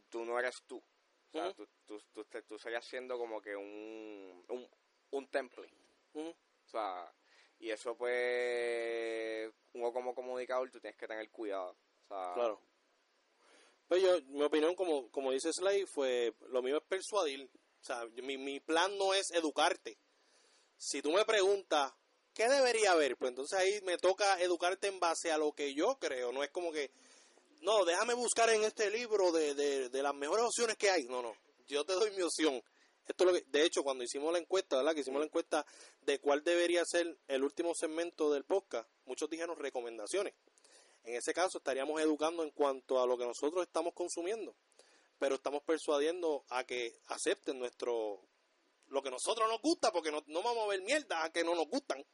S2: tú no eres tú. O sea,
S1: Ujú.
S2: tú, tú, tú, te- tú serías siendo como que un, un, un template.
S1: Ujú.
S2: O sea, y eso pues, uno como comunicador, tú tienes que tener cuidado. O sea,
S1: Claro. Pues yo, mi opinión, como, como dice Slay, fue lo mío es persuadir. O sea, yo- mi, mi plan no es educarte. Si tú me preguntas, ¿qué debería haber? Pues entonces ahí me toca educarte en base a lo que yo creo. No es como que, no, déjame buscar en este libro de, de, de las mejores opciones que hay. No, no. Yo te doy mi opción. Esto es lo que, de hecho, cuando hicimos la encuesta, ¿verdad? Que hicimos la encuesta de cuál debería ser el último segmento del podcast, muchos dijeron recomendaciones. En ese caso estaríamos educando en cuanto a lo que nosotros estamos consumiendo, pero estamos persuadiendo a que acepten nuestro lo que nosotros nos gusta, porque no, no vamos a ver mierda que no nos gustan,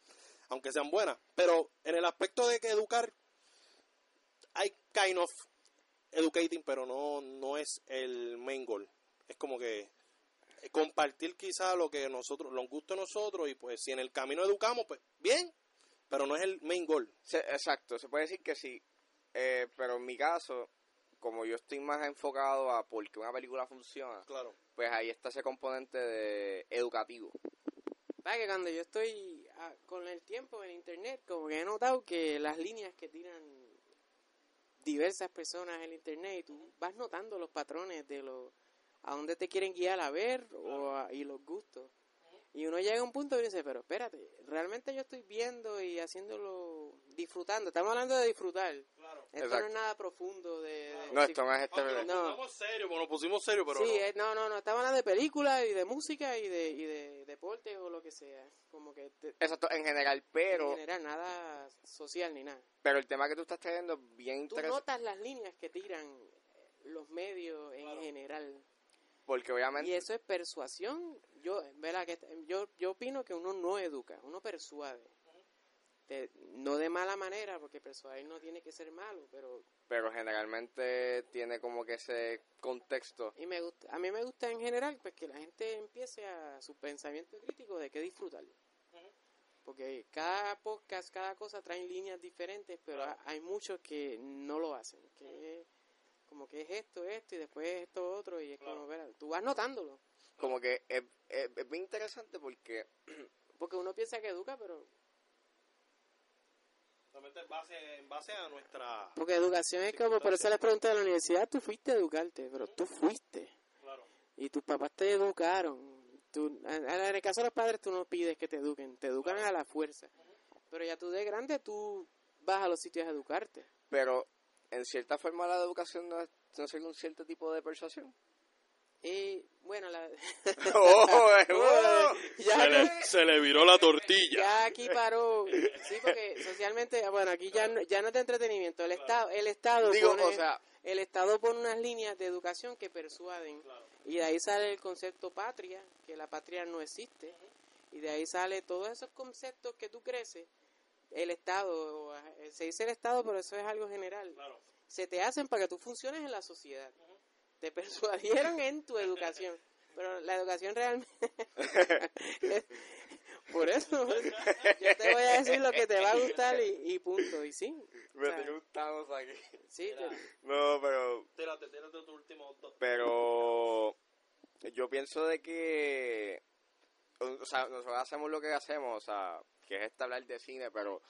S1: aunque sean buenas. Pero en el aspecto de que educar, hay kind of educating, pero no, no es el main goal. Es como que compartir quizá lo que nosotros, los gustos de nosotros, y pues si en el camino educamos, pues bien, pero no es el main goal.
S2: se- exacto, se puede decir que sí. Eh, pero en mi caso, como yo estoy más enfocado a por qué una película funciona,
S1: Claro.
S2: pues ahí está ese componente de educativo.
S3: Para que cuando yo estoy ah, con el tiempo en internet, como que he notado que las líneas que tiran diversas personas en internet, y tú vas notando los patrones de lo, a dónde te quieren guiar a ver o a- y los gustos. Y uno llega a un punto y dice, pero espérate, realmente yo estoy viendo y haciéndolo, disfrutando. Estamos hablando de disfrutar. Esto no
S2: Exacto.
S3: es nada profundo de... de-
S2: No, esto no es este...
S1: Aunque
S3: No.
S1: nos pusimos serio, pues nos pusimos serio, pero
S3: sí,
S1: no.
S3: eh, no, no, no, estamos hablando de películas y de música y de, y de deporte o lo que sea. Como que te-
S2: Exacto, en general, pero,
S3: no genera nada social ni nada.
S2: pero el tema que tú estás trayendo es bien
S3: Tú
S2: interesante.
S3: notas las líneas que tiran eh, los medios en general.
S2: Porque
S3: Y
S2: obviamente...
S3: eso es persuasión. Yo, ¿verdad? Que, est- yo, yo opino que uno no educa, uno persuade. Te- no de mala manera, porque persuadir no tiene que ser malo, pero
S2: Pero generalmente tiene como que ese contexto.
S3: y me gusta, a mí me gusta en general pues que la gente empiece a su pensamiento crítico de qué disfrutar. Porque cada podcast, cada cosa traen líneas diferentes, pero ha- hay muchos que no lo hacen. Que es como que es esto, esto y después esto, otro. Y es como, verá, tú vas notándolo.
S2: Como que es, es, es bien interesante porque
S3: Porque uno piensa que educa, pero.
S1: Solamente en base, en base a nuestra...
S3: Porque educación es como, por eso les pregunté a la universidad, tú fuiste a educarte, pero tú fuiste.
S1: Claro.
S3: y tus papás te educaron. Tú, en en el caso de los padres, tú no pides que te eduquen, te educan a la fuerza. Pero ya tú de grande, tú vas a los sitios a educarte.
S2: pero en cierta forma la educación no es no sería un cierto tipo de persuasión
S3: Y bueno, la,
S2: ¡Oh, eh, oh!
S3: ya,
S1: se, le,
S3: aquí-
S1: se le viró la tortilla.
S3: ya aquí paró. Sí, porque socialmente, bueno, aquí ya no, ya no es de entretenimiento. El Estado, el Estado
S2: Digo,
S3: pone,
S2: o sea-
S3: el Estado pone unas líneas de educación que persuaden. Y de ahí sale el concepto patria, que la patria no existe. Y de ahí sale todos esos conceptos que tú creces. El Estado, o, eh, se dice el Estado, pero eso es algo general. Se te hacen para que tú funciones en la sociedad. Te persuadieron en tu educación. Pero la educación realmente... Por eso, yo te voy a decir lo que te va a gustar y, y punto. Y sí,
S2: Me
S3: Claro.
S2: estoy gustando aquí.
S3: sí, te-
S2: No, pero
S1: Tírate, tírate tu último dos.
S2: Pero yo pienso de que, o o sea, nosotros hacemos lo que hacemos, o sea, que es este hablar de cine, pero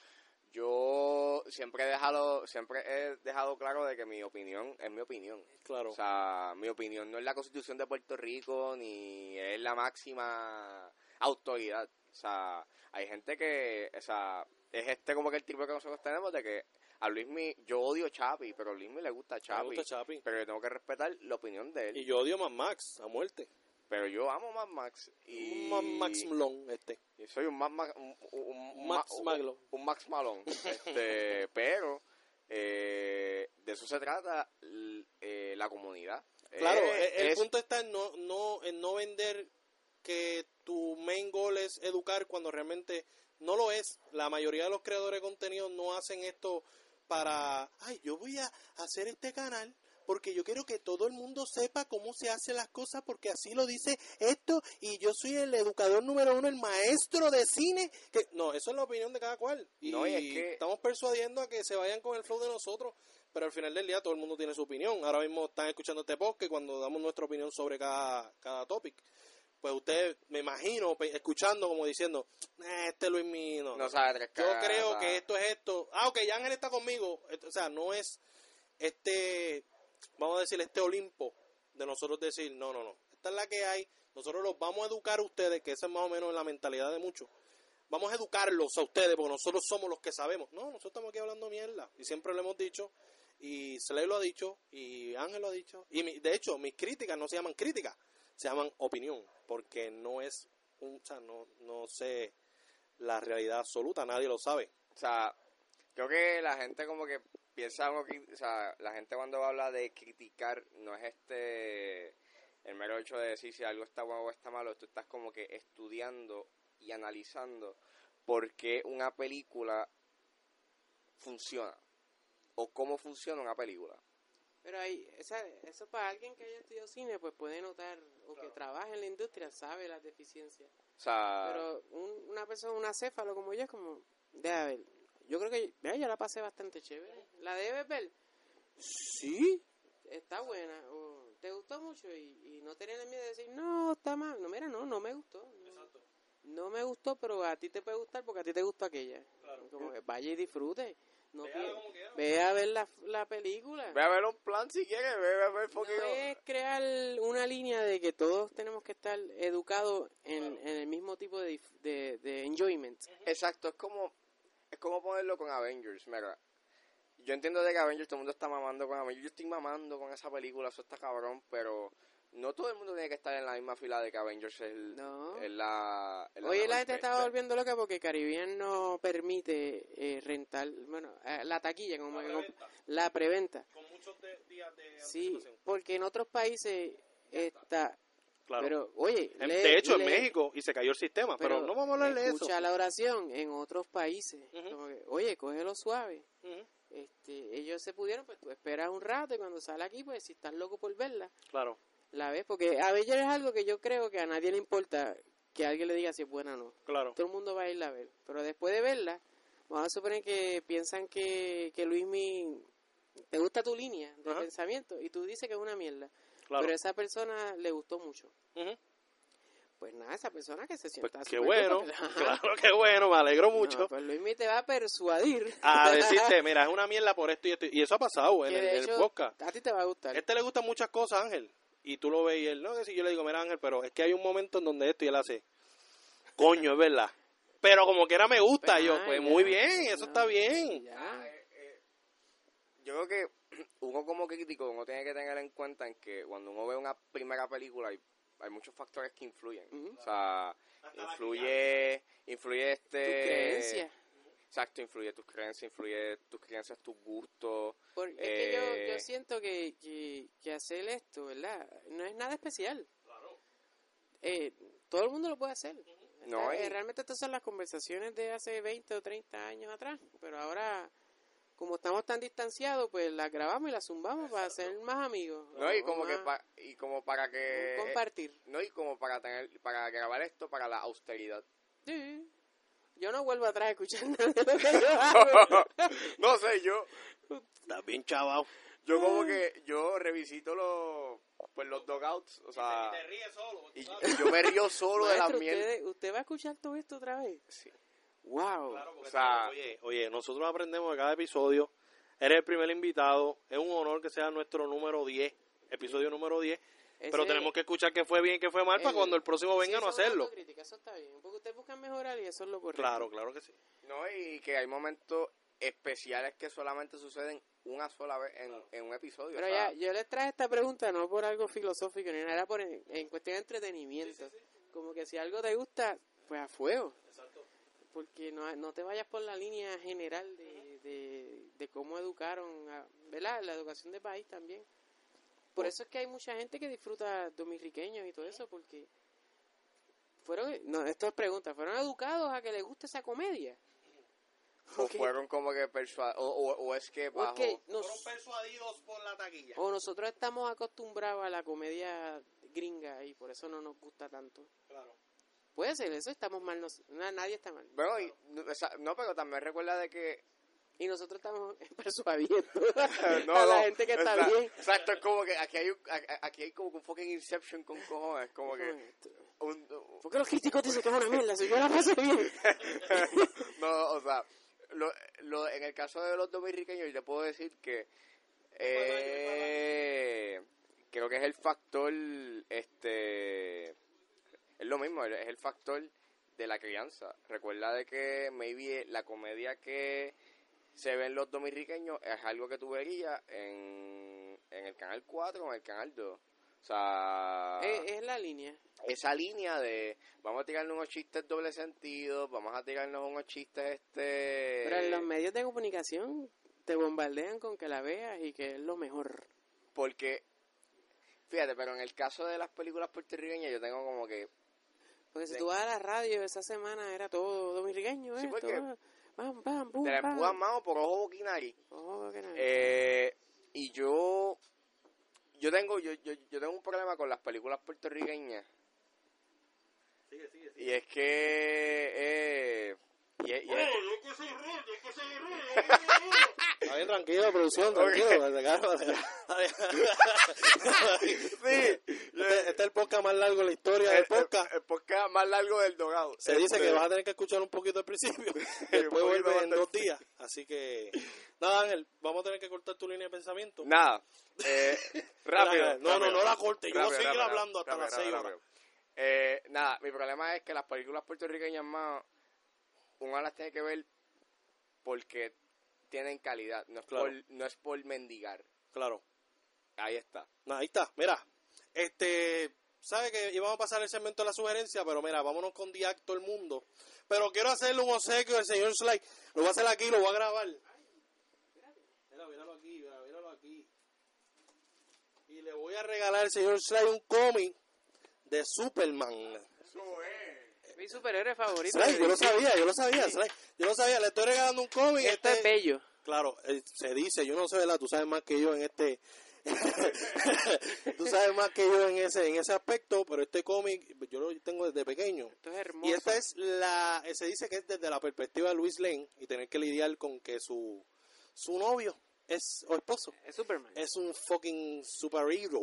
S2: yo siempre he dejado, siempre he dejado claro de que mi opinión es mi opinión.
S1: Claro.
S2: O sea, mi opinión no es la constitución de Puerto Rico ni es la máxima autoridad. O sea, hay gente que, o sea, es este como que el tipo que nosotros tenemos de que a Luismi, yo odio Chapi, pero a Luismi le gusta
S1: Me
S2: Chapi.
S1: gusta Chapi.
S2: Pero yo tengo que respetar la opinión de él.
S1: Y yo odio más Max, a muerte.
S2: Pero yo amo Mad Max. Y
S1: Más Max Malone, este.
S2: y soy un Mad Max. Un, un- un
S1: Max
S2: Ma- un-
S1: Malone.
S2: Un Max Malone. Este, pero eh, de eso se trata l- eh, la comunidad.
S1: Claro, e-,
S2: Eh,
S1: el, el
S2: es-
S1: punto está en no, no, en no vender que tu main goal es educar cuando realmente no lo es. La mayoría de los creadores de contenido no hacen esto para, ay, yo voy a hacer este canal porque yo quiero que todo el mundo sepa cómo se hacen las cosas porque así lo dice esto y yo soy el educador número uno, el maestro de cine. Que, no, eso es la opinión de cada cual. Y,
S2: No, y es que-
S1: estamos persuadiendo a que se vayan con el flow de nosotros pero al final del día todo el mundo tiene su opinión. Ahora mismo están escuchando este podcast cuando damos nuestra opinión sobre cada, cada topic. Pues ustedes, me imagino, pe- escuchando como diciendo, "Nah, este Luis Mino.
S2: No sabe tres
S1: Yo
S2: cagadas,
S1: creo
S2: o sea,
S1: que esto es esto. Ah, ok, ya Ángel está conmigo. Et- O sea, no es este, vamos a decir, este Olimpo de nosotros decir, no, no, no. Esta es la que hay. Nosotros los vamos a educar a ustedes, que esa es más o menos la mentalidad de muchos. Vamos a educarlos a ustedes porque nosotros somos los que sabemos. No, nosotros estamos aquí hablando mierda. Y siempre lo hemos dicho. Y Slay lo ha dicho. Y Ángel lo ha dicho. Y mi- de hecho, mis críticas no se llaman críticas. Se llaman opinión. Porque no es un... O sea, no, no sé la realidad absoluta. Nadie lo sabe.
S2: O sea, creo que la gente como que piensa algo que- o sea, la gente cuando habla de criticar no es este el mero hecho de decir si algo está bueno o está malo, tú estás como que estudiando y analizando por qué una película funciona o cómo funciona una película.
S3: pero ahí, esa- eso para alguien que haya estudiado cine, pues puede notar, o que trabaja en la industria, sabe las deficiencias.
S2: O sea,
S3: Pero un- una persona, una céfalo como yo, es como, deja ver, yo creo que, mira, yo la pasé bastante chévere. ¿La debes ver? Sí. Está buena, o te gustó mucho y, y no tener miedo de decir, no, está mal. No, mira, no, no me gustó. No, No me gustó, pero a ti te puede gustar porque a ti te gustó aquella. Como que vaya y disfute. No pi- ve a ver la, la película.
S2: ve a ver un plan si quieres, ve a ver
S3: No
S2: porque
S3: es crear una línea de que todos tenemos que estar educados en, en el mismo tipo de, dif- de, de enjoyment.
S2: Exacto, es como es como ponerlo con Avengers, mira. Yo entiendo de que Avengers todo el mundo está mamando con Avengers, yo estoy mamando con esa película, eso está cabrón, pero no todo el mundo tiene que estar en la misma fila de que Avengers es, el-
S3: No.
S2: es la, es
S3: Oye, la
S2: mejor
S3: gente
S2: pe-
S3: estaba volviendo loca porque Caribbean no permite eh, rentar, bueno, eh, la taquilla, como que comp- la preventa.
S1: Con muchos días de
S3: Sí, porque en otros países está.
S1: Claro.
S3: Pero, oye,
S1: En-
S3: lee-
S1: de hecho, en
S3: lee-
S1: México, y se cayó el sistema, pero, no vamos a hablar de eso.
S3: Escucha la oración en otros países.
S1: Ujú.
S3: como que, oye, cógelo suave.
S1: Ujú,
S3: Este, ellos se pudieron, pues tú esperas un rato y cuando sale aquí, pues si estás loco por verla,
S1: Claro.
S3: la ves. Porque Avenger es algo que yo creo que a nadie le importa que alguien le diga si es buena o no.
S1: Claro.
S3: todo el mundo va a irla a ver. Pero después de verla, vamos a suponer que piensan que, que Luismi te gusta tu línea de
S1: Ajá.
S3: pensamiento y tú dices que es una mierda.
S1: Claro.
S3: Pero a esa persona le gustó mucho.
S1: Ujú.
S3: Pues nada, esa persona que se
S1: Pues
S3: sienta
S1: qué
S3: superduper,
S1: bueno,
S3: pues, ajá.
S1: claro que bueno, me alegro
S3: No,
S1: mucho.
S3: pues Luismi te va a persuadir.
S1: A decirte, mira, es una mierda por esto y esto. Y eso ha pasado
S3: que
S1: en, el-
S3: de
S1: en el
S3: hecho,
S1: podcast.
S3: A ti te va a gustar.
S1: A este le gustan muchas cosas, Ángel. Y tú lo ves y él, no, que si yo le digo, mira, Ángel, pero es que hay un momento en donde esto y él hace, coño, es verdad. Pero como quiera me gusta,
S3: Pues,
S1: yo,
S3: ay,
S1: pues
S3: ya,
S2: Ah,
S1: muy bien, eso
S3: no.
S1: está bien.
S3: Ya.
S2: Yo creo que uno como crítico, uno tiene que tener en cuenta en que cuando uno ve una primera película hay, hay muchos factores que influyen. O sea, influye, influye este...
S3: tus creencias.
S2: Exacto, influye tus creencias, influye tus creencias, tus gustos.
S3: Porque es que yo,
S2: Eh.
S3: yo siento que, que, que hacer esto, ¿verdad? No es nada especial. Eh, todo el mundo lo puede hacer.
S2: No,
S3: Eh,
S2: y-
S3: realmente estas son las conversaciones de hace 20 o 30 años atrás, pero ahora, como estamos tan distanciados, pues las grabamos y las zumbamos para ser más amigos.
S2: No, y
S3: o
S2: como que
S3: más-
S2: pa- y como para que eh,
S3: un compartir.
S2: no y como para tener para grabar esto para la austeridad.
S3: Sí. Yo no vuelvo atrás a escuchar nada de lo que yo hago.
S2: no sé, yo
S1: Estás bien chavao.
S2: yo como que yo revisito los pues los dogouts, o sea,
S1: ríes solo.
S2: y, y yo me río solo de la
S3: Maestro,
S2: mierda.
S3: usted, usted va a escuchar todo esto otra vez.
S2: Sí.
S3: ¡Wow!
S2: O sea-
S1: oye, oye, nosotros aprendemos de cada episodio. Eres el primer invitado. Es un honor que sea nuestro número 10, episodio número 10. Pero
S3: Ese-
S1: tenemos que escuchar qué fue bien y qué fue mal para
S3: el-
S1: cuando el próximo venga
S3: sí,
S1: no
S3: eso es una
S1: hacerlo.
S3: autocrítica, eso está bien, porque usted busca mejorar y eso es lo correcto.
S1: Claro, claro que sí.
S2: No, y que hay momentos especiales que solamente suceden una sola vez en, en un episodio.
S3: Pero
S2: o sea,
S3: ya, yo les traje esta pregunta no por algo filosófico ni nada, era por en, en cuestión de entretenimiento. Como que si algo te gusta, pues a fuego. Porque no, no te vayas por la línea general de, de, de cómo educaron, a- ¿verdad? La educación de país también. Por eso es que hay mucha gente que disfruta dominriqueños y todo eso, porque fueron, no, esto es pregunta, ¿fueron educados a que les guste esa comedia?
S2: o
S3: Ok.
S2: fueron como que persuadidos, o, o- o es que bajo...
S3: Porque nos- Oh.
S1: persuadidos por la taquilla.
S3: O nosotros estamos acostumbrados a la comedia gringa y por eso no nos gusta tanto. Puede ser, eso estamos mal, nos- na- nadie está mal.
S2: Bueno, y- no, o sea, no, pero también recuerda de que...
S3: Y nosotros estamos persuadiendo
S2: no,
S3: a la
S2: no,
S3: gente que está
S2: exa-
S3: bien.
S2: Exacto, es como que aquí hay, un, a- a- aquí hay como que un fucking Inception con cojones, como que... un- un-
S3: ¿Por qué los críticos dicen que es una mierda? Si yo
S2: Ah.
S3: la pasé bien.
S2: no, o sea, lo, lo- en el caso de los dominriqueños, yo puedo decir que... eh, creo que es el factor, este... Es lo mismo, es el factor de la crianza. Recuerda de que maybe la comedia que se ve en los dominriqueños es algo que tú verías en, en el canal 4 o en el canal 2. O sea,
S3: Eh, Es, la línea.
S2: esa línea de vamos a tirarnos unos chistes doble sentido, vamos a tirarnos unos chistes este...
S3: Pero en los medios de comunicación te bombardean con que la veas y que es lo mejor.
S2: Porque, fíjate, pero en el caso de las películas puertorriqueñas yo tengo como que
S3: Porque si
S2: Sí.
S3: tú vas a la radio esa semana era todo dominriqueño,
S2: Sí,
S3: esto,
S2: porque
S3: ah, pam, pam, pum,
S2: te la
S3: pam.
S2: empujan mano por ojo boquinari.
S3: Oh, que no.
S2: Eh, y yo yo tengo yo, yo, yo tengo un problema con las películas puertorriqueñas. Y es que eh, y es- y es-
S1: Está bien, tranquilo, producción, tranquilo. este,
S2: sí,
S1: este es el podcast más largo de la historia
S2: el,
S1: del podcast.
S2: el- el podcast más largo del dogado.
S1: Se dice que
S2: Este,
S1: vas a tener que escuchar un poquito al principio. Después
S2: Un poquito
S1: vuelve en
S2: bastante.
S1: dos días. Así que. Nada, Ángel, vamos a tener que cortar tu línea de pensamiento.
S2: Nada. Eh, rápido.
S1: No, no,
S2: rápido.
S1: no la corte, yo voy a
S2: Rápido,
S1: seguir
S2: rápido,
S1: hablando hasta
S2: rápido,
S1: las seis
S2: rápido,
S1: horas.
S2: rápido. Eh, nada, mi problema es que las películas puertorriqueñas más, uno las tiene que ver porque tienen calidad, no es,
S1: Claro.
S2: por, no es por mendigar.
S1: Claro.
S2: Ahí está.
S1: Nah, ahí está, mira. Este, sabe que íbamos a pasar el segmento de la sugerencia, pero mira, vámonos con Diac todo el mundo. Pero quiero hacerle un obsequio al señor Slide. Lo voy a hacer aquí, lo voy a grabar. Mira, míralo aquí, mira, míralo aquí. Y le voy a regalar al señor Slide un cómic de Superman.
S3: Mi superhéroe favorito.
S1: Slide, yo lo sabía, yo lo sabía, Slide. Yo lo sabía, le estoy regalando un cómic.
S3: Esto es
S1: este-
S3: bello.
S1: Claro, eh, se dice, yo no sé, ¿verdad? Tú sabes más que yo en este... Tú sabes más que yo en ese en ese aspecto, pero este cómic yo lo tengo desde pequeño.
S3: Esto es hermoso.
S1: Y esta es la... eh, Se dice que es desde la perspectiva de Luis Lane y tener que lidiar con que su, su novio es o esposo
S3: Es Superman.
S1: es un fucking superhero.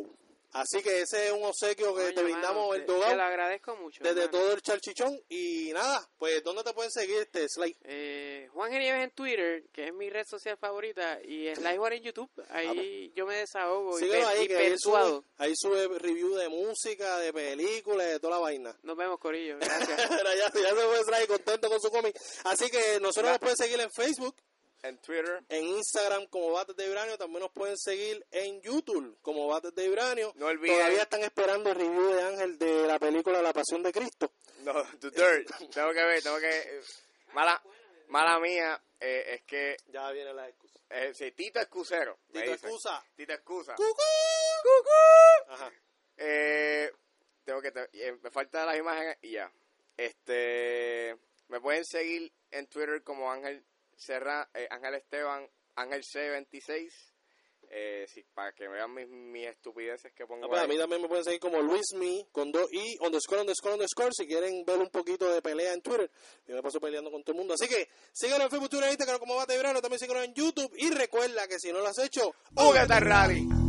S1: Así que ese es un obsequio que
S3: Coño,
S1: te brindamos
S3: mano,
S1: el
S3: te- Te lo
S1: dogado
S3: agradezco mucho.
S1: desde
S3: hermano.
S1: todo el charchichón. Y nada, pues ¿dónde te pueden seguir este Slay?
S3: Eh, Juan G. Nieves en Twitter, que es mi red social favorita, y Sly Juan en YouTube. Ahí yo me desahogo y,
S1: Ah, pues. Síguelo
S3: pe-
S1: ahí,
S3: y
S1: que ahí sube,
S3: persuado.
S1: ahí sube review de música, de películas, de toda la vaina.
S3: Nos vemos, Corillo. Gracias.
S1: ya, ya se fue Sly contento con su cómic. Así que nosotros
S3: Va.
S1: nos pueden seguir en Facebook.
S2: en Twitter.
S1: En Instagram como Bates de Vibranio. También nos pueden seguir en YouTube como Bates de Vibranio.
S2: No olviden-
S1: Todavía están esperando el review de Ángel de la película La Pasión de Cristo.
S2: No, The Dirt. tengo que ver, tengo que. eh, Mala, mala mía eh, es que.
S1: Ya viene la excusa.
S2: Eh, sí, Tito Excusero. me
S1: Tito
S2: dicen.
S1: excusa.
S2: Tito Excusa.
S1: Ajá.
S2: Eh, tengo que te- eh, me faltan las imágenes y ya. Este, me pueden seguir en Twitter como Ángel Serra, eh, Ángel Esteban, Ángel C26. Eh, sí, para que vean mis, mis estupideces que pongo.
S1: Ah, pues, a
S2: ahí.
S1: mí también me pueden seguir como LuisMe con dos i underscore underscore underscore si quieren ver un poquito de pelea en Twitter. Yo me paso peleando con todo el mundo. Así que síganos en Facebook, Twitter, Instagram como Bate Verano. También síganos en YouTube. Y recuerda que si no lo has hecho,
S2: ¡Juguete al Rally!